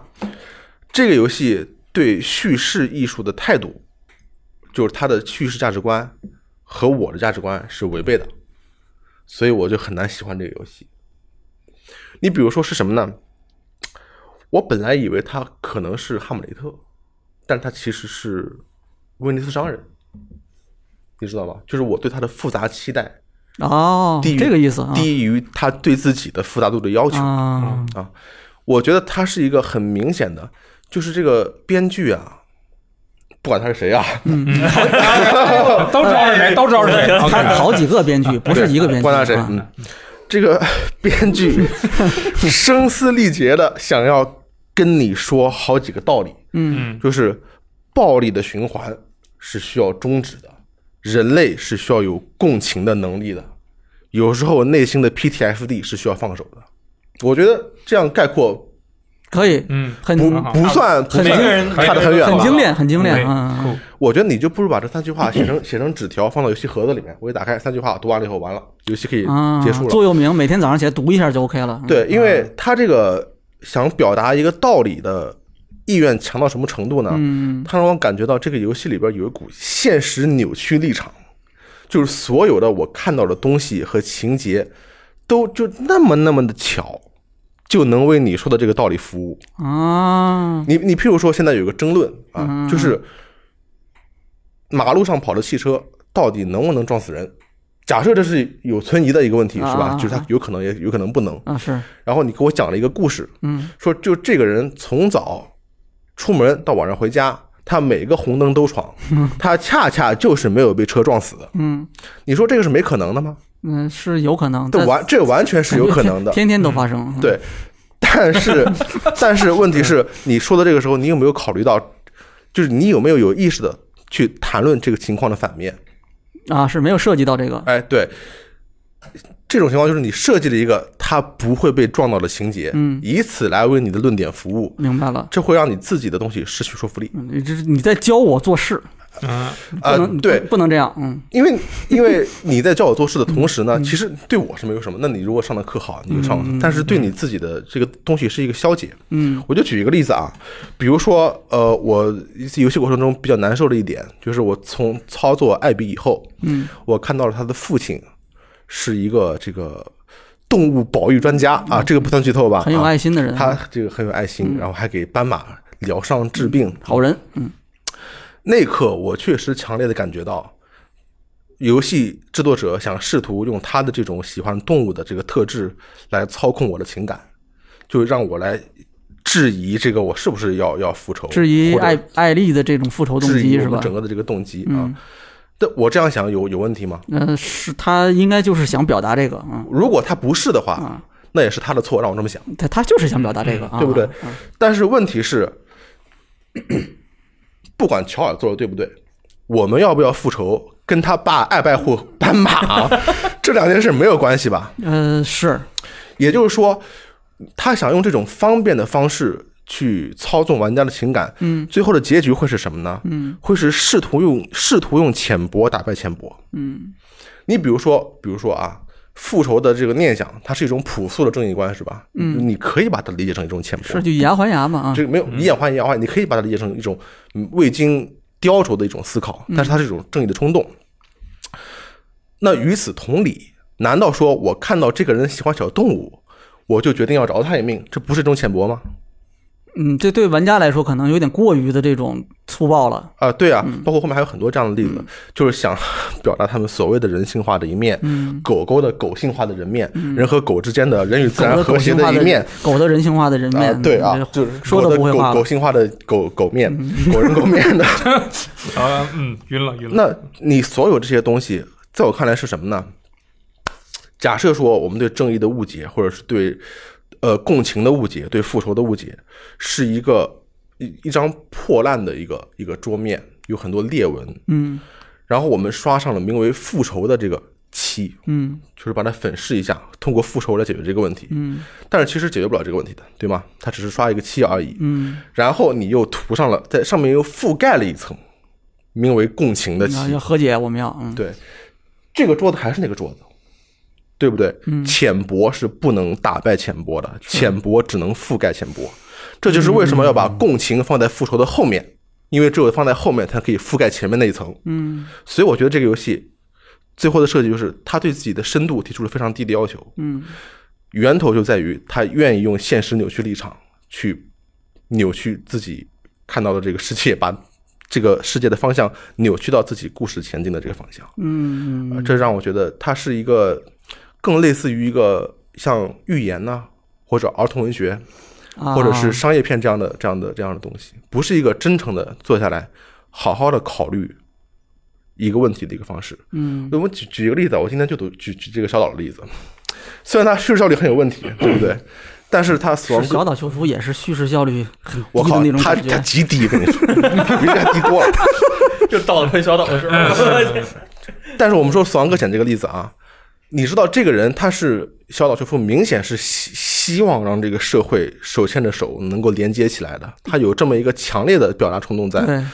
S2: 这个游戏对叙事艺术的态度，就是它的叙事价值观和我的价值观是违背的，所以我就很难喜欢这个游戏。你比如说是什么呢？我本来以为它可能是哈姆雷特，但它其实是威尼斯商人，你知道吗？就是我对它的复杂期待
S1: 哦，
S2: 低于
S1: 这个意思啊。
S2: 低于他对自己的复杂度的要求。嗯
S1: 啊，
S2: 我觉得他是一个很明显的，就是这个编剧啊，不管他是谁啊， <laughs>
S3: 都知道是谁，都知道是谁。
S1: 他好几个编剧，不是一个编
S2: 不
S1: 剧
S2: 管他是谁
S1: 啊，。
S2: 嗯，这个编
S1: <laughs>
S2: 剧声嘶力竭的想要跟你说好几个道理，
S1: 嗯
S3: 嗯
S2: 就是暴力的循环是需要终止的，人类是需要有共情的能力的，有时候内心的 PTSD 是需要放手的。我觉得这样概括
S1: 可以，
S3: 嗯，
S1: 很
S2: 不
S3: 好
S2: 不算不
S1: 很
S4: 每
S2: 算
S4: 个人
S2: 差得很远
S1: 很
S2: 吧
S1: 精炼，很精
S2: 嗯
S1: 炼
S3: 对
S1: 啊。
S3: 嗯酷
S2: 我觉得你就不如把这三句话
S1: <clears throat>
S2: 写成写成纸条，放到游戏盒子里面。我一打开，三句话读完了以后，完了，游戏可以
S1: 啊，
S2: 结束了。
S1: 座右铭每天早上起来读一下就 OK 了。嗯，
S2: 对，因为他这个想表达一个道理的意愿强到什么程度呢？
S1: 嗯
S2: 他让我感觉到这个游戏里边有一股现实扭曲立场，就是所有的我看到的东西和情节，都就那么那么的巧，就能为你说的这个道理服务。
S1: 啊，
S2: 你你譬如说，现在有个争论
S1: 嗯
S2: 啊，就是马路上跑的汽车到底能不能撞死人？假设这是有存疑的一个问题，是
S1: 啊
S2: 吧？就是它有可能也有可能不能。
S1: 啊是，
S2: 然后你给我讲了一个故事，
S1: 嗯
S2: 说就这个人从早出门到晚上回家，他每个红灯都闯，他恰恰就是没有被车撞死。
S1: 嗯
S2: 你说这个是没可能的吗？
S1: 嗯，是有可能，
S2: 这
S1: 但
S2: 完这完全是有可能的。嗯
S1: 天天都发生。
S2: 对
S1: <laughs>
S2: 但是，但是问题是，你说的这个时候，你有没有考虑到，就是你有没有有意识的去谈论这个情况的反面？
S1: 啊，是没有涉及到这个。
S2: 哎，对，这种情况就是你设计了一个他不会被撞到的情节，
S1: 嗯
S2: 以此来为你的论点服务，
S1: 明白了，
S2: 这会让你自己的东西失去说服力。
S1: 嗯你这是你在教我做事，
S3: 嗯，
S1: 不
S2: 啊、
S1: 能
S2: 对
S1: 不，不能这样。嗯
S2: 因
S1: <laughs>
S2: 为因为你在教我做事的同时呢，其实对我是没有什么。那你如果上的课好，你就上了；但是对你自己的这个东西是一个消解。
S1: 嗯
S2: 我就举一个例子啊，比如说，呃，我一次游戏过程中比较难受的一点，就是我从操作艾比以后，
S1: 嗯，
S2: 我看到了他的父亲是一个这个动物保育专家啊，这个不算剧透吧？
S1: 嗯很有
S2: 啊
S1: 爱心的人，
S2: 他这个很有爱心，然后还给斑马疗伤治病，
S1: 好人。嗯
S2: 那一刻，我确实强烈的感觉到，游戏制作者想试图用他的这种喜欢动物的这个特质来操控我的情感，就让我来质疑这个我是不是要要复仇，
S1: 质疑
S2: 或者
S1: 艾艾丽的这种复仇动
S2: 质疑
S1: 机
S2: 我
S1: 是
S2: 们
S1: 吧？
S2: 整个的这个动机啊。
S1: 嗯
S2: 但我这样想有有问题吗？
S1: 嗯、是他应该就是想表达这个，嗯
S2: 如果他不是的话，
S1: 啊，
S2: 那也是他的错，让我这么想。
S1: 他他就是想表达这个，啊
S2: 对不对？
S1: 嗯
S2: 但是问题是， <clears throat> 不管乔尔做的对不对，我们要不要复仇，跟他爸爱不爱护斑马 <laughs> 这两件事没有关系吧？
S1: 呃，是，
S2: 也就是说，他想用这种方便的方式去操纵玩家的情感，
S1: 嗯
S2: 最后的结局会是什么呢？
S1: 嗯
S2: 会是试图用试图用浅薄打败浅薄。
S1: 嗯
S2: 你比如说，比如说啊，复仇的这个念想，它是一种朴素的正义观，是吧？
S1: 嗯，
S2: 你可以把它理解成一种浅薄，
S1: 是就以牙还牙嘛啊，
S2: 这个没有以眼还眼还，你可以把它理解成一种嗯未经雕琢的一种思考，
S1: 嗯
S2: 但是它是一种正义的冲动。那与此同理，难道说我看到这个人喜欢小动物，我就决定要饶他一命，这不是一种浅薄吗？
S1: 嗯，这对玩家来说可能有点过于的这种粗暴了，
S2: 啊、对啊，
S1: 嗯
S2: 包括后面还有很多这样的例子，就是想表达他们所谓的人性化的一面，
S1: 嗯，
S2: 狗狗的狗性化的人面，人和狗之间的人与自
S1: 狗
S2: 然
S1: 的
S2: 和
S1: 狗
S2: 谐
S1: 性化
S2: 一
S1: 的
S2: 面
S1: 人，，狗的人性化的人
S2: 啊，
S1: 面，
S2: 对啊
S1: 嗯，
S2: 就是
S1: 说
S2: 狗
S1: 的
S2: 的
S1: 不会
S2: 狗
S1: 话
S2: 狗
S1: 了，嗯
S2: 性化的狗狗面，狗人狗面的。
S3: 啊，嗯，晕了晕了。
S2: 那你所有这些东西，在我看来是什么呢？假设说我们对正义的误解，或者是对呃共情的误解，对复仇的误解，是一个一一张破烂的一个一个桌面，有很多裂纹，
S1: 嗯
S2: 然后我们刷上了名为复仇的这个漆，
S1: 嗯
S2: 就是把它粉饰一下，通过复仇来解决这个问题。
S1: 嗯
S2: 但是其实解决不了这个问题的，对吗？它只是刷一个漆而已。
S1: 嗯，
S2: 然后你又涂上了，在上面又覆盖了一层名为共情的漆
S1: 要，要和解，我们要，嗯，
S2: 呃对，这个桌子还是那个桌子，对不对？浅薄是不能打败浅薄的，浅薄只能覆盖浅薄。这就是为什么要把共情放在复仇的后面，因为只有放在后面，它可以覆盖前面那一层。
S1: 嗯
S2: 所以我觉得这个游戏最后的设计就是，他对自己的深度提出了非常低的要求，
S1: 嗯
S2: 源头就在于他愿意用现实扭曲立场去扭曲自己看到的这个世界，把这个世界的方向扭曲到自己故事前进的这个方向。
S1: 嗯
S2: 呃这让我觉得它是一个更类似于一个像寓言呐、或者儿童文学，
S1: 嗯，
S2: 或者是
S1: 啊
S2: 商业片这样的、这样的、这样的东西，不是一个真诚的坐下来好好的考虑一个问题的一个方式。
S1: 嗯
S2: 那我举举一个例子啊，我今天就读举举这个小岛的例子，虽然它叙事效率很有问题，对不对？但是它死亡
S1: 是
S2: 搁
S1: 小岛秀夫也是叙事效率很
S2: 我
S1: 低的
S2: 靠
S1: 那，种
S2: 他
S1: 感
S2: 他
S1: 觉，
S2: 极低，跟你说， <laughs> 比这还低多了。
S4: 就倒了小岛是
S2: 嗯
S4: <laughs> 吧？
S2: 但是我们说死亡搁浅这个例子啊，你知道这个人他是小岛秀夫，明显是希希望让这个社会手牵着手能够连接起来的，他有这么一个强烈的表达冲动在，
S1: 对，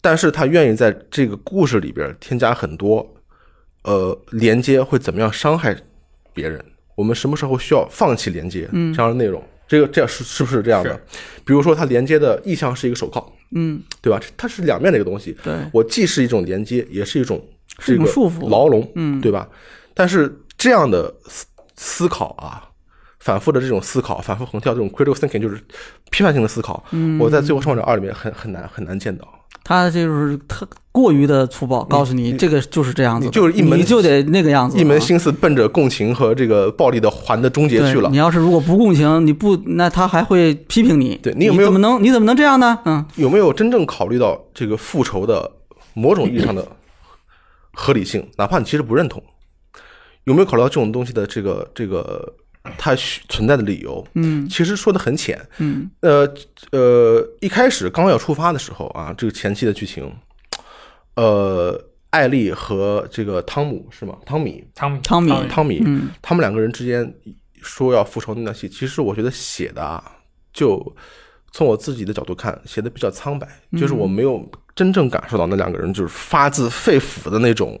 S2: 但是他愿意在这个故事里边添加很多，呃，连接会怎么样伤害别人？我们什么时候需要放弃连接
S1: 嗯
S2: 这样的内容？这个这样是是不是这样的
S3: 是？
S2: 比如说，他连接的意向是一个手铐，
S1: 嗯
S2: 对吧？这它是两面的一个东西，
S1: 对，
S2: 我既是一种连接，也是一种
S1: 是一种
S2: 这个
S1: 束缚
S2: 牢笼，
S1: 嗯
S2: 对吧？但是这样的思思考啊，反复的这种思考，反复横跳这种 critical thinking，就是批判性的思考，
S1: 嗯，
S2: 我在《最后生还者二》里面很很难很难见到。
S1: 他就是特过于的粗暴，告诉你这个就是这样子的，
S2: 你就是一门
S1: 你就得那个样子，
S2: 一门
S1: 啊
S2: 心思奔着共情和这个暴力的环的终结
S1: 对
S2: 去了
S1: 你。要是如果不共情，你不那他还会批评你。
S2: 对你有没有
S1: 怎么能你怎么能这样呢？嗯
S2: 有没有真正考虑到这个复仇的某种意义
S1: <coughs>
S2: 上的合理性？哪怕你其实不认同，有没有考虑到这种东西的这个这个它需存在的理由？
S1: 嗯
S2: 其实说的很浅，
S1: 嗯
S2: 呃呃，一开始刚要出发的时候啊，这个前期的剧情，呃，艾丽和这个汤姆是吗？汤米，
S3: 汤米，
S1: 汤米
S2: 汤米，
S1: 嗯
S2: 他们两个人之间说要复仇那段戏，其实我觉得写的啊，就从我自己的角度看，写的比较苍白，
S1: 嗯
S2: 就是我没有真正感受到那两个人就是发自肺腑的那种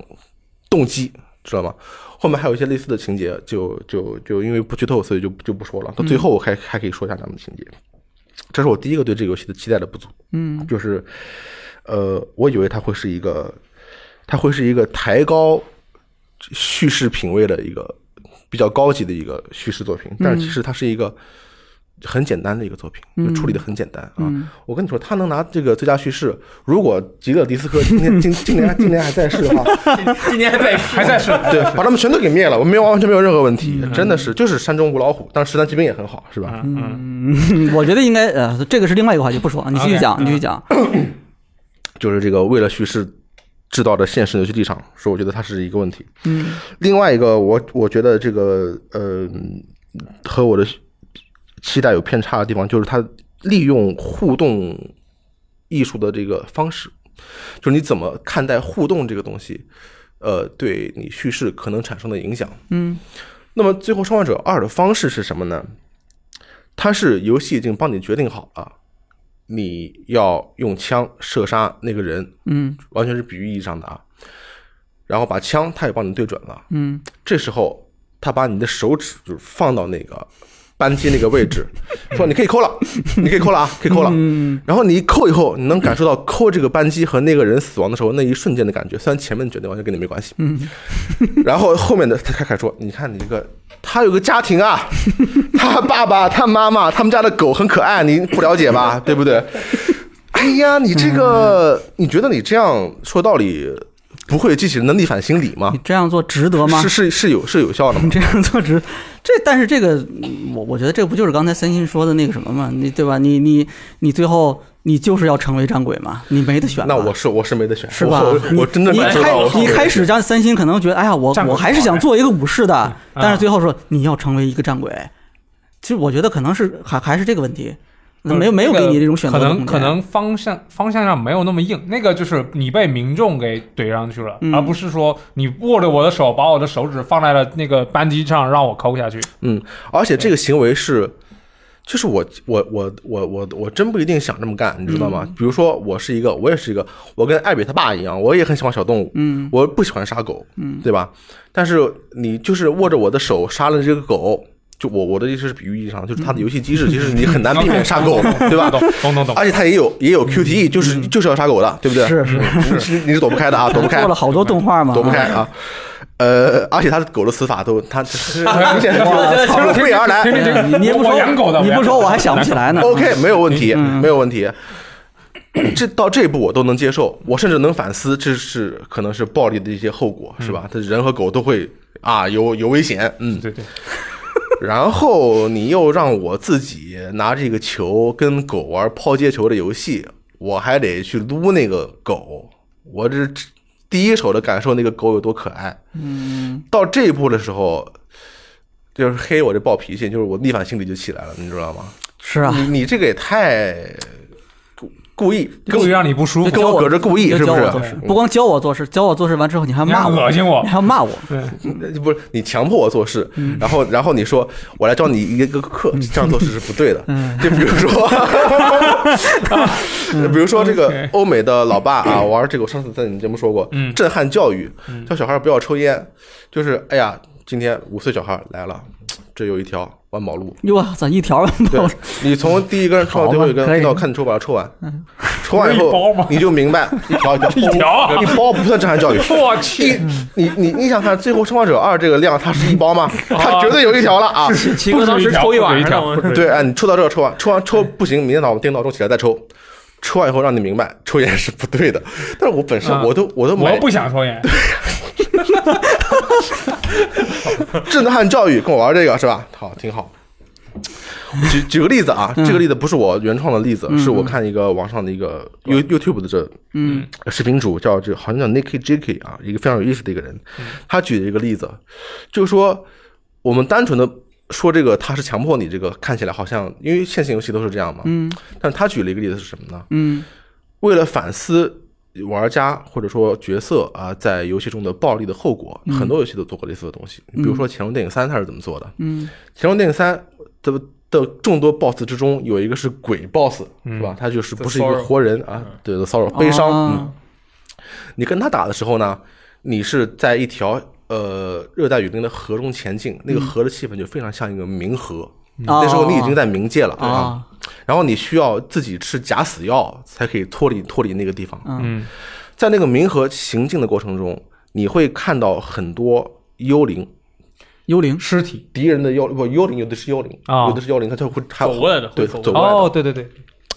S2: 动机，知道吗？后面还有一些类似的情节，就就就因为不剧透，所以就就不说了。到最后我还还可以说一下咱们情节，这是我第一个对这个游戏的期待的不足。
S1: 嗯
S2: 就是，呃，我以为它会是一个，它会是一个抬高叙事品味的一个比较高级的一个叙事作品，但是其实它是一个很简单的一个作品，就处理的很简单啊。我跟你说，他能拿这个最佳叙事，如果吉勒迪斯科今年今今年今年还在世的话，
S4: 今年还
S3: <laughs>
S4: 在
S3: 还在是
S2: 对，把他们全都给灭了，我没有完全没有任何问题，真的是就是山中无老虎，但是十三骑兵也很好，是吧？
S3: 嗯，
S1: 嗯，我觉得应该
S2: 啊
S1: 呃，这个是另外一个话题，不说，你继续
S3: OK，
S1: 讲，你继续
S3: 嗯
S1: 讲。
S2: 就是这个为了叙事制造着现实的游戏立场，所以我觉得它是一个问题。
S1: 嗯
S2: 另外一个，我我觉得这个呃，和我的期待有偏差的地方，就是它利用互动艺术的这个方式，就是你怎么看待互动这个东西，呃，对你叙事可能产生的影响。
S1: 嗯
S2: 那么最后《生化者二》的方式是什么呢？它是游戏已经帮你决定好了，你要用枪射杀那个人，
S1: 嗯
S2: 完全是比喻意义上的啊。然后把枪它也帮你对准了，
S1: 嗯
S2: 这时候他把你的手指就是放到那个扳机那个位置，说你可以扣了，你可以扣了啊，可以扣了。
S1: 嗯
S2: 然后你一扣以后，你能感受到扣这个扳机和那个人死亡的时候那一瞬间的感觉，虽然前面觉得完全跟你没关系。
S1: 嗯
S2: <laughs> 然后后面的他开始说：“你看你这个，他有个家庭啊，他爸爸、他妈妈、他们家的狗很可爱，你不了解吧？对不对？ <laughs> 哎呀，你这个，
S1: 嗯
S2: 你觉得你这样说道理不会激起人的逆反心理吗
S1: 你？这样做值得吗
S2: 是？是是有是有效的吗
S1: 你？ <laughs> 这样做值这，但是这个嗯我我觉得这不就是刚才三星说的那个什么吗？你对吧？你你你最后你就是要成为战鬼嘛，你没得选嘛。啊
S2: 那我是我是没得选，
S1: 是吧
S2: 我我我真的
S1: 你
S2: 感受
S1: 开
S2: 到我
S1: 你开始让三星可能觉得，哎呀，我
S3: 战鬼
S1: 我还是想做一个武士的，
S3: 嗯
S1: 但是最后说你要成为一个战鬼，其实我觉得可能是还还是这个问题，没有没有给你这种选择
S3: 呃可
S1: 的空
S3: 能
S1: 间
S3: 可能方向方向上没有那么硬，那个就是你被民众给怼上去了，
S1: 嗯
S3: 而不是说你握着我的手，把我的手指放在了那个扳机上让我抠下去。
S2: 嗯而且这个行为是，就是我我我我我我真不一定想这么干，你知道吗？
S1: 嗯
S2: 比如说我是一个，我也是一个，我跟艾比他爸一样，我也很喜欢小动物，
S1: 嗯
S2: 我不喜欢杀狗，
S1: 嗯
S2: 对吧？但是你就是握着我的手杀了这个狗，就我我的意思是比喻意义上，就是它
S1: 嗯
S2: 的游戏机制，其实你很难避免杀狗，对吧？ <laughs> 哎
S3: 懂懂懂懂。
S2: 而且它也有也有 QTE，就是就是要杀狗的，对不对？
S1: 嗯
S2: 嗯
S1: 是是
S2: 你是你是躲不开的啊，躲不开
S1: 嗯做了，好多动画嘛，
S2: 躲不开
S1: 啊
S2: 啊。呃，而且它的狗的死法都，它明显是
S3: <laughs>
S1: 哇嗯
S2: 从背而来，
S3: 停停停！
S1: 你你也不
S3: 我养狗的，
S1: 说，你不说我还想不起来呢。
S2: OK，没有问题，
S1: 嗯
S2: 没有问题。这到这一步我都能接受，我甚至能反思，这是可能是暴力的一些后果，是吧？它人和狗都会啊有有危险，嗯。
S3: 对对，
S2: 然后你又让我自己拿这个球跟狗玩抛接球的游戏，我还得去撸那个狗，我这第一手的感受那个狗有多可爱。
S1: 嗯，
S2: 到这一步的时候，就是黑我这暴脾气，就是我逆反心理就起来了，你知道吗？
S1: 是啊，
S2: 你你这个也太故故意，跟
S3: 故意
S2: 我
S3: 让你不舒服，
S2: 跟我搁这故意
S1: 又
S2: 是
S1: 教
S2: 不
S1: 我
S2: 是
S1: 做事，不光教我做事，教我做事完之后，你还
S3: 你
S1: 骂
S3: 还
S1: 我
S3: 恶，心我
S1: 你。还要骂我，
S2: 嗯？不是你强迫我做事，
S3: 嗯
S2: 然后然后你说我来教你一个个课，这样做事是不对的。
S3: 嗯
S2: 就比如
S3: <laughs>
S2: 说，比如说这个
S3: 嗯 OK
S2: 欧美的老爸啊，玩这个，我上次在你们节目说过，
S3: 嗯
S2: 震撼教育，叫小孩不要抽烟，就是哎呀，今天五岁小孩来了，这有一条弯毛路，
S1: 哟，咱一条儿 <laughs>
S2: 对，你从第一根抽到最后一根
S1: 好嘛可，以
S2: 那我看你抽把它抽完，抽完以
S3: 不是一包
S2: 后
S3: 吗
S2: 你就明白一条一条
S3: <laughs> 一条啊
S2: 一包不算震撼
S3: <laughs>
S2: 教育。
S3: 我
S2: 一
S3: 去，
S2: 你你你想看《最后生化者二》这个量，它是一包吗？
S3: 啊
S2: 它绝对有一条了
S3: <laughs>
S2: 啊！
S4: 奇哥当时抽一晚上，我
S2: 对，哎，你抽到这个抽完，抽完抽不行，明天早上定闹钟起来再抽。抽完以后让你明白抽烟是不对的，但是我本身
S3: 啊
S2: 我都我都
S3: 我
S2: 买
S3: 又不想抽烟。
S2: 震撼教育跟我玩这个是吧？好，挺好。举举个例子啊，
S3: 嗯
S2: 这个例子不是我原创的例子，是我看一个网上的一个 You YouTube 的这
S1: 嗯
S2: 视频主叫这个好像叫 Nicky Jicky 啊，一个非常有意思的一个人，他举了一个例子，就是说我们单纯的说这个他是强迫你这个看起来好像因为线性游戏都是这样嘛，
S1: 嗯
S2: 但他举了一个例子是什么呢？
S1: 嗯
S2: 为了反思玩家或者说角色啊在游戏中的暴力的后果，很多游戏都做过类似的东西，比如说《潜龙电影三》它是怎么做的，
S1: 嗯
S2: 《潜龙电影三》的的众多 BOSS 之中，有一个是鬼 BOSS，、是吧？他就是不是一
S4: The
S2: 个
S4: Sorrow
S2: 活人啊，对的骚扰
S1: 哦
S2: 悲伤。嗯，你跟他打的时候呢，你是在一条呃热带雨林的河中前进，那个河的气氛就非常像一个冥河。那时候你已经在冥界了
S1: 啊
S2: 啊，然后你需要自己吃假死药才可以脱离脱离那个地方。
S3: 嗯，
S2: 在那个冥河行进的过程中，你会看到很多幽灵，
S1: 幽灵
S3: 尸体。
S2: 敌人的幽不幽灵有的是幽灵，
S3: 啊
S2: 有的是幽灵，它就会还有
S4: 走过来的
S2: 对，
S4: 会走
S2: 走过来的，
S3: 哦，对对对，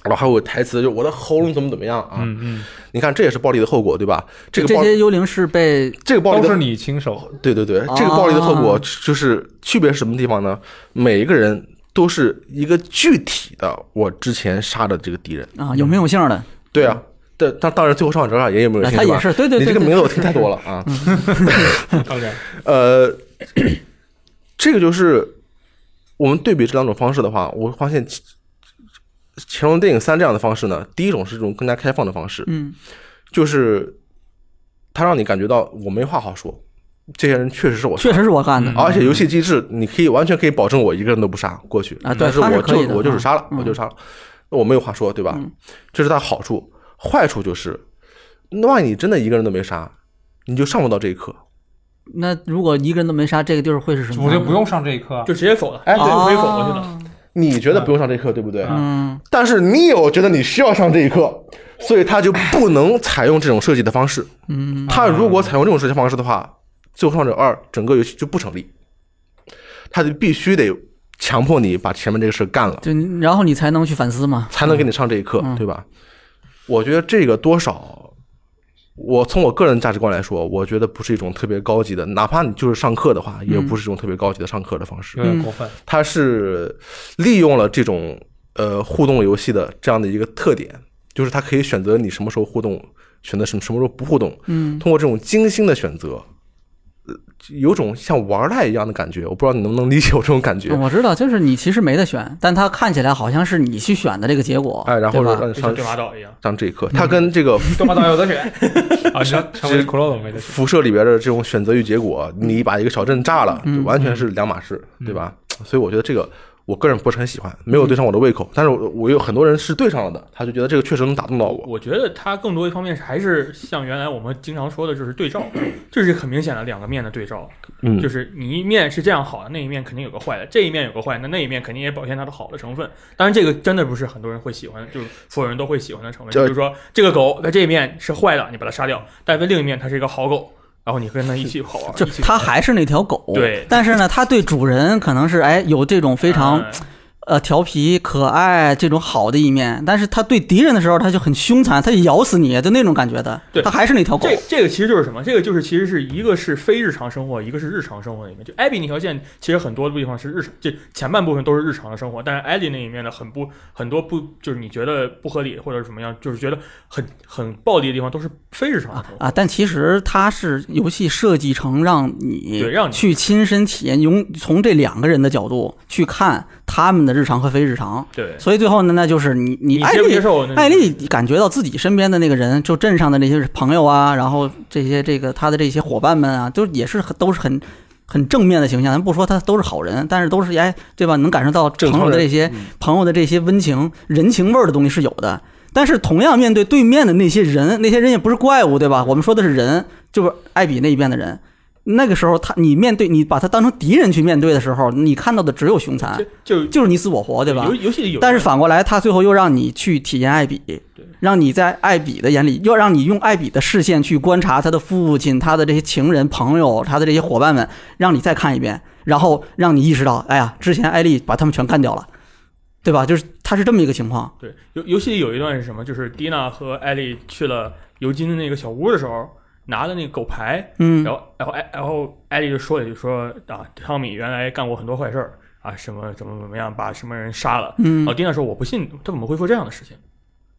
S2: 然后还有台词，就我的喉咙怎么怎么样啊？
S3: 嗯
S2: 你看这也是暴力的后果，对吧？这个
S1: 这
S2: 暴
S1: 些幽灵是被
S2: 这个暴
S3: 嗯，
S2: 力
S3: 都
S2: 的
S3: 是你亲手。
S2: 对对
S1: 哦
S2: 对，这个暴力的后果就是区别是什么地方呢？每一个人都是一个具体的我之前杀的这个敌人，
S1: 啊有没有姓儿的，
S2: 对啊，但但当然，最后生还者二也有没有人听
S1: 他
S2: 是
S1: 也
S2: 吧？
S1: 是，对对
S2: 你
S1: 对，
S2: 这个
S1: 对嗯
S2: 名字我
S1: 是
S2: 听太
S1: 是
S2: 多了啊。 <laughs>
S3: OK，
S2: 呃，这个就是我们对比这两种方式的话，我会发现其《乾隆电影三》这样的方式呢，第一种是一种更加开放的方式，
S1: 嗯
S2: 就是它让你感觉到我没话好说，这些人确实是我杀
S1: 确实是我干的
S3: 嗯，
S2: 而且游戏机制，你可以完全可以保证我一个人都不杀过去
S1: 啊对
S2: 但是
S1: 它是
S2: 我
S1: 可以
S2: 就
S1: 的
S2: 我就是杀了，
S1: 嗯
S2: 我就杀了，那我没有话说，对吧
S1: 嗯？
S2: 这是它好处，坏处就是，那万一你真的一个人都没杀，你就上不到这一刻。
S1: 那如果一个人都没杀，这个地儿会是什么？
S3: 我就不用上这一课。
S4: 就直接走了，
S2: 哎
S4: 就
S2: 对
S4: 可以走过去了。
S1: 了。
S2: 你觉得不用上这一课，对不对？
S1: 嗯，
S2: 但是你有觉得你需要上这一课，所以他就不能采用这种设计的方式。
S1: 嗯，
S2: 他如果采用这种设计方式的话，《最后生还者二》整个游戏就不成立，他就必须得强迫你把前面这个事干了。
S1: 就你然后你才能去反思嘛。
S2: 才能给你上这一课，
S1: 嗯
S2: 对吧？我觉得这个多少，我从我个人价值观来说，我觉得不是一种特别高级的，哪怕你就是上课的话，也不是一种特别高级的上课的方
S1: 嗯
S2: 式。
S3: 有点过分，
S2: 它是利用了这种呃互动游戏的这样的一个特点，就是它可以选择你什么时候互动，选择什么什么时候不互动。
S1: 嗯
S2: 通过这种精心的选择，呃有种像玩赖一样的感觉。我不知道你能不能理解我这种感觉。
S1: 我知道，就是你其实没得选，但他看起来好像是你去选的这个结果，
S2: 哎，然后
S1: 对吧
S2: 让你
S4: 就
S2: 上
S4: 像对马岛一样，
S2: 上这一课，它跟这个
S3: 多么导有的选啊！你要成为 c l o 没得选，
S2: 辐射里边的这种选择与结果，你把一个小镇炸了，
S1: 嗯
S2: 就完全是两码事，对吧？所以我觉得这个我个人不是很喜欢，没有对上我的胃口。但是我我有很多人是对上了的，他就觉得这个确实能打动到我。
S4: 我觉得它更多一方面是还是像原来我们经常说的，就是对照，这是很明显的两个面的对照，
S2: 嗯，
S4: 就是你一面是这样好的，那一面肯定有个坏的，这一面有个坏，那那一面肯定也表现它的好的成分。当然，这个真的不是很多人会喜欢，就是所有人都会喜欢的成分。
S2: 这
S4: 就比如说这个狗在这一面是坏的，你把它杀掉，但在另一面它是一个好狗，然后你跟它一起好玩，
S1: 就
S4: 一起
S1: 他还是那条狗。
S4: 对
S1: 但是呢，他对主人可能是哎有这种非常
S4: 嗯
S1: 呃调皮、可爱这种好的一面，但是他对敌人的时候，他就很凶残，他就咬死你，就那种感觉的。
S4: 对
S1: 他还是那条狗
S4: 这。这个其实就是什么？这个就是其实是一个是非日常生活，一个是日常生活里面。就艾比那条线，其实很多地方是日常，这前半部分都是日常的生活，但是艾莉那一面呢，很不很多不就是你觉得不合理或者是怎么样，就是觉得很很暴力的地方，都是非日常的
S1: 啊
S4: 生活。
S1: 啊！但其实它是游戏设计成让你
S4: 对让你
S1: 去亲身体验，用从这两个人的角度去看他们的日常和非日常。
S4: 对，
S1: 所以最后呢，那就是你你
S4: 你
S1: 艾
S4: 接不
S1: 丽
S4: 接受那？
S1: 艾丽感觉到自己身边的那个人，就镇上的那些朋友啊，然后这些这个他的这些伙伴们啊，就也是很都是很很正面的形象。咱不说他都是好人，但是都是哎，对吧？能感受到
S2: 正
S1: 朋
S2: 常嗯
S1: 友的这些朋友的这些温情、人情味儿的东西是有的。但是同样面对对面的那些人，那些人也不是怪物，对吧？我们说的是人，就是艾比那一边的人。那个时候他，你面对你把他当成敌人去面对的时候，你看到的只有凶残，
S4: 就就
S1: 就是你死我活，对吧？
S4: 游游戏里有，
S1: 但是反过来，他最后又让你去体验艾比，让你在艾比的眼里，又让你用艾比的视线去观察他的父亲、他的这些情人、朋友、他的这些伙伴们，让你再看一遍，然后让你意识到，哎呀，之前艾丽把他们全干掉了，对吧？就是他是这么一个情况，
S4: 对游游戏里有一段是什么？就是蒂娜和艾丽去了尤金的那个小屋的时候，拿的那个狗牌，
S1: 嗯
S4: 然，后，然后哎艾，然后艾莉就说了一句说啊，汤米原来干过很多坏事儿啊，什么怎么怎么样，把什么人杀了。
S1: 嗯
S4: 然后丁娜说我不信，他怎么会做这样的事情？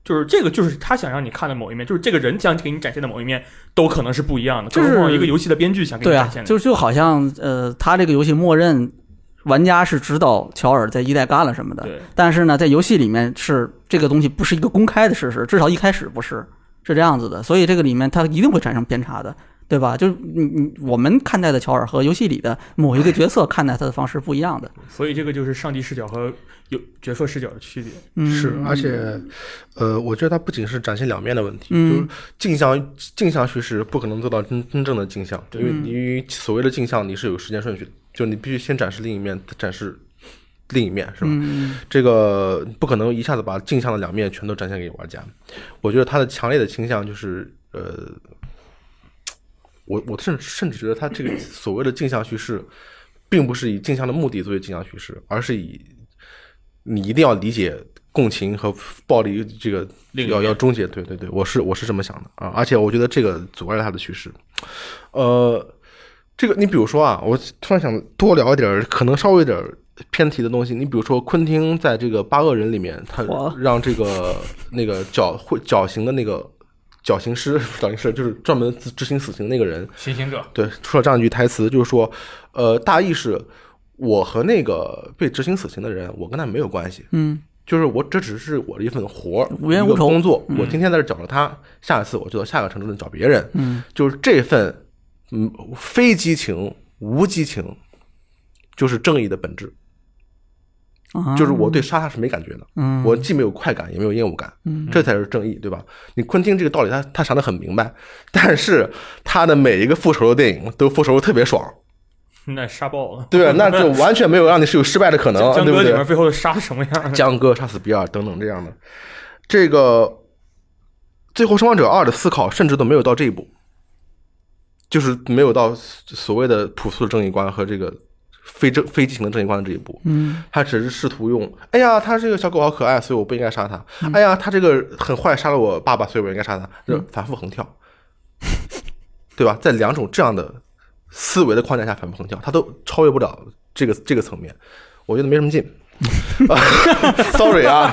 S4: 就是这个，就是他想让你看的某一面，就是这个人想给你展现的某一面，都可能是不一样的。
S1: 就
S4: 更何况
S1: 是
S4: 一个游戏的编剧想给你
S1: 对
S4: 展
S1: 啊
S4: 现，的，
S1: 就就好像呃，他这个游戏默认玩家是知道乔尔在一代干了什么的，
S4: 对
S1: 但是呢，在游戏里面是这个东西不是一个公开的事实，至少一开始不是是这样子的，所以这个里面它一定会产生偏差的，对吧？就是你你我们看待的乔尔和游戏里的某一个角色看待他的方式不一样的，
S4: 所以这个就是上帝视角和有角色视角的区别。
S1: 嗯，
S2: 是，而且，呃，我觉得它不仅是展现两面的问题，
S1: 嗯
S2: 就是镜像镜像叙事不可能做到真真正的镜像，因为
S1: 嗯
S2: 因为所谓的镜像你是有时间顺序的，就你必须先展示另一面，再展示另一面，是吧？
S1: 嗯
S2: 这个不可能一下子把镜像的两面全都展现给玩家。我觉得他的强烈的倾向就是，呃，我我甚甚至觉得他这个所谓的镜像叙事，并不是以镜像的目的作为镜像叙事，而是以你一定要理解共情和暴力这个
S4: 另一
S2: 要
S4: 面
S2: 要终结。对对对，我是我是这么想的啊，而且我觉得这个阻碍了他的趋势。呃，这个你比如说啊，我突然想多聊一点儿，可能稍微有点儿偏题的东西。你比如说，昆汀在这个《八恶人》里面，他
S1: 哇
S2: 让这个那个绞会绞刑的那个绞刑师，不是绞刑师就是专门执执行死刑那个人，
S3: 行刑者，
S2: 对，说了这样一句台词，就是说，呃，大意是，我和那个被执行死刑的人，我跟他没有关系，
S1: 嗯，
S2: 就是我这只是我的一份活儿，
S1: 无冤无
S2: 一个
S1: 仇
S2: 工作，我今天在这找了他，下一次我就到下个城镇找别人，
S1: 嗯，
S2: 就是这份，嗯，非激情、无激情，就是正义的本质，
S1: 啊
S2: 就是我对杀他是没感觉的，
S1: 嗯
S2: 我既没有快感，也没有厌恶感，这才是正义，对吧？你昆汀这个道理他，他想的很明白，但是他的每一个复仇的电影都复仇得特别爽，
S4: 那杀爆了。 <laughs>
S2: 对吧？那就完全没有让你是有失败的可能，啊
S4: 江
S2: 对不
S4: 哥里
S2: 对
S4: 面？最后杀什么样？
S2: 江哥杀死比尔等等这样的，这个《最后生还者二》的思考甚至都没有到这一步，就是没有到所谓的朴素的正义观和这个非正非激情的正义观的这一步。
S1: 嗯
S2: 他只是试图用，哎呀，他这个小狗好可爱，所以我不应该杀它。哎呀，他这个很坏，杀了我爸爸，所以我应该杀他。就反复横跳， <laughs> 对吧？在两种这样的思维的框架下反复横跳，他都超越不了这个这个层面，我觉得没什么劲。Sorry 啊，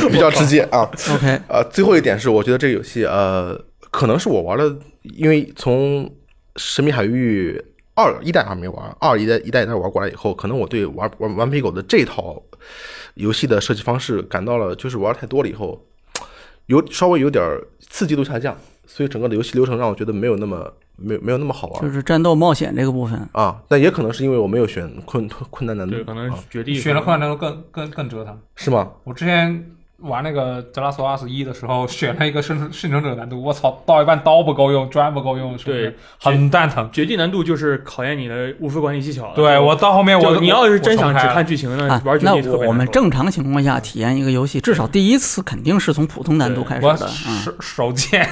S2: <laughs> 比较直接啊。
S1: ，OK，
S2: 呃，最后一点是，我觉得这个游戏，呃，可能是我玩的，因为从《神秘海域二》一代还没玩，二一代一代一代玩过来以后，可能我对玩玩顽皮狗的这套游戏的设计方式感到了，就是玩太多了以后，有稍微有点儿刺激度下降，所以整个的游戏流程让我觉得没有那么没有没有那么好玩。
S1: 就是战斗冒险这个部分，
S2: 啊，但也可能是因为我没有选困困难难度
S4: 对，，可能
S2: 啊
S4: 绝地
S3: 选了困难难度更更更折腾。
S2: 是吗？
S3: 我之前玩那个《The Last of Us 一》的时候，选了一个生生存者难度，我操，到一半刀不够用，砖不够用，是不是
S4: 对，
S3: 很蛋疼。
S4: 绝地难度就是考验你的物资管理技巧了。
S3: 对我到后面
S4: 就
S3: 哎我
S4: 你要是真想只，
S3: 我重开
S4: 看剧情呢
S1: 啊，，
S4: 哎玩绝
S1: 那
S4: 地特别难受
S1: 我我们正常情况下体验一个游戏，至少第一次肯定是从普通难度开始
S3: 我
S4: <laughs>
S1: 的。
S3: 手手贱，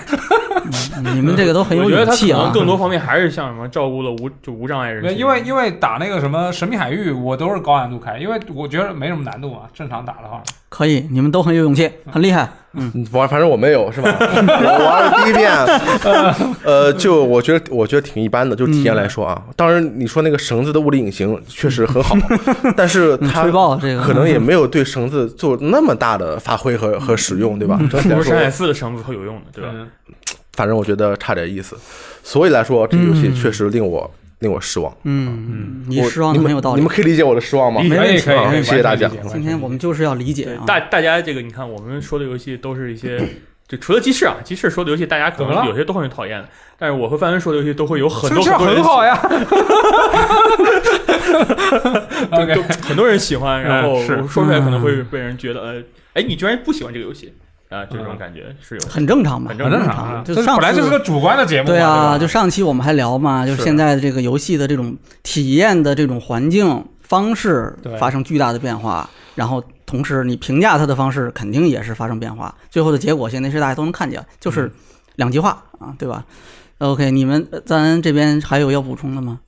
S1: 嗯，你们这个都很有
S4: 我觉得
S1: 勇
S4: 他可
S1: 气啊
S4: 能。更多方面还是像什么照顾了无就无障碍人群，
S3: 因为因为打那个什么神秘海域，我都是高难度开，因为我觉得没什么难度嘛，正常打的话。
S1: 可以，你们都很有勇气，很厉害。
S2: 玩，嗯反正我没有，是吧？
S1: <laughs>
S2: 我玩了第一遍，呃，就我觉得我觉得挺一般的，就体验来说啊。
S1: 嗯
S2: 当然，你说那个绳子的物理隐形确
S1: <laughs>
S2: 实很好，但是
S1: 你嗯
S2: 它
S1: 吹爆这个，
S2: 可能也没有对绳子做那么大的发挥和和使用，对吧？
S1: 嗯
S2: 整体
S4: 不
S2: 来
S4: 是
S2: 说
S4: 山，海四的绳子会有用的，对吧？
S3: 嗯，
S2: 反正我觉得差点意思。所以来说，这个游戏确实令我令我失望。
S1: 嗯，你
S2: 我
S1: 失望
S2: 你
S1: 的
S2: 们
S1: 很有道
S2: 你
S1: 理
S2: 们。可以理解我的失望吗？
S1: 没
S3: 可
S1: 问
S3: 以
S1: 题
S3: 可以
S1: 啊
S3: 可以，
S2: 谢谢大家
S3: 完全理解
S1: 今天我们就是要理解
S4: 对
S1: 啊，
S4: 大大家这个你看，我们说的游戏都是一些，就除了鸡翅啊，鸡翅说的游戏大家可
S3: 怎么
S4: 能
S3: 了
S4: 有些都很讨厌的，但是我和范文说的游戏都会有很多
S3: 这
S4: 很多人
S3: 很好
S4: <laughs>
S3: 呀。
S4: 就
S3: OK，
S4: 就很多人喜
S3: <laughs>
S4: 欢，然后
S3: 嗯是
S4: 我说出来可能会被人觉得，呃，哎，你居然不喜欢这个游戏啊，就这
S3: 嗯
S4: 种感觉是有。
S1: 很正常吧？
S4: 很
S3: 很
S1: 正
S3: 正常啊，
S1: 就
S3: 这
S1: 上
S3: 本来就是
S1: 次
S3: 个主观的节目嘛，
S1: 对啊，
S3: 吧
S1: 就上期我们还聊嘛，就是是现在的这个游戏的这种体验的这种环境方式
S3: 对
S1: 发生巨大的变化，然后同时你评价它的方式肯定也是发生变化，最后的结果现在是大家都能看见，就是两极化啊，对吧？OK，你们呃咱这边还有要补充的吗？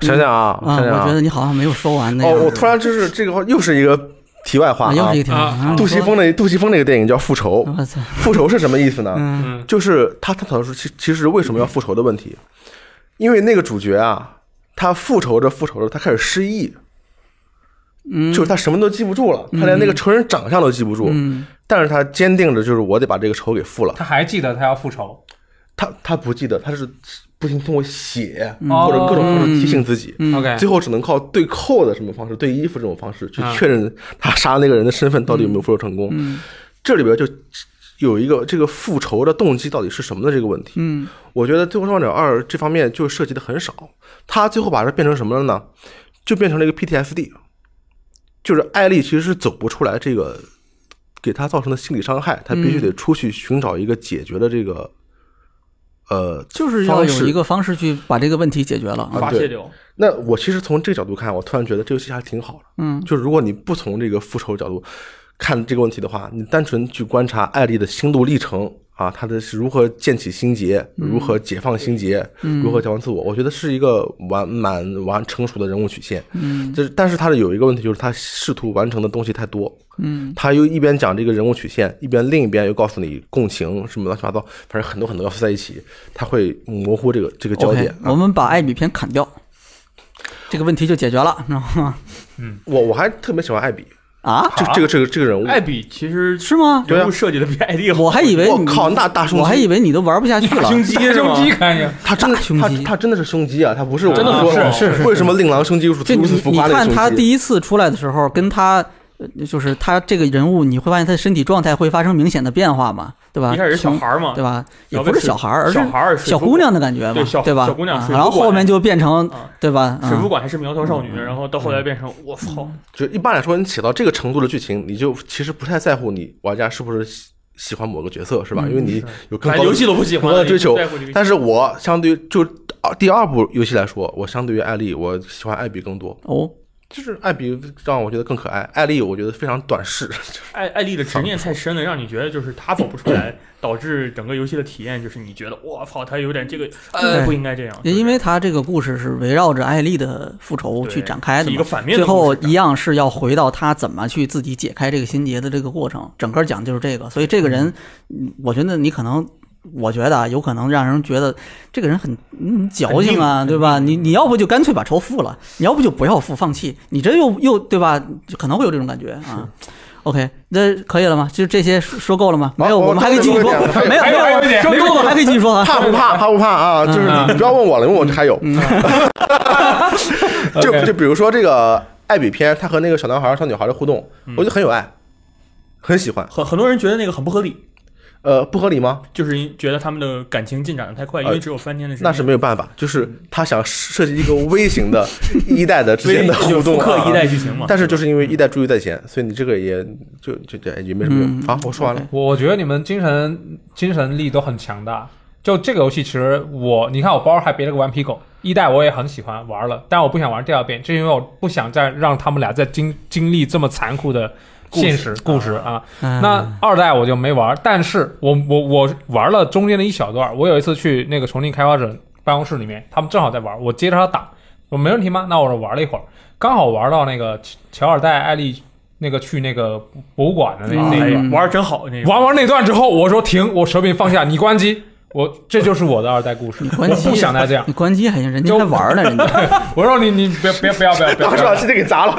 S2: 我想想啊，
S1: 啊，
S2: 想想
S1: 我觉
S2: 啊
S1: 得，你好像没有说完那
S2: 哦，
S1: 样
S2: 我突然就是这个又是一个题外话
S1: 啊，又
S2: 啊
S1: 是一。个挺嗯
S3: 啊啊
S2: 杜琪，峰的杜琪峰那个电影叫《复仇
S1: 你说》，我操，
S2: 复仇是什么意思呢？
S1: 嗯
S3: 嗯，
S2: 就是他探讨的是其其实为什么要复仇的问题，因为那个主角啊，他复仇着复仇着，他开始失忆，
S1: 嗯，
S2: 就是他什么都记不住了，他连那个仇人长相都记不住，
S1: 嗯
S2: 但是他坚定着就是我得把这个仇给复了。
S3: 他还记得他要复仇，
S2: 他他不记得，他是不停通过写
S3: 哦
S2: 或者各种方式提醒自己，
S1: 嗯
S3: OK <laughs>
S2: 最后只能靠对扣的什么方式、对衣服这种方式去
S3: 啊
S2: 确认他杀那个人的身份到底有没有复仇成功。
S1: 嗯
S2: 这里边就有一个这个复仇的动机到底是什么的这个问题。
S1: 嗯
S2: 我觉得《最后生还者二》这方面就涉及的很少，他最后把它变成什么了呢？就变成了一个 PTSD，就是艾丽其实是走不出来这个给他造成的心理伤害，他必须得出去寻找一个解决的这个、呃，
S1: 就是要
S2: 方
S1: 有
S2: 式
S1: 一个方式去把这个问题解决了啊，
S4: 发泄掉，
S2: 那我其实从这个角度看，我突然觉得这游戏还挺好的。
S1: 嗯
S2: 就是如果你不从这个复仇角度看这个问题的话，你单纯去观察艾丽的心路历程啊，她的是如何建起心结，如何解放心结，
S1: 嗯
S2: 如何解放自我，我觉得是一个完满完成熟的人物曲线。
S1: 嗯
S2: 这但是他的有一个问题，就是他试图完成的东西太多，
S1: 嗯
S2: 他又一边讲这个人物曲线，一边另一边又告诉你共情什么乱七八糟，反正很多很多要素在一起，他会模糊这个这个啊焦点
S1: OK，。我们把艾比篇砍掉，这个问题就解决了，知道吗？
S2: 我我还特别喜欢艾比，
S1: 啊？
S2: 这这个这个这个人物，
S4: 艾比其实
S1: 是吗？
S2: 对啊
S4: 人物设计的比艾迪好，
S1: 我还以为
S2: 我
S1: 你
S2: 靠，那大胸肌，
S1: 我还以为你都玩不下去了。
S4: 胸肌
S3: 大
S4: 是
S3: 胸
S4: 吗？
S3: 肌看见，
S2: 他真的
S1: 大胸肌
S2: 他他真的是胸肌啊，他不是我
S3: 真的
S2: 说的
S1: 是是是
S2: 为什么令郎胸肌如此
S1: 就
S2: 如
S1: 你
S2: 此浮
S1: 你
S2: 夸的
S1: 看
S2: 胸
S1: 他
S2: 肌
S1: 第一次出来的时候，跟他呃就是他这个人物，你会发现他的身体状态会发生明显的变化嘛，对吧？
S4: 一开始是小
S1: 从
S4: 孩儿嘛，
S1: 对吧？也
S4: 小
S1: 不是
S4: 温水
S1: 小孩儿，而是
S4: 小孩儿，水
S1: 小
S4: 族
S1: 姑娘的感觉嘛
S4: 对小，
S1: 对吧？
S4: 小姑娘
S1: 啊
S4: 水族
S1: 然后后
S4: 馆
S1: 面就变成
S4: 啊
S1: 对吧？
S4: 水族
S1: 嗯
S4: 馆还是苗条少女，然后到后来变成我操，
S2: 就一般来说，你写到这个程度的剧情，你就其实不太在乎你玩家是不是喜喜欢某个角色，是吧？
S1: 嗯
S2: 因为你有更
S4: 反
S2: 高
S4: 正游
S2: 的
S4: 戏都不喜欢
S2: 我
S4: 了，
S2: 在追求
S4: 你不在乎这个
S2: 但是我相对于就啊第二部游戏来说，我相对于艾丽，我喜欢艾比更多。
S1: 哦，
S2: 就是艾比让我觉得更可爱，艾丽我觉得非常短视。 <laughs>
S4: 艾艾丽的执念太深了，让你觉得就是她走不出来，导致整个游戏的体验就是你觉得我操，她有点这个
S1: 对
S4: 呃不应该这样，
S1: 也因为他这个故事是围绕着艾丽的复仇
S4: 对
S1: 去展开的
S4: 是一
S1: 嘛
S4: 个，反面
S1: 最
S4: 的
S1: 后
S4: 故事
S1: 一样是要回到他怎么去自己解开这个心结的这个过程，整个讲就是这个。所以这个人，嗯我觉得你可能，我觉得啊，有可能让人觉得这个人很嗯矫情啊，
S4: 很拧
S1: 对吧？你你要不就干脆把仇付了，你要不就不要付，放弃。你这又又对吧？就可能会有这种感觉啊。OK，那可以了吗？就这些说说够了吗？没有，
S2: 好
S1: 我们
S2: 我
S1: 还可以继续说
S2: 我我。
S1: 没有
S3: 还有还有一
S1: 没
S3: 点
S1: 说够了还可以继续说啊。
S4: <laughs>
S2: 怕不怕？怕不怕啊？就是你不要问我了，因为我还有。 <laughs> 就
S3: OK
S2: 就比如说这个艾比篇，他和那个小男孩、小女孩的互动，我觉得很有爱，很喜欢。
S4: 很很多人觉得那个很不合理，
S2: 呃，不合理吗？
S4: 就是觉得他们的感情进展的太快，因为只有三天的时间，
S2: 呃那是没有办法，就是他想设计一个微型的一代的之间的
S4: 就
S2: 互
S4: 复
S2: 动
S4: 刻
S2: 啊
S4: 一代剧情嘛，
S2: 但是就是因为一代注意在前，所以你这个也就就就也没什么用。好，我说完了。
S3: 我我觉得你们精神精神力都很强大。就这个游戏，其实我你看我包还别了个顽皮狗，一代我也很喜欢玩了，但我不想玩第二遍，是因为我不想再让他们俩再经经历这么残酷的现实故事啊。
S1: 嗯
S3: 那二代我就没玩，但是我我我玩了中间的一小段儿。我有一次去那个重庆开发者办公室里面，他们正好在玩，我接着他打，我说没问题吗？那我玩了一会儿，刚好玩到那个乔乔尔戴艾丽那个去那个博物馆的那、那一
S4: 哎
S3: 段
S4: 呀
S1: 嗯，
S4: 玩儿真好那个
S3: 玩完那段之后，我说停，我手柄放下，你关机。我这就是我的二代故事，我
S1: 关机
S3: 不想再这样。
S1: 你关机还行，人家还玩
S3: <laughs>
S1: 呢，人家。
S3: 我说你你别别不要不要不要
S1: <laughs>
S2: 当
S3: 不
S2: 时
S3: 要
S2: 把，机子给砸了，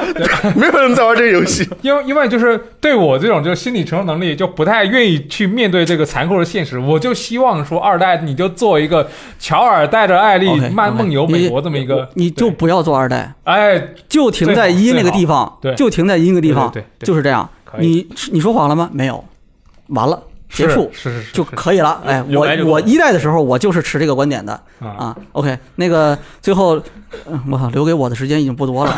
S2: 没有人在玩这个游戏。
S3: 因为因为就是对我这种就是心理承受能力就不太愿意去面对这个残酷的现实，我就希望说二代你就做一个乔尔带着艾丽
S1: OK，
S3: 漫
S1: OK，
S3: 梦游
S1: 你
S3: 美国这么一个，
S1: 你就
S3: 对
S1: 不要做二代，
S3: 哎
S1: 就停在一那个地方，
S3: 最好最好对
S1: 就停在一那个地方，
S3: 对对对
S1: 就是这样。
S3: 可以
S1: 你你说谎了吗？没有，完了，结束
S3: <laughs> 是是是啊是
S1: 就可以了。哎，
S4: 有
S1: 我
S4: 白就够
S1: 我
S4: 了
S1: 一代的时候，我就是持这个观点的
S3: 啊，
S1: 啊。OK，那个最后，嗯我操，留给我的时间已经不多了。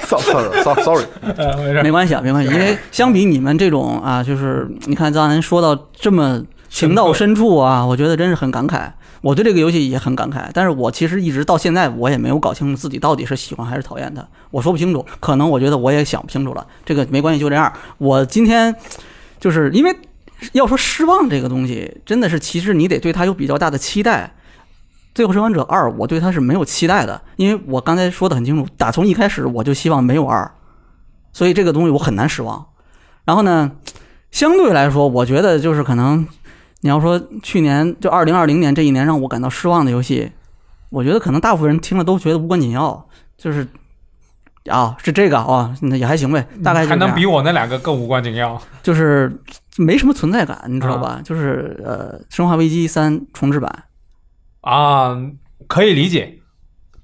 S2: sorry sorry sorry， <laughs>
S3: 呃没事
S1: 没关系啊，没关系，因为相比你们这种啊，就是你看张楠说到这么情到深处啊，我觉得真是很感慨。我对这个游戏也很感慨，但是我其实一直到现在我也没有搞清楚自己到底是喜欢还是讨厌它，我说不清楚，可能我觉得我也想不清楚了。这个没关系，就这样。我今天就是因为要说失望这个东西，真的是其实你得对它有比较大的期待。《最后生还者二》，我对它是没有期待的，因为我刚才说的很清楚，打从一开始我就希望没有二，所以这个东西我很难失望。然后呢，相对来说，我觉得就是可能你要说去年就二零二零年这一年让我感到失望的游戏，我觉得可能大部分人听了都觉得无关紧要，就是啊是这个啊，那也还行呗，大概就
S3: 嗯还
S1: 这
S3: 能
S1: 样
S3: 比我那两个更无关紧要。
S1: 就是没什么存在感，你知道吧？就是呃，《生化危机三》重置版，
S3: 啊，可以理解，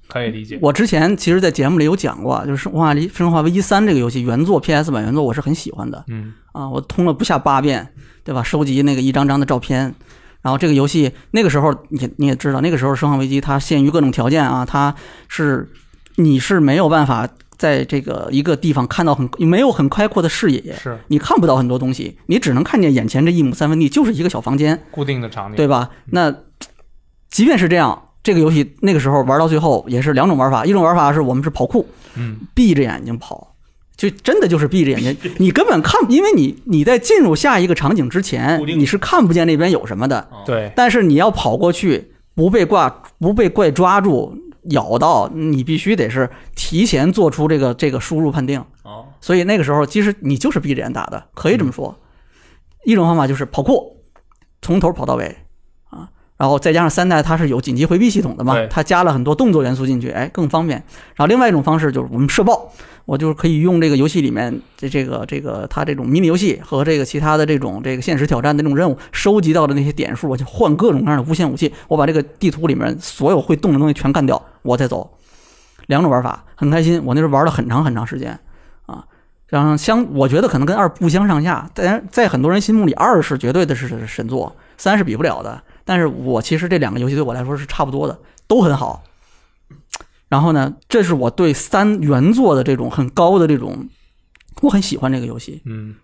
S3: 可以理解。
S1: 我之前其实，在节目里有讲过，就是《生化危生化危机三》这个游戏原作 PS 版原作我是很喜欢的
S3: 嗯，
S1: 啊，我通了不下八遍，对吧？收集那个一张张的照片。然后这个游戏那个时候你你也知道，那个时候《生化危机》它限于各种条件啊，它是你是没有办法在这个一个地方看到很没有很开阔的视野，
S3: 是
S1: 你看不到很多东西，你只能看见眼前这一亩三分地，就是一个小房间，
S3: 固定的场景。
S1: 对吧？那即便是这样，这个游戏那个时候玩到最后也是两种玩法，一种玩法是我们是跑酷，
S3: 嗯，
S1: 闭着眼睛跑。就真的就是闭着眼睛，你根本看，因为你你在进入下一个场景之前
S4: 固，定
S1: 你是看不见那边有什么的。
S3: 对，
S1: 但是你要跑过去，不被挂，不被怪抓住、咬到，你必须得是提前做出这个这个输入判定。
S4: 哦，
S1: 所以那个时候，其实你就是闭着眼打的，可以这么说。一种方法就是跑酷，从头跑到尾啊。然后再加上三代它是有紧急回避系统的嘛
S3: 对，
S1: 它加了很多动作元素进去，哎，更方便。然后另外一种方式就是我们社爆，我就是可以用这个游戏里面这这个这个它这种迷你游戏和这个其他的这种这个现实挑战的那种任务收集到的那些点数，我就换各种各样的无限武器，我把这个地图里面所有会动的东西全干掉，我再走。两种玩法很开心，我那时候玩了很长很长时间啊。然后相，我觉得可能跟二不相上下，但在很多人心目里，二是绝对的是神作，三是比不了的。但是我其实这两个游戏对我来说是差不多的，都很好。然后呢，这是我对三原作的这种很高的这种，我很喜欢这个游戏。
S3: 嗯，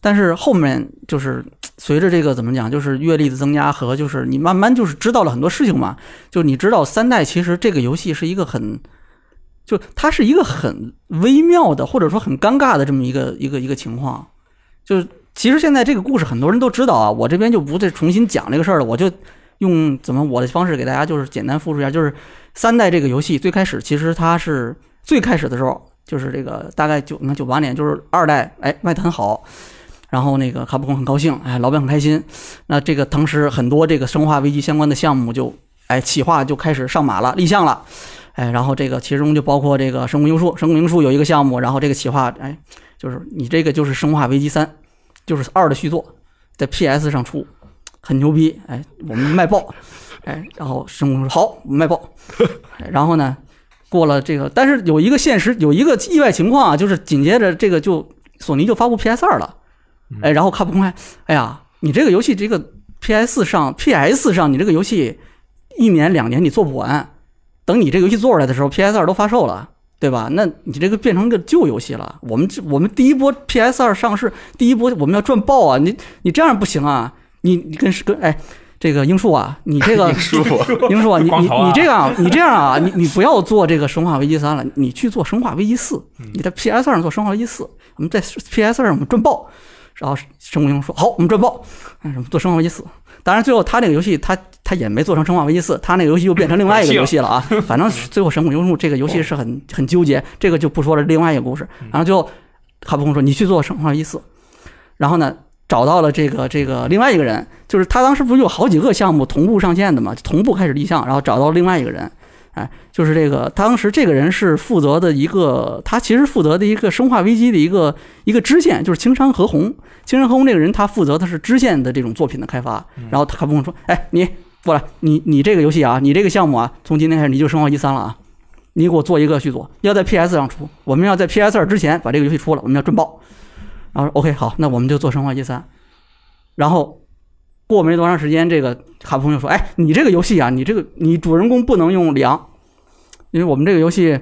S1: 但是后面就是随着这个怎么讲，就是阅历的增加和就是你慢慢就是知道了很多事情嘛，就你知道三代其实这个游戏是一个很，就它是一个很微妙的或者说很尴尬的这么一个一个一个情况，就是其实现在这个故事很多人都知道啊，我这边就不再重新讲这个事儿了，我就用怎么我的方式给大家就是简单复述一下，就是三代这个游戏最开始其实它是最开始的时候。就是这个，大概九你看九八年，就是二代，哎，卖的很好，然后那个卡普空很高兴，哎，老板很开心。那这个同时很多这个生化危机相关的项目就哎企划就开始上马了，立项了。哎，然后这个其中就包括这个神谷英树，神谷英树有一个项目，然后这个企划哎就是你这个就是生化危机三，就是二的续作，在 PS 上出，很牛逼，哎，我们卖爆，哎，然后神谷英树说好，我们卖爆，哎然后呢？过了这个，但是有一个现实，有一个意外情况啊，就是紧接着这个就索尼就发布 PS 二了，哎，然后卡普空还，哎呀，你这个游戏这个 PS 上 PS 上你这个游戏一年两年你做不完，等你这个游戏做出来的时候，PS 二都发售了，对吧？那你这个变成个旧游戏了。我们这我们第一波 PS 二上市，第一波我们要赚爆啊！你你这样不行啊！你你跟跟哎。这个英树啊，你这
S2: <laughs>
S1: 个
S2: 舒服。
S3: <laughs>
S1: 英叔啊，你
S3: 光
S1: 你
S3: 头啊
S1: 你这样啊，你这样啊，你你不要做这个《生化危机三》了，你去做《生化危机四》，
S3: 嗯
S1: 你在 PS 二上做《生化危机四》，我们在 PS 二上我们赚爆。然后申公英说：“好，我们赚爆，哎，什么做《生化危机四》？当然，最后他那个游戏他他也没做成《生化危机四》，他那个游戏又变成另外一个游戏了啊。反正最后神谷英树这个游戏是很很纠结，这个就不说了，另外一个故事。然后最后卡普空说：‘你去做《生化危机四》。’然后呢，找到了这个这个另外一个人，就是他当时不是有好几个项目同步上线的嘛，同步开始立项，然后找到另外一个人，哎，就是这个当时这个人是负责的一个，他其实负责的一个生化危机的一个一个支线，就是青山和红。青山和红这个人他负责的是支线的这种作品的开发，然后他跟我说，哎，你过来，你你这个游戏啊，你这个项目啊，从今天开始你就生化危机三了啊。你给我做一个续作，要在 PS 上出，我们要在 PS 二之前把这个游戏出了，我们要赚爆。然后说 OK 好，那我们就做《生化危机三》。然后过没多长时间，这个卡普空就说：“哎，你这个游戏啊，你这个你主人公不能用里昂，因为我们这个游戏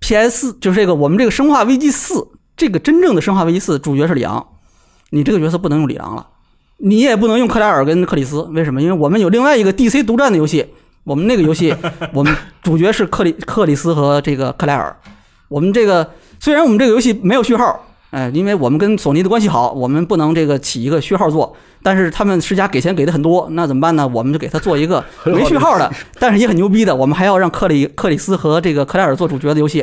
S1: PS 就是这个我们这个《生化危机四》这个真正的《生化危机四》主角是里昂，你这个角色不能用里昂了，你也不能用克莱尔跟克里斯，为什么？因为我们有另外一个 DC 独占的游戏。”我们那个游戏，我们主角是克里克里斯和这个克莱尔。我们这个虽然我们这个游戏没有序号，哎，因为我们跟索尼的关系好，我们不能这个起一个序号做，但是他们世嘉给钱给的很多，那怎么办呢？我们就给他做一个没序号的，但是也很牛逼的，我们还要让克里克里斯和这个克莱尔做主角的游戏。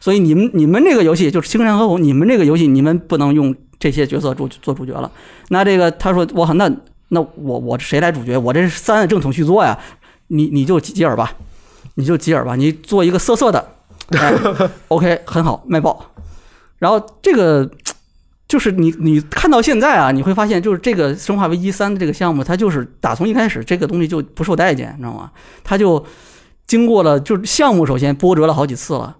S1: 所以你们你们这个游戏就是《青山和红》，你们这个游戏你们不能用这些角色主做主角了。那这个他说我靠，那那我我谁来主角？我这是三的正统续作呀，你你就吉吉尔吧，你就吉尔吧，你做一个色色的、哎，OK 很好卖爆。然后这个就是你你看到现在啊，你会发现就是这个《生化危机三》的这个项目，它就是打从一开始这个东西就不受待见，你知道吗？它就经过了就是项目首先波折了好几次了。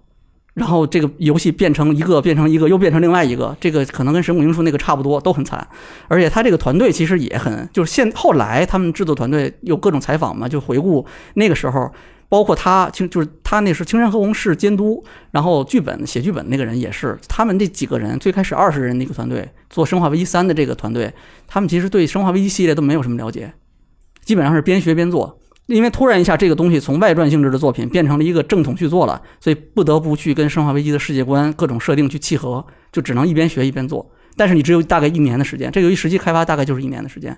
S1: 然后这个游戏变成一个，变成一个，又变成另外一个，这个可能跟《神谷英树》那个差不多，都很惨。而且他这个团队其实也很，就是现后来他们制作团队有各种采访嘛，就回顾那个时候，包括他青就是他那是青山和红是监督，然后剧本写剧本那个人也是，他们这几个人最开始二十人的一个团队做《生化危机三》的这个团队，他们其实对《生化危机》系列都没有什么了解，基本上是边学边做。因为突然一下，这个东西从外传性质的作品变成了一个正统续作了，所以不得不去跟《生化危机》的世界观各种设定去契合，就只能一边学一边做。但是你只有大概一年的时间，这个游戏实际开发大概就是一年的时间，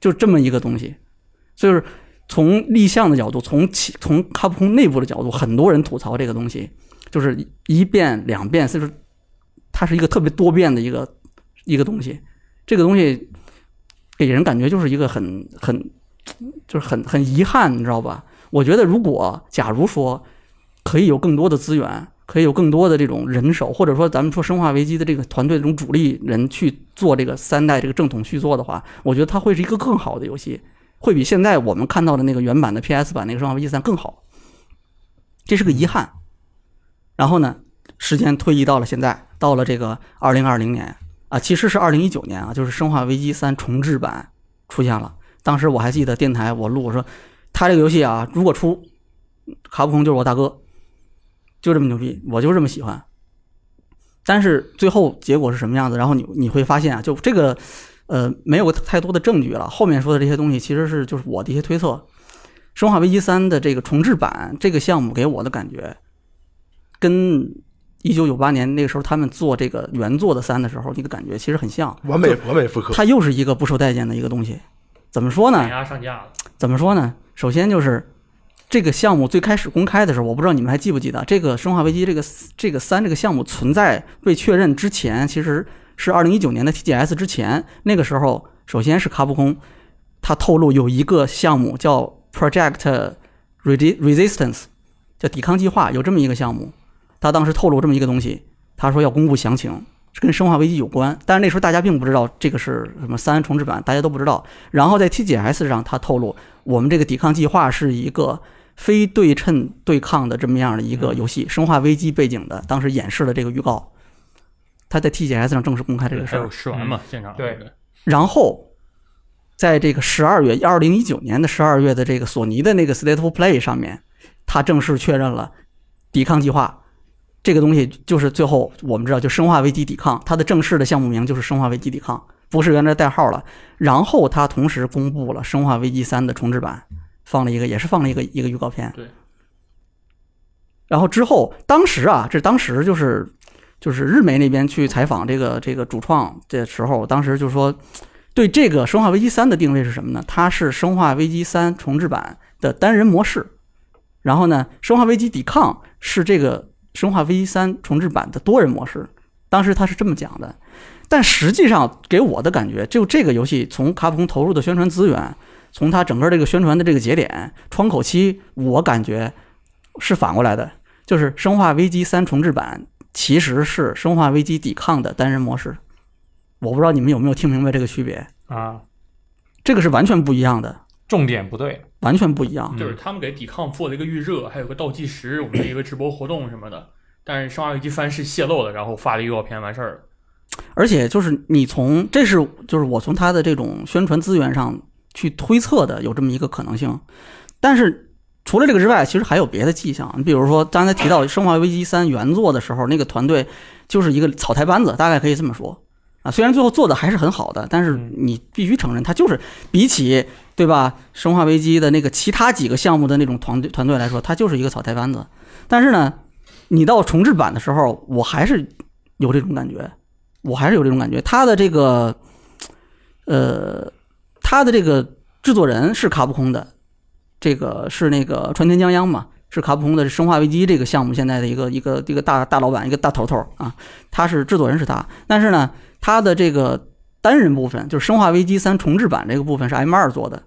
S1: 就这么一个东西。就是从立项的角度，从其从卡普空内部的角度，很多人吐槽这个东西，就是一变两变，就是它是一个特别多变的一个一个东西。这个东西给人感觉就是一个很很就是很很遗憾，你知道吧？我觉得如果假如说可以有更多的资源，可以有更多的这种人手，或者说咱们说《生化危机》的这个团队这种主力人去做这个三代这个正统续作的话，我觉得它会是一个更好的游戏，会比现在我们看到的那个原版的 PS 版那个《生化危机三》更好。这是个遗憾。然后呢，时间推移到了现在，到了这个二零二零年啊，其实是二零一九年啊，就是《生化危机三》重制版出现了。当时我还记得电台我录我说，他这个游戏啊，如果出，卡普空就是我大哥，就这么牛逼，我就这么喜欢。但是最后结果是什么样子？然后你你会发现啊，就这个，呃，没有太多的证据了。后面说的这些东西其实是就是我的一些推测，《生化危机三》的这个重置版这个项目给我的感觉，跟一九九八年那个时候他们做这个原作的三的时候那个感觉其实很像，
S2: 完美完美复刻。
S1: 它又是一个不受待见的一个东西。怎么说
S4: 碾
S1: 呢？
S4: 压上架了，
S1: 怎么说呢？首先就是这个项目最开始公开的时候，我不知道你们还记不记得，这个《生化危机》这个这个三这个项目存在被确认之前，其实是二零一九年的 TGS 之前。那个时候，首先是卡普空，他透露有一个项目叫 Project Resi- Resistance，叫抵抗计划，有这么一个项目。他当时透露这么一个东西，他说要公布详情，是跟《生化危机》有关。但是那时候大家并不知道这个是什么三重置版，大家都不知道。然后在 TGS 上，他透露我们这个抵抗计划是一个非对称对抗的这么样的一个游戏，生化危机》背景的，当时演示了这个预告。他在 TGS 上正式公开这个事
S4: 还
S1: 儿
S4: 有，试玩
S1: 嗯
S4: 嘛，现场
S3: 对
S1: 然后在这个十二月，二零一九年的十二月的这个索尼的那个 State of Play 上面，他正式确认了抵抗计划这个东西，就是最后我们知道，就生化危机抵抗，它的正式的项目名就是生化危机抵抗，不是原来代号了。然后他同时公布了《生化危机三》的重制版，放了一个，也是放了一个一个预告片。
S4: 对。
S1: 然后之后，当时啊，这当时就是就是日媒那边去采访这个这个主创的时候，当时就说，对这个《生化危机三》的定位是什么呢？它是《生化危机三》重置版的单人模式，然后呢，《生化危机抵抗》是这个《生化危机三》重置版的多人模式。当时他是这么讲的，但实际上给我的感觉，就这个游戏从卡普空投入的宣传资源，从它整个这个宣传的这个节点窗口期，我感觉是反过来的，就是《生化危机三》重置版其实是《生化危机抵抗》的单人模式。我不知道你们有没有听明白这个区别，
S3: 啊，
S1: 这个是完全不一样的，
S3: 重点不对，
S1: 完全不一样。
S4: 就是他们给抵抗做了一个预热，还有个倒计时，我们的一个直播活动什么的。但是《生化危机三》是泄露了，然后发了预告片完事儿了。
S1: 而且就是你从这是就是我从他的这种宣传资源上去推测的有这么一个可能性，但是除了这个之外，其实还有别的迹象。你比如说刚才提到《生化危机三》原作的时候，那个团队就是一个草台班子，大概可以这么说啊。虽然最后做的还是很好的，但是你必须承认，它就是比起对吧《生化危机》的那个其他几个项目的那种团队团队来说，它就是一个草台班子。但是呢，你到重置版的时候，我还是有这种感觉。我还是有这种感觉。他的这个，呃，他的这个制作人是卡普空的，这个是那个川田将央嘛，是卡普空的《生化危机》这个项目现在的一个一个一个大大老板，一个大头头啊。他是制作人是他，但是呢，他的这个单人部分就是《生化危机三》重置版这个部分是 M 二做的。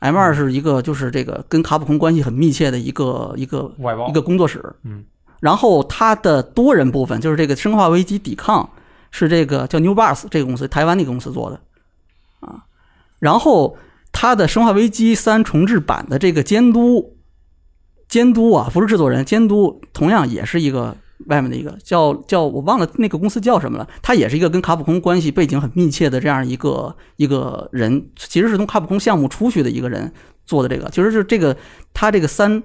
S1: M 二是一个，就是这个跟卡普空关系很密切的一个一个
S3: 外包
S1: 一个工作室，
S3: 嗯，
S1: 然后它的多人部分就是这个《生化危机：抵抗》是这个叫 New Bus 这个公司，台湾那个公司做的啊，然后它的《生化危机三》重置版的这个监督，监督啊，不是制作人，监督同样也是一个外面的一个叫叫我忘了那个公司叫什么了，它也是一个跟卡普空关系背景很密切的这样一个一个人，其实是从卡普空项目出去的一个人做的这个，其实是这个他这个三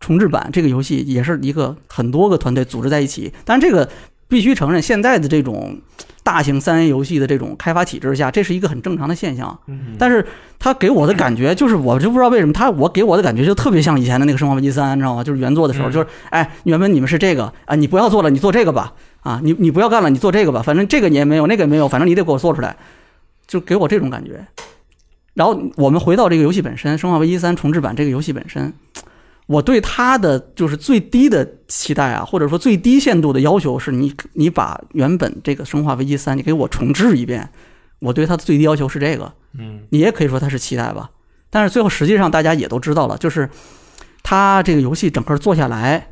S1: 重置版这个游戏也是一个很多个团队组织在一起，但是这个必须承认，现在的这种大型三 A 游戏的这种开发体制下，这是一个很正常的现象。
S3: 嗯
S1: 但是它给我的感觉就是，我就不知道为什么它我给我的感觉就特别像以前的那个《生化危机三》，你知道吗？就是原作的时候，
S3: 嗯
S1: 就是哎，原本你们是这个啊，你不要做了，你做这个吧，啊，你你不要干了，你做这个吧，反正这个你也没有，那个也没有，反正你得给我做出来，就给我这种感觉。然后我们回到这个游戏本身，《生化危机三》重置版这个游戏本身，我对它的就是最低的期待啊，或者说最低限度的要求是你你把原本这个《生化危机三》你给我重置一遍，我对它的最低要求是这个。
S3: 嗯
S1: 你也可以说它是期待吧。但是最后实际上大家也都知道了，就是它这个游戏整个做下来，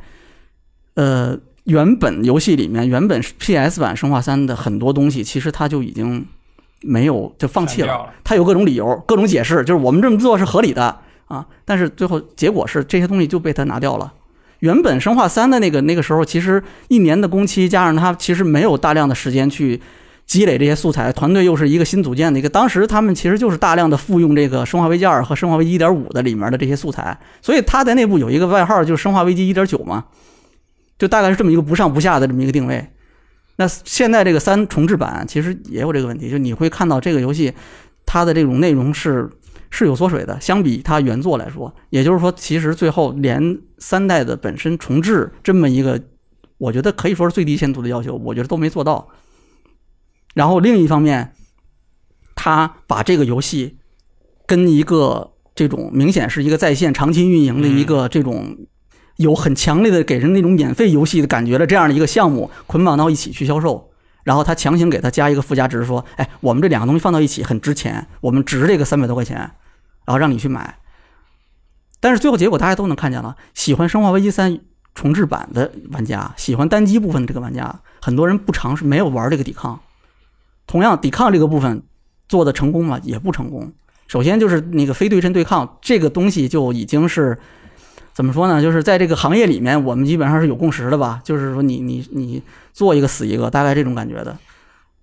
S1: 呃，原本游戏里面原本 PS 版《生化三》的很多东西，其实它就已经没有就放弃
S3: 删
S1: 了。
S3: 掉了。
S1: 它有各种理由、各种解释，就是我们这么做是合理的啊。但是最后结果是这些东西就被它拿掉了。原本《生化三》的那个那个时候，其实一年的工期加上它其实没有大量的时间去积累这些素材，团队又是一个新组建的一个，当时他们其实就是大量的复用这个《生化危机二》和《生化危机一点五》的里面的这些素材，所以他在内部有一个外号就是《生化危机一点九》嘛，就大概是这么一个不上不下的这么一个定位。那现在这个三重置版其实也有这个问题，就你会看到这个游戏它的这种内容是是有缩水的，相比它原作来说，也就是说，其实最后连三代的本身重置这么一个，我觉得可以说是最低限度的要求，我觉得都没做到。然后另一方面，他把这个游戏跟一个这种明显是一个在线长期运营的一个这种有很强烈的给人那种免费游戏的感觉的这样的一个项目捆绑到一起去销售，然后他强行给他加一个附加值，说：“哎，我们这两个东西放到一起很值钱，我们值这个三百多块钱，然后让你去买。”但是最后结果大家都能看见了，喜欢《生化危机三》重置版的玩家，喜欢单机部分的这个玩家，很多人不尝试，没有玩这个抵抗。同样，抵抗这个部分做的成功吗？也不成功。首先就是那个非对称对抗这个东西就已经是怎么说呢？就是在这个行业里面，我们基本上是有共识的吧？就是说你你你做一个死一个，大概这种感觉的。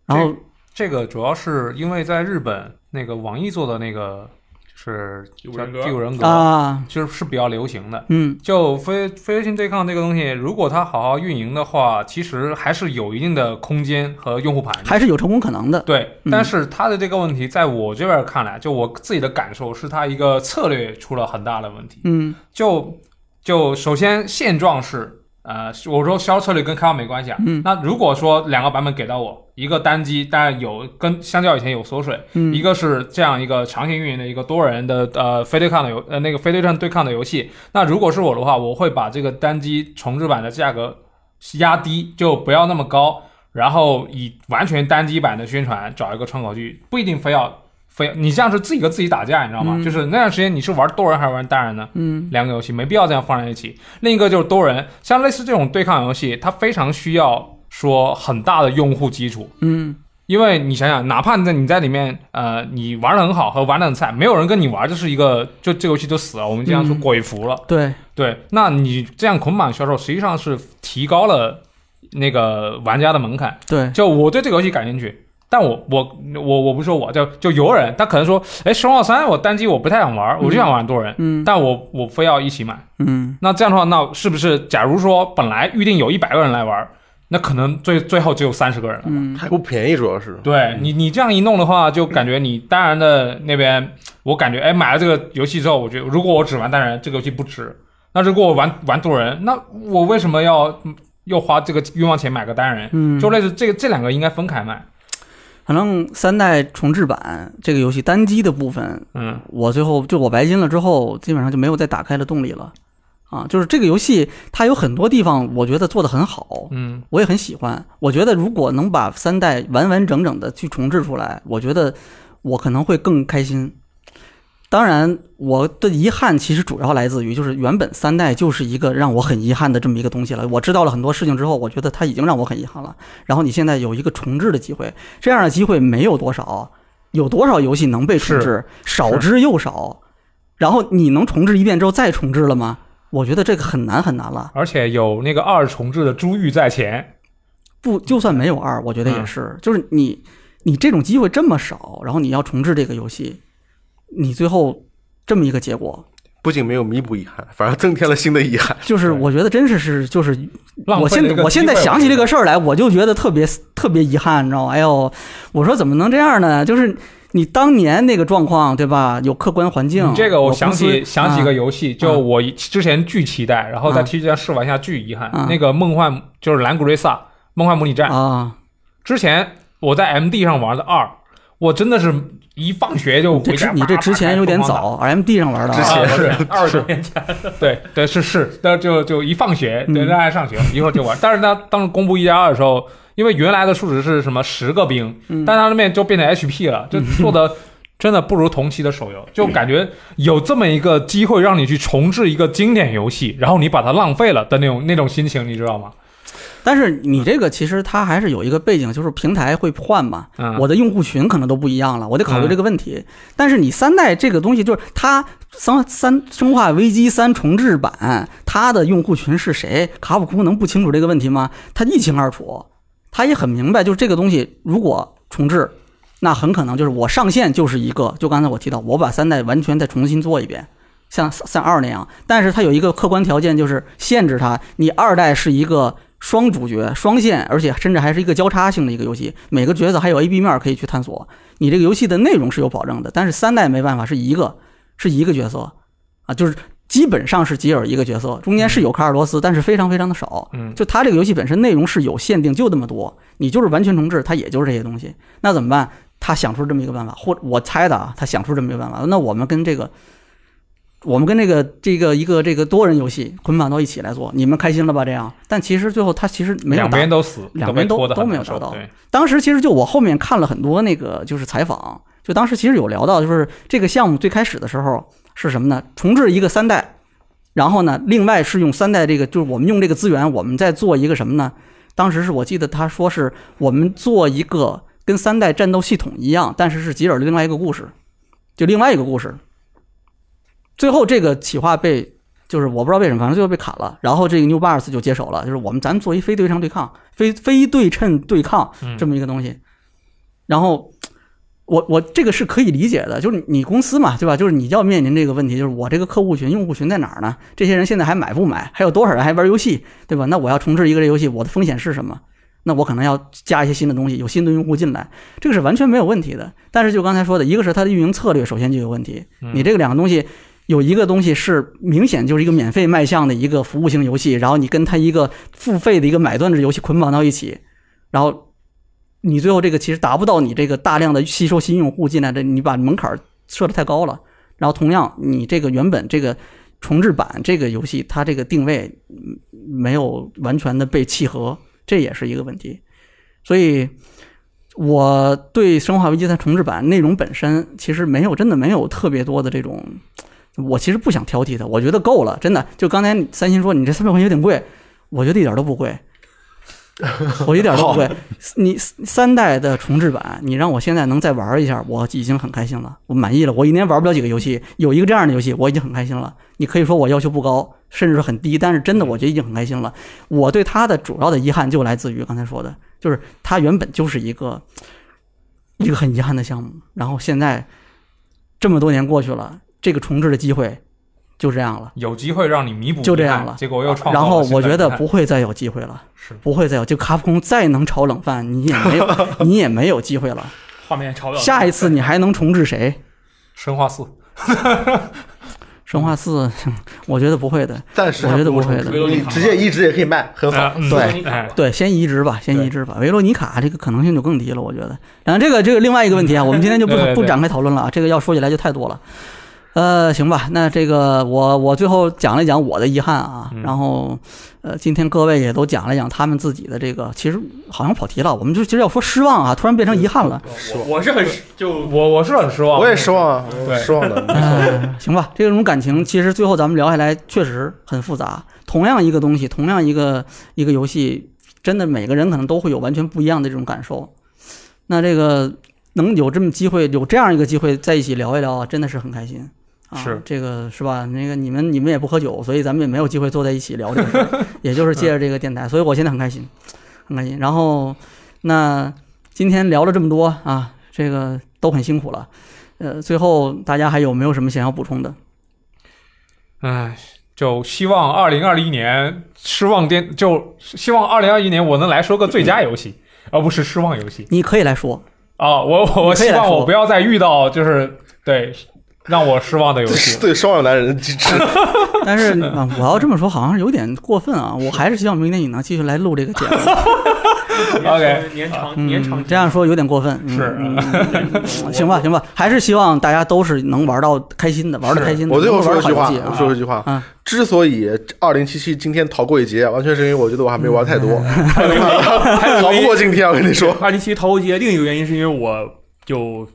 S1: 然后
S3: 这个主要是因为在日本那个网易做的那个就是
S4: 第
S3: 叫
S4: 五人格
S3: 第五人格，
S1: 啊，
S3: 其实是比较流行的。
S1: 嗯，
S3: 就非非微信对抗这个东西，如果它好好运营的话，其实还是有一定的空间和用户盘的。
S1: 还是有成功可能的。
S3: 对，
S1: 嗯
S3: 但是它的这个问题，在我这边看来，就我自己的感受是，它一个策略出了很大的问题。
S1: 嗯
S3: 就就首先现状是，呃，我说销售策略跟开发没关系啊。
S1: 嗯
S3: 那如果说两个版本给到我，一个单机，当然有跟相较以前有缩水，
S1: 嗯，
S3: 一个是这样一个长线运营的一个多人的呃非对抗的游呃那个非对称对抗的游戏。那如果是我的话，我会把这个单机重置版的价格压低，就不要那么高，然后以完全单机版的宣传找一个窗口去，不一定非要非你这样是自己跟自己打架，你知道吗？
S1: 嗯
S3: 就是那段时间你是玩多人还是玩单人呢？
S1: 嗯
S3: 两个游戏没必要这样放在一起。另一个就是多人，像类似这种对抗游戏，它非常需要说很大的用户基础，
S1: 嗯
S3: 因为你想想，哪怕你在你在里面，呃，你玩的很好和玩的很菜，没有人跟你玩，就是一个就这个游戏就死了。我们经常说
S1: 嗯
S3: 鬼服了，
S1: 对，
S3: 对，那你这样捆绑销售，实际上是提高了那个玩家的门槛。
S1: 对
S3: 就我对这个游戏感兴趣，但我我我我不说我，就就有人他可能说，哎，生化三我单机我不太想玩，我就想玩多人，
S1: 嗯
S3: 但我我非要一起买。
S1: 嗯
S3: 那这样的话，那是不是假如说本来预定有一百个人来玩，那可能最最后只有三十个人了？
S1: 嗯
S2: 还不便宜，主要是
S3: 对你，你这样一弄的话，就感觉你单人的那边，我感觉哎，买了这个游戏之后，我觉得如果我只玩单人，这个游戏不值；那如果我玩玩多人，那我为什么要嗯又花这个冤枉钱买个单人？
S1: 嗯，
S3: 就类似这个这两个应该分开卖。
S1: 反正三代重置版这个游戏单机的部分，
S3: 嗯，
S1: 我最后就我白金了之后，基本上就没有再打开的动力了。啊，就是这个游戏它有很多地方，我觉得做的很好，
S3: 嗯，
S1: 我也很喜欢。我觉得如果能把三代完完整整的去重置出来，我觉得我可能会更开心。当然，呃我的遗憾其实主要来自于，就是原本三代就是一个让我很遗憾的这么一个东西了。我知道了很多事情之后，我觉得它已经让我很遗憾了。然后你现在有一个重置的机会，这样的机会没有多少，有多少游戏能被重置？少之又少。然后你能重置一遍之后再重置了吗？我觉得这个很难很难了。
S3: 而且有那个二重置的珠玉在前，
S1: 不，
S3: 嗯
S1: 就算没有二，我觉得也是，就是你你这种机会这么少，然后你要重置这个游戏，你最后这么一个结果，
S2: 不仅没有弥补遗憾，反而增添了新的遗
S1: <laughs>
S2: 憾。
S1: 就是
S3: 对
S1: 我觉得真是是就是
S3: 浪费
S1: 我现
S3: 了一
S1: 在
S3: 个
S1: 我现在
S3: 机会
S1: 想起这个事儿来，我就觉得特别特别遗憾，你知道吗？哎呦，我说怎么能这样呢？就是你当年那个状况，对吧？有客观环境，
S3: 你嗯这个
S1: 有
S3: 我
S1: 公
S3: 想起
S1: 司
S3: 想起
S1: 啊
S3: 个游戏，就我之前巨期待，然后在
S1: 啊
S3: T 站试玩一下巨遗憾
S1: 啊，
S3: 那个梦幻就是蓝古瑞萨梦幻模拟战。
S1: 啊，
S3: 之前我在 MD 上玩的二，我真的是一放学就
S1: 这
S3: 回
S1: 之
S3: 家。
S1: 你这之前有点早，M D 上玩的
S2: 之
S1: 啊，
S2: 前
S3: 啊 <laughs> 是
S4: 二十多年前，
S3: 啪啪啪啪，对对是是，但就就一放学，
S1: 嗯
S3: 对，那还上学，一会儿就玩。但是呢，当时公布一加二的时候，因为原来的数值是什么十个兵，
S1: 嗯
S3: 但他那边就变成 HP 了，就做的真的不如同期的手游，就感觉有这么一个机会让你去重置一个经典游戏，然后你把它浪费了的那种那种心情，你知道吗？
S1: 但是你这个其实它还是有一个背景，就是平台会换嘛，
S3: 嗯，
S1: 我的用户群可能都不一样了，我得考虑这个问题。但是你三代这个东西，就是它三三《生化危机三》重置版，它的用户群是谁？卡普空能不清楚这个问题吗？他一清二楚，他也很明白，就是这个东西如果重置，那很可能就是我上线就是一个，就刚才我提到，我把三代完全再重新做一遍。像三二那样，但是它有一个客观条件，就是限制它。你二代是一个双主角、双线，而且甚至还是一个交叉性的一个游戏，每个角色还有 A、B 面可以去探索。你这个游戏的内容是有保证的，但是三代没办法，是一个是一个角色啊，就是基本上是吉尔一个角色，中间是有卡尔罗斯，但是非常非常的少。
S3: 嗯
S1: 就它这个游戏本身内容是有限定，就那么多，你就是完全重置，它也就是这些东西，那怎么办？他想出这么一个办法，或我猜的啊，他想出这么一个办法，那我们跟这个。我们跟这个这个一个这个多人游戏捆绑到一起来做，你们开心了吧？这样，但其实最后他其实没有
S3: 两
S1: 达
S3: 边都死，
S1: 两边都
S3: 都被拖得很
S1: 都没有
S3: 难受
S1: 达到
S3: 对，
S1: 当时其实就我后面看了很多那个就是采访，就当时其实有聊到，就是这个项目最开始的时候是什么呢？重置一个三代，然后呢，另外是用三代这个，就是我们用这个资源，我们再做一个什么呢？当时是我记得他说是我们做一个跟三代战斗系统一样，但是是吉尔的另外一个故事，就另外一个故事。最后这个企划被就是我不知道为什么，反正最后被砍了。然后这个 New Bars 就接手了，就是我们咱们做一非对称对抗、非非对称对抗
S3: 嗯
S1: 这么一个东西。然后我我这个是可以理解的，就是你公司嘛，对吧？就是你要面临这个问题，就是我这个客户群、用户群在哪儿呢？这些人现在还买不买？还有多少人还玩游戏，对吧？那我要重置一个这游戏，我的风险是什么？那我可能要加一些新的东西，有新的用户进来，这个是完全没有问题的。但是就刚才说的，一个是它的运营策略首先就有问题，
S3: 嗯
S1: 你这个两个东西。有一个东西是明显就是一个免费卖相的一个服务型游戏，然后你跟它一个付费的一个买断制游戏捆绑到一起，然后你最后这个其实达不到你这个大量的吸收新用户进来的，你把门槛儿设的太高了。然后同样，你这个原本这个重置版这个游戏，它这个定位嗯没有完全的被契合，这也是一个问题。所以，我对《生化危机三》重置版内容本身其实没有真的没有特别多的这种，我其实不想挑剔它，我觉得够了，真的。就刚才三星说你这三百块钱有点贵，我觉得一点都不贵。我一点都不贵，你三代的重置版，你让我现在能再玩一下，我已经很开心了，我满意了。我一年玩不了几个游戏，有一个这样的游戏，我已经很开心了。你可以说我要求不高，甚至是很低，但是真的我觉得已经很开心了。我对它的主要的遗憾就来自于刚才说的，就是它原本就是一个一个很遗憾的项目，然后现在这么多年过去了，这个重置的机会就这样了。
S3: 有机会让你弥补
S1: 就这
S3: 遗憾
S1: 样了啊
S3: 结果又创造
S1: 然后
S3: 了新
S1: 我
S3: 的
S1: 觉得
S3: 遗憾
S1: 不会再有机会了，
S3: 是
S1: 不会再有。就卡普空再能炒冷饭，你也没
S3: <laughs>
S1: 有，你也没有机会了。
S4: 画面超
S1: 下一次你还能重置谁？
S3: 生化四，
S1: 生化四， <laughs> 我觉得不会的。
S2: 暂时
S1: 我觉得
S2: 还不
S1: 不会
S2: 重置
S1: 的维
S4: 罗妮
S2: 你
S4: 卡
S2: 直接移植也可以卖，很好。
S3: 啊嗯
S1: 对
S3: 哎
S1: 对，先移植吧，先
S4: 对
S1: 移植吧。维罗妮卡这个可能性就更低了，我觉得。然后这个这个另外一个问题
S3: <laughs>
S1: 啊，我们今天就不
S3: 对对对
S1: 不展开讨论了啊，这个要说起来就太多了。呃，行吧，那这个我我最后讲了讲我的遗憾啊，
S3: 嗯
S1: 然后呃，今天各位也都讲了讲他们自己的这个，其实好像跑题了，我们就其实要说失望啊，突然变成遗憾了。
S4: 我我是很
S3: <laughs>
S4: 就
S3: 我我是很失望，
S2: 我也失望啊，
S3: 对
S2: 我失望
S1: <laughs>
S2: 的。
S1: 哎行吧，这种感情其实最后咱们聊下来确实很复杂。同样一个东西，同样一个一个游戏，真的每个人可能都会有完全不一样的这种感受。那这个能有这么机会，有这样一个机会在一起聊一聊啊，真的是很开心。啊、
S3: 是
S1: 这个是吧？那个你们你们也不喝酒，所以咱们也没有机会坐在一起聊这个事儿，也就是借着这个电台，所以我现在很开心，很开心。然后那今天聊了这么多啊，这个都很辛苦了。呃，最后大家还有没有什么想要补充的？
S3: 唉，就希望二零二一年失望电，就希望二零二一年我能来说个最佳游戏，而不是失望游戏
S1: 你可以来说，
S3: 啊！我我我
S1: 你可以
S3: 希
S1: 来
S3: 望
S1: 说
S3: 我不要再遇到就是对让我失望的游
S2: 这
S3: 戏
S2: <laughs> 是。对双眼男人的
S1: <laughs>
S2: 机制，
S1: 但是啊我要这么说好像是有点过分啊，我还是希望明天你能继续来录这个节目。
S3: OK
S4: 年长年长
S1: 嗯，这样说有点过分。嗯
S3: 是
S1: 嗯嗯嗯 <laughs> 行吧，行吧，还是希望大家都是能玩到开心的，玩的开心的。
S2: 我最后
S1: 能
S2: 说
S1: 玩
S2: 一
S1: 好
S2: 句
S1: 游
S2: 话，
S1: 戏
S2: 我
S1: 啊
S2: 说一句话
S1: 嗯，
S2: 之所以二零七七今天逃过一劫，完全是因为我觉得我还没玩太多，
S1: <laughs>
S2: 逃不过今天。我跟你说，
S4: 二零七逃过节，另一个原因是因为我就。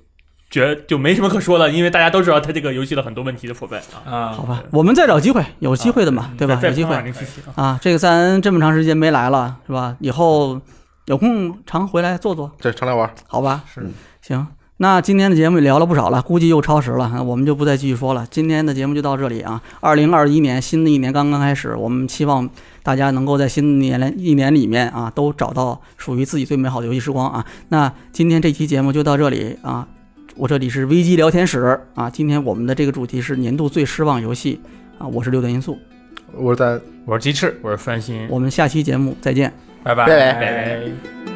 S4: 觉得就没什么可说的，因为大家都知道它这个游戏的很多问题的所在啊。
S3: 啊，
S1: 好吧，我们再找机会，有机会的嘛，对吧？
S4: 嗯再
S1: 有机会
S4: 再碰上2077啊
S1: 啊，这个咱这么长时间没来了，是吧？以后有空常回来坐坐，
S2: 这常来玩儿，
S1: 好吧？嗯
S3: 是
S1: 行，那今天的节目也聊了不少了，估计又超时了，我们就不再继续说了。今天的节目就到这里啊。二零二一年新的一年刚刚开始，我们期望大家能够在新的一年一年里面啊，都找到属于自己最美好的游戏时光啊。那今天这期节目就到这里啊。我这里是危机聊天室啊，今天我们的这个主题是年度最失望游戏啊，我是六点因素，
S2: 我是在
S3: 我是鸡翅，嗯
S4: 我是翻新，
S1: 我们下期节目再见。
S3: 拜拜
S2: 拜
S4: 拜拜。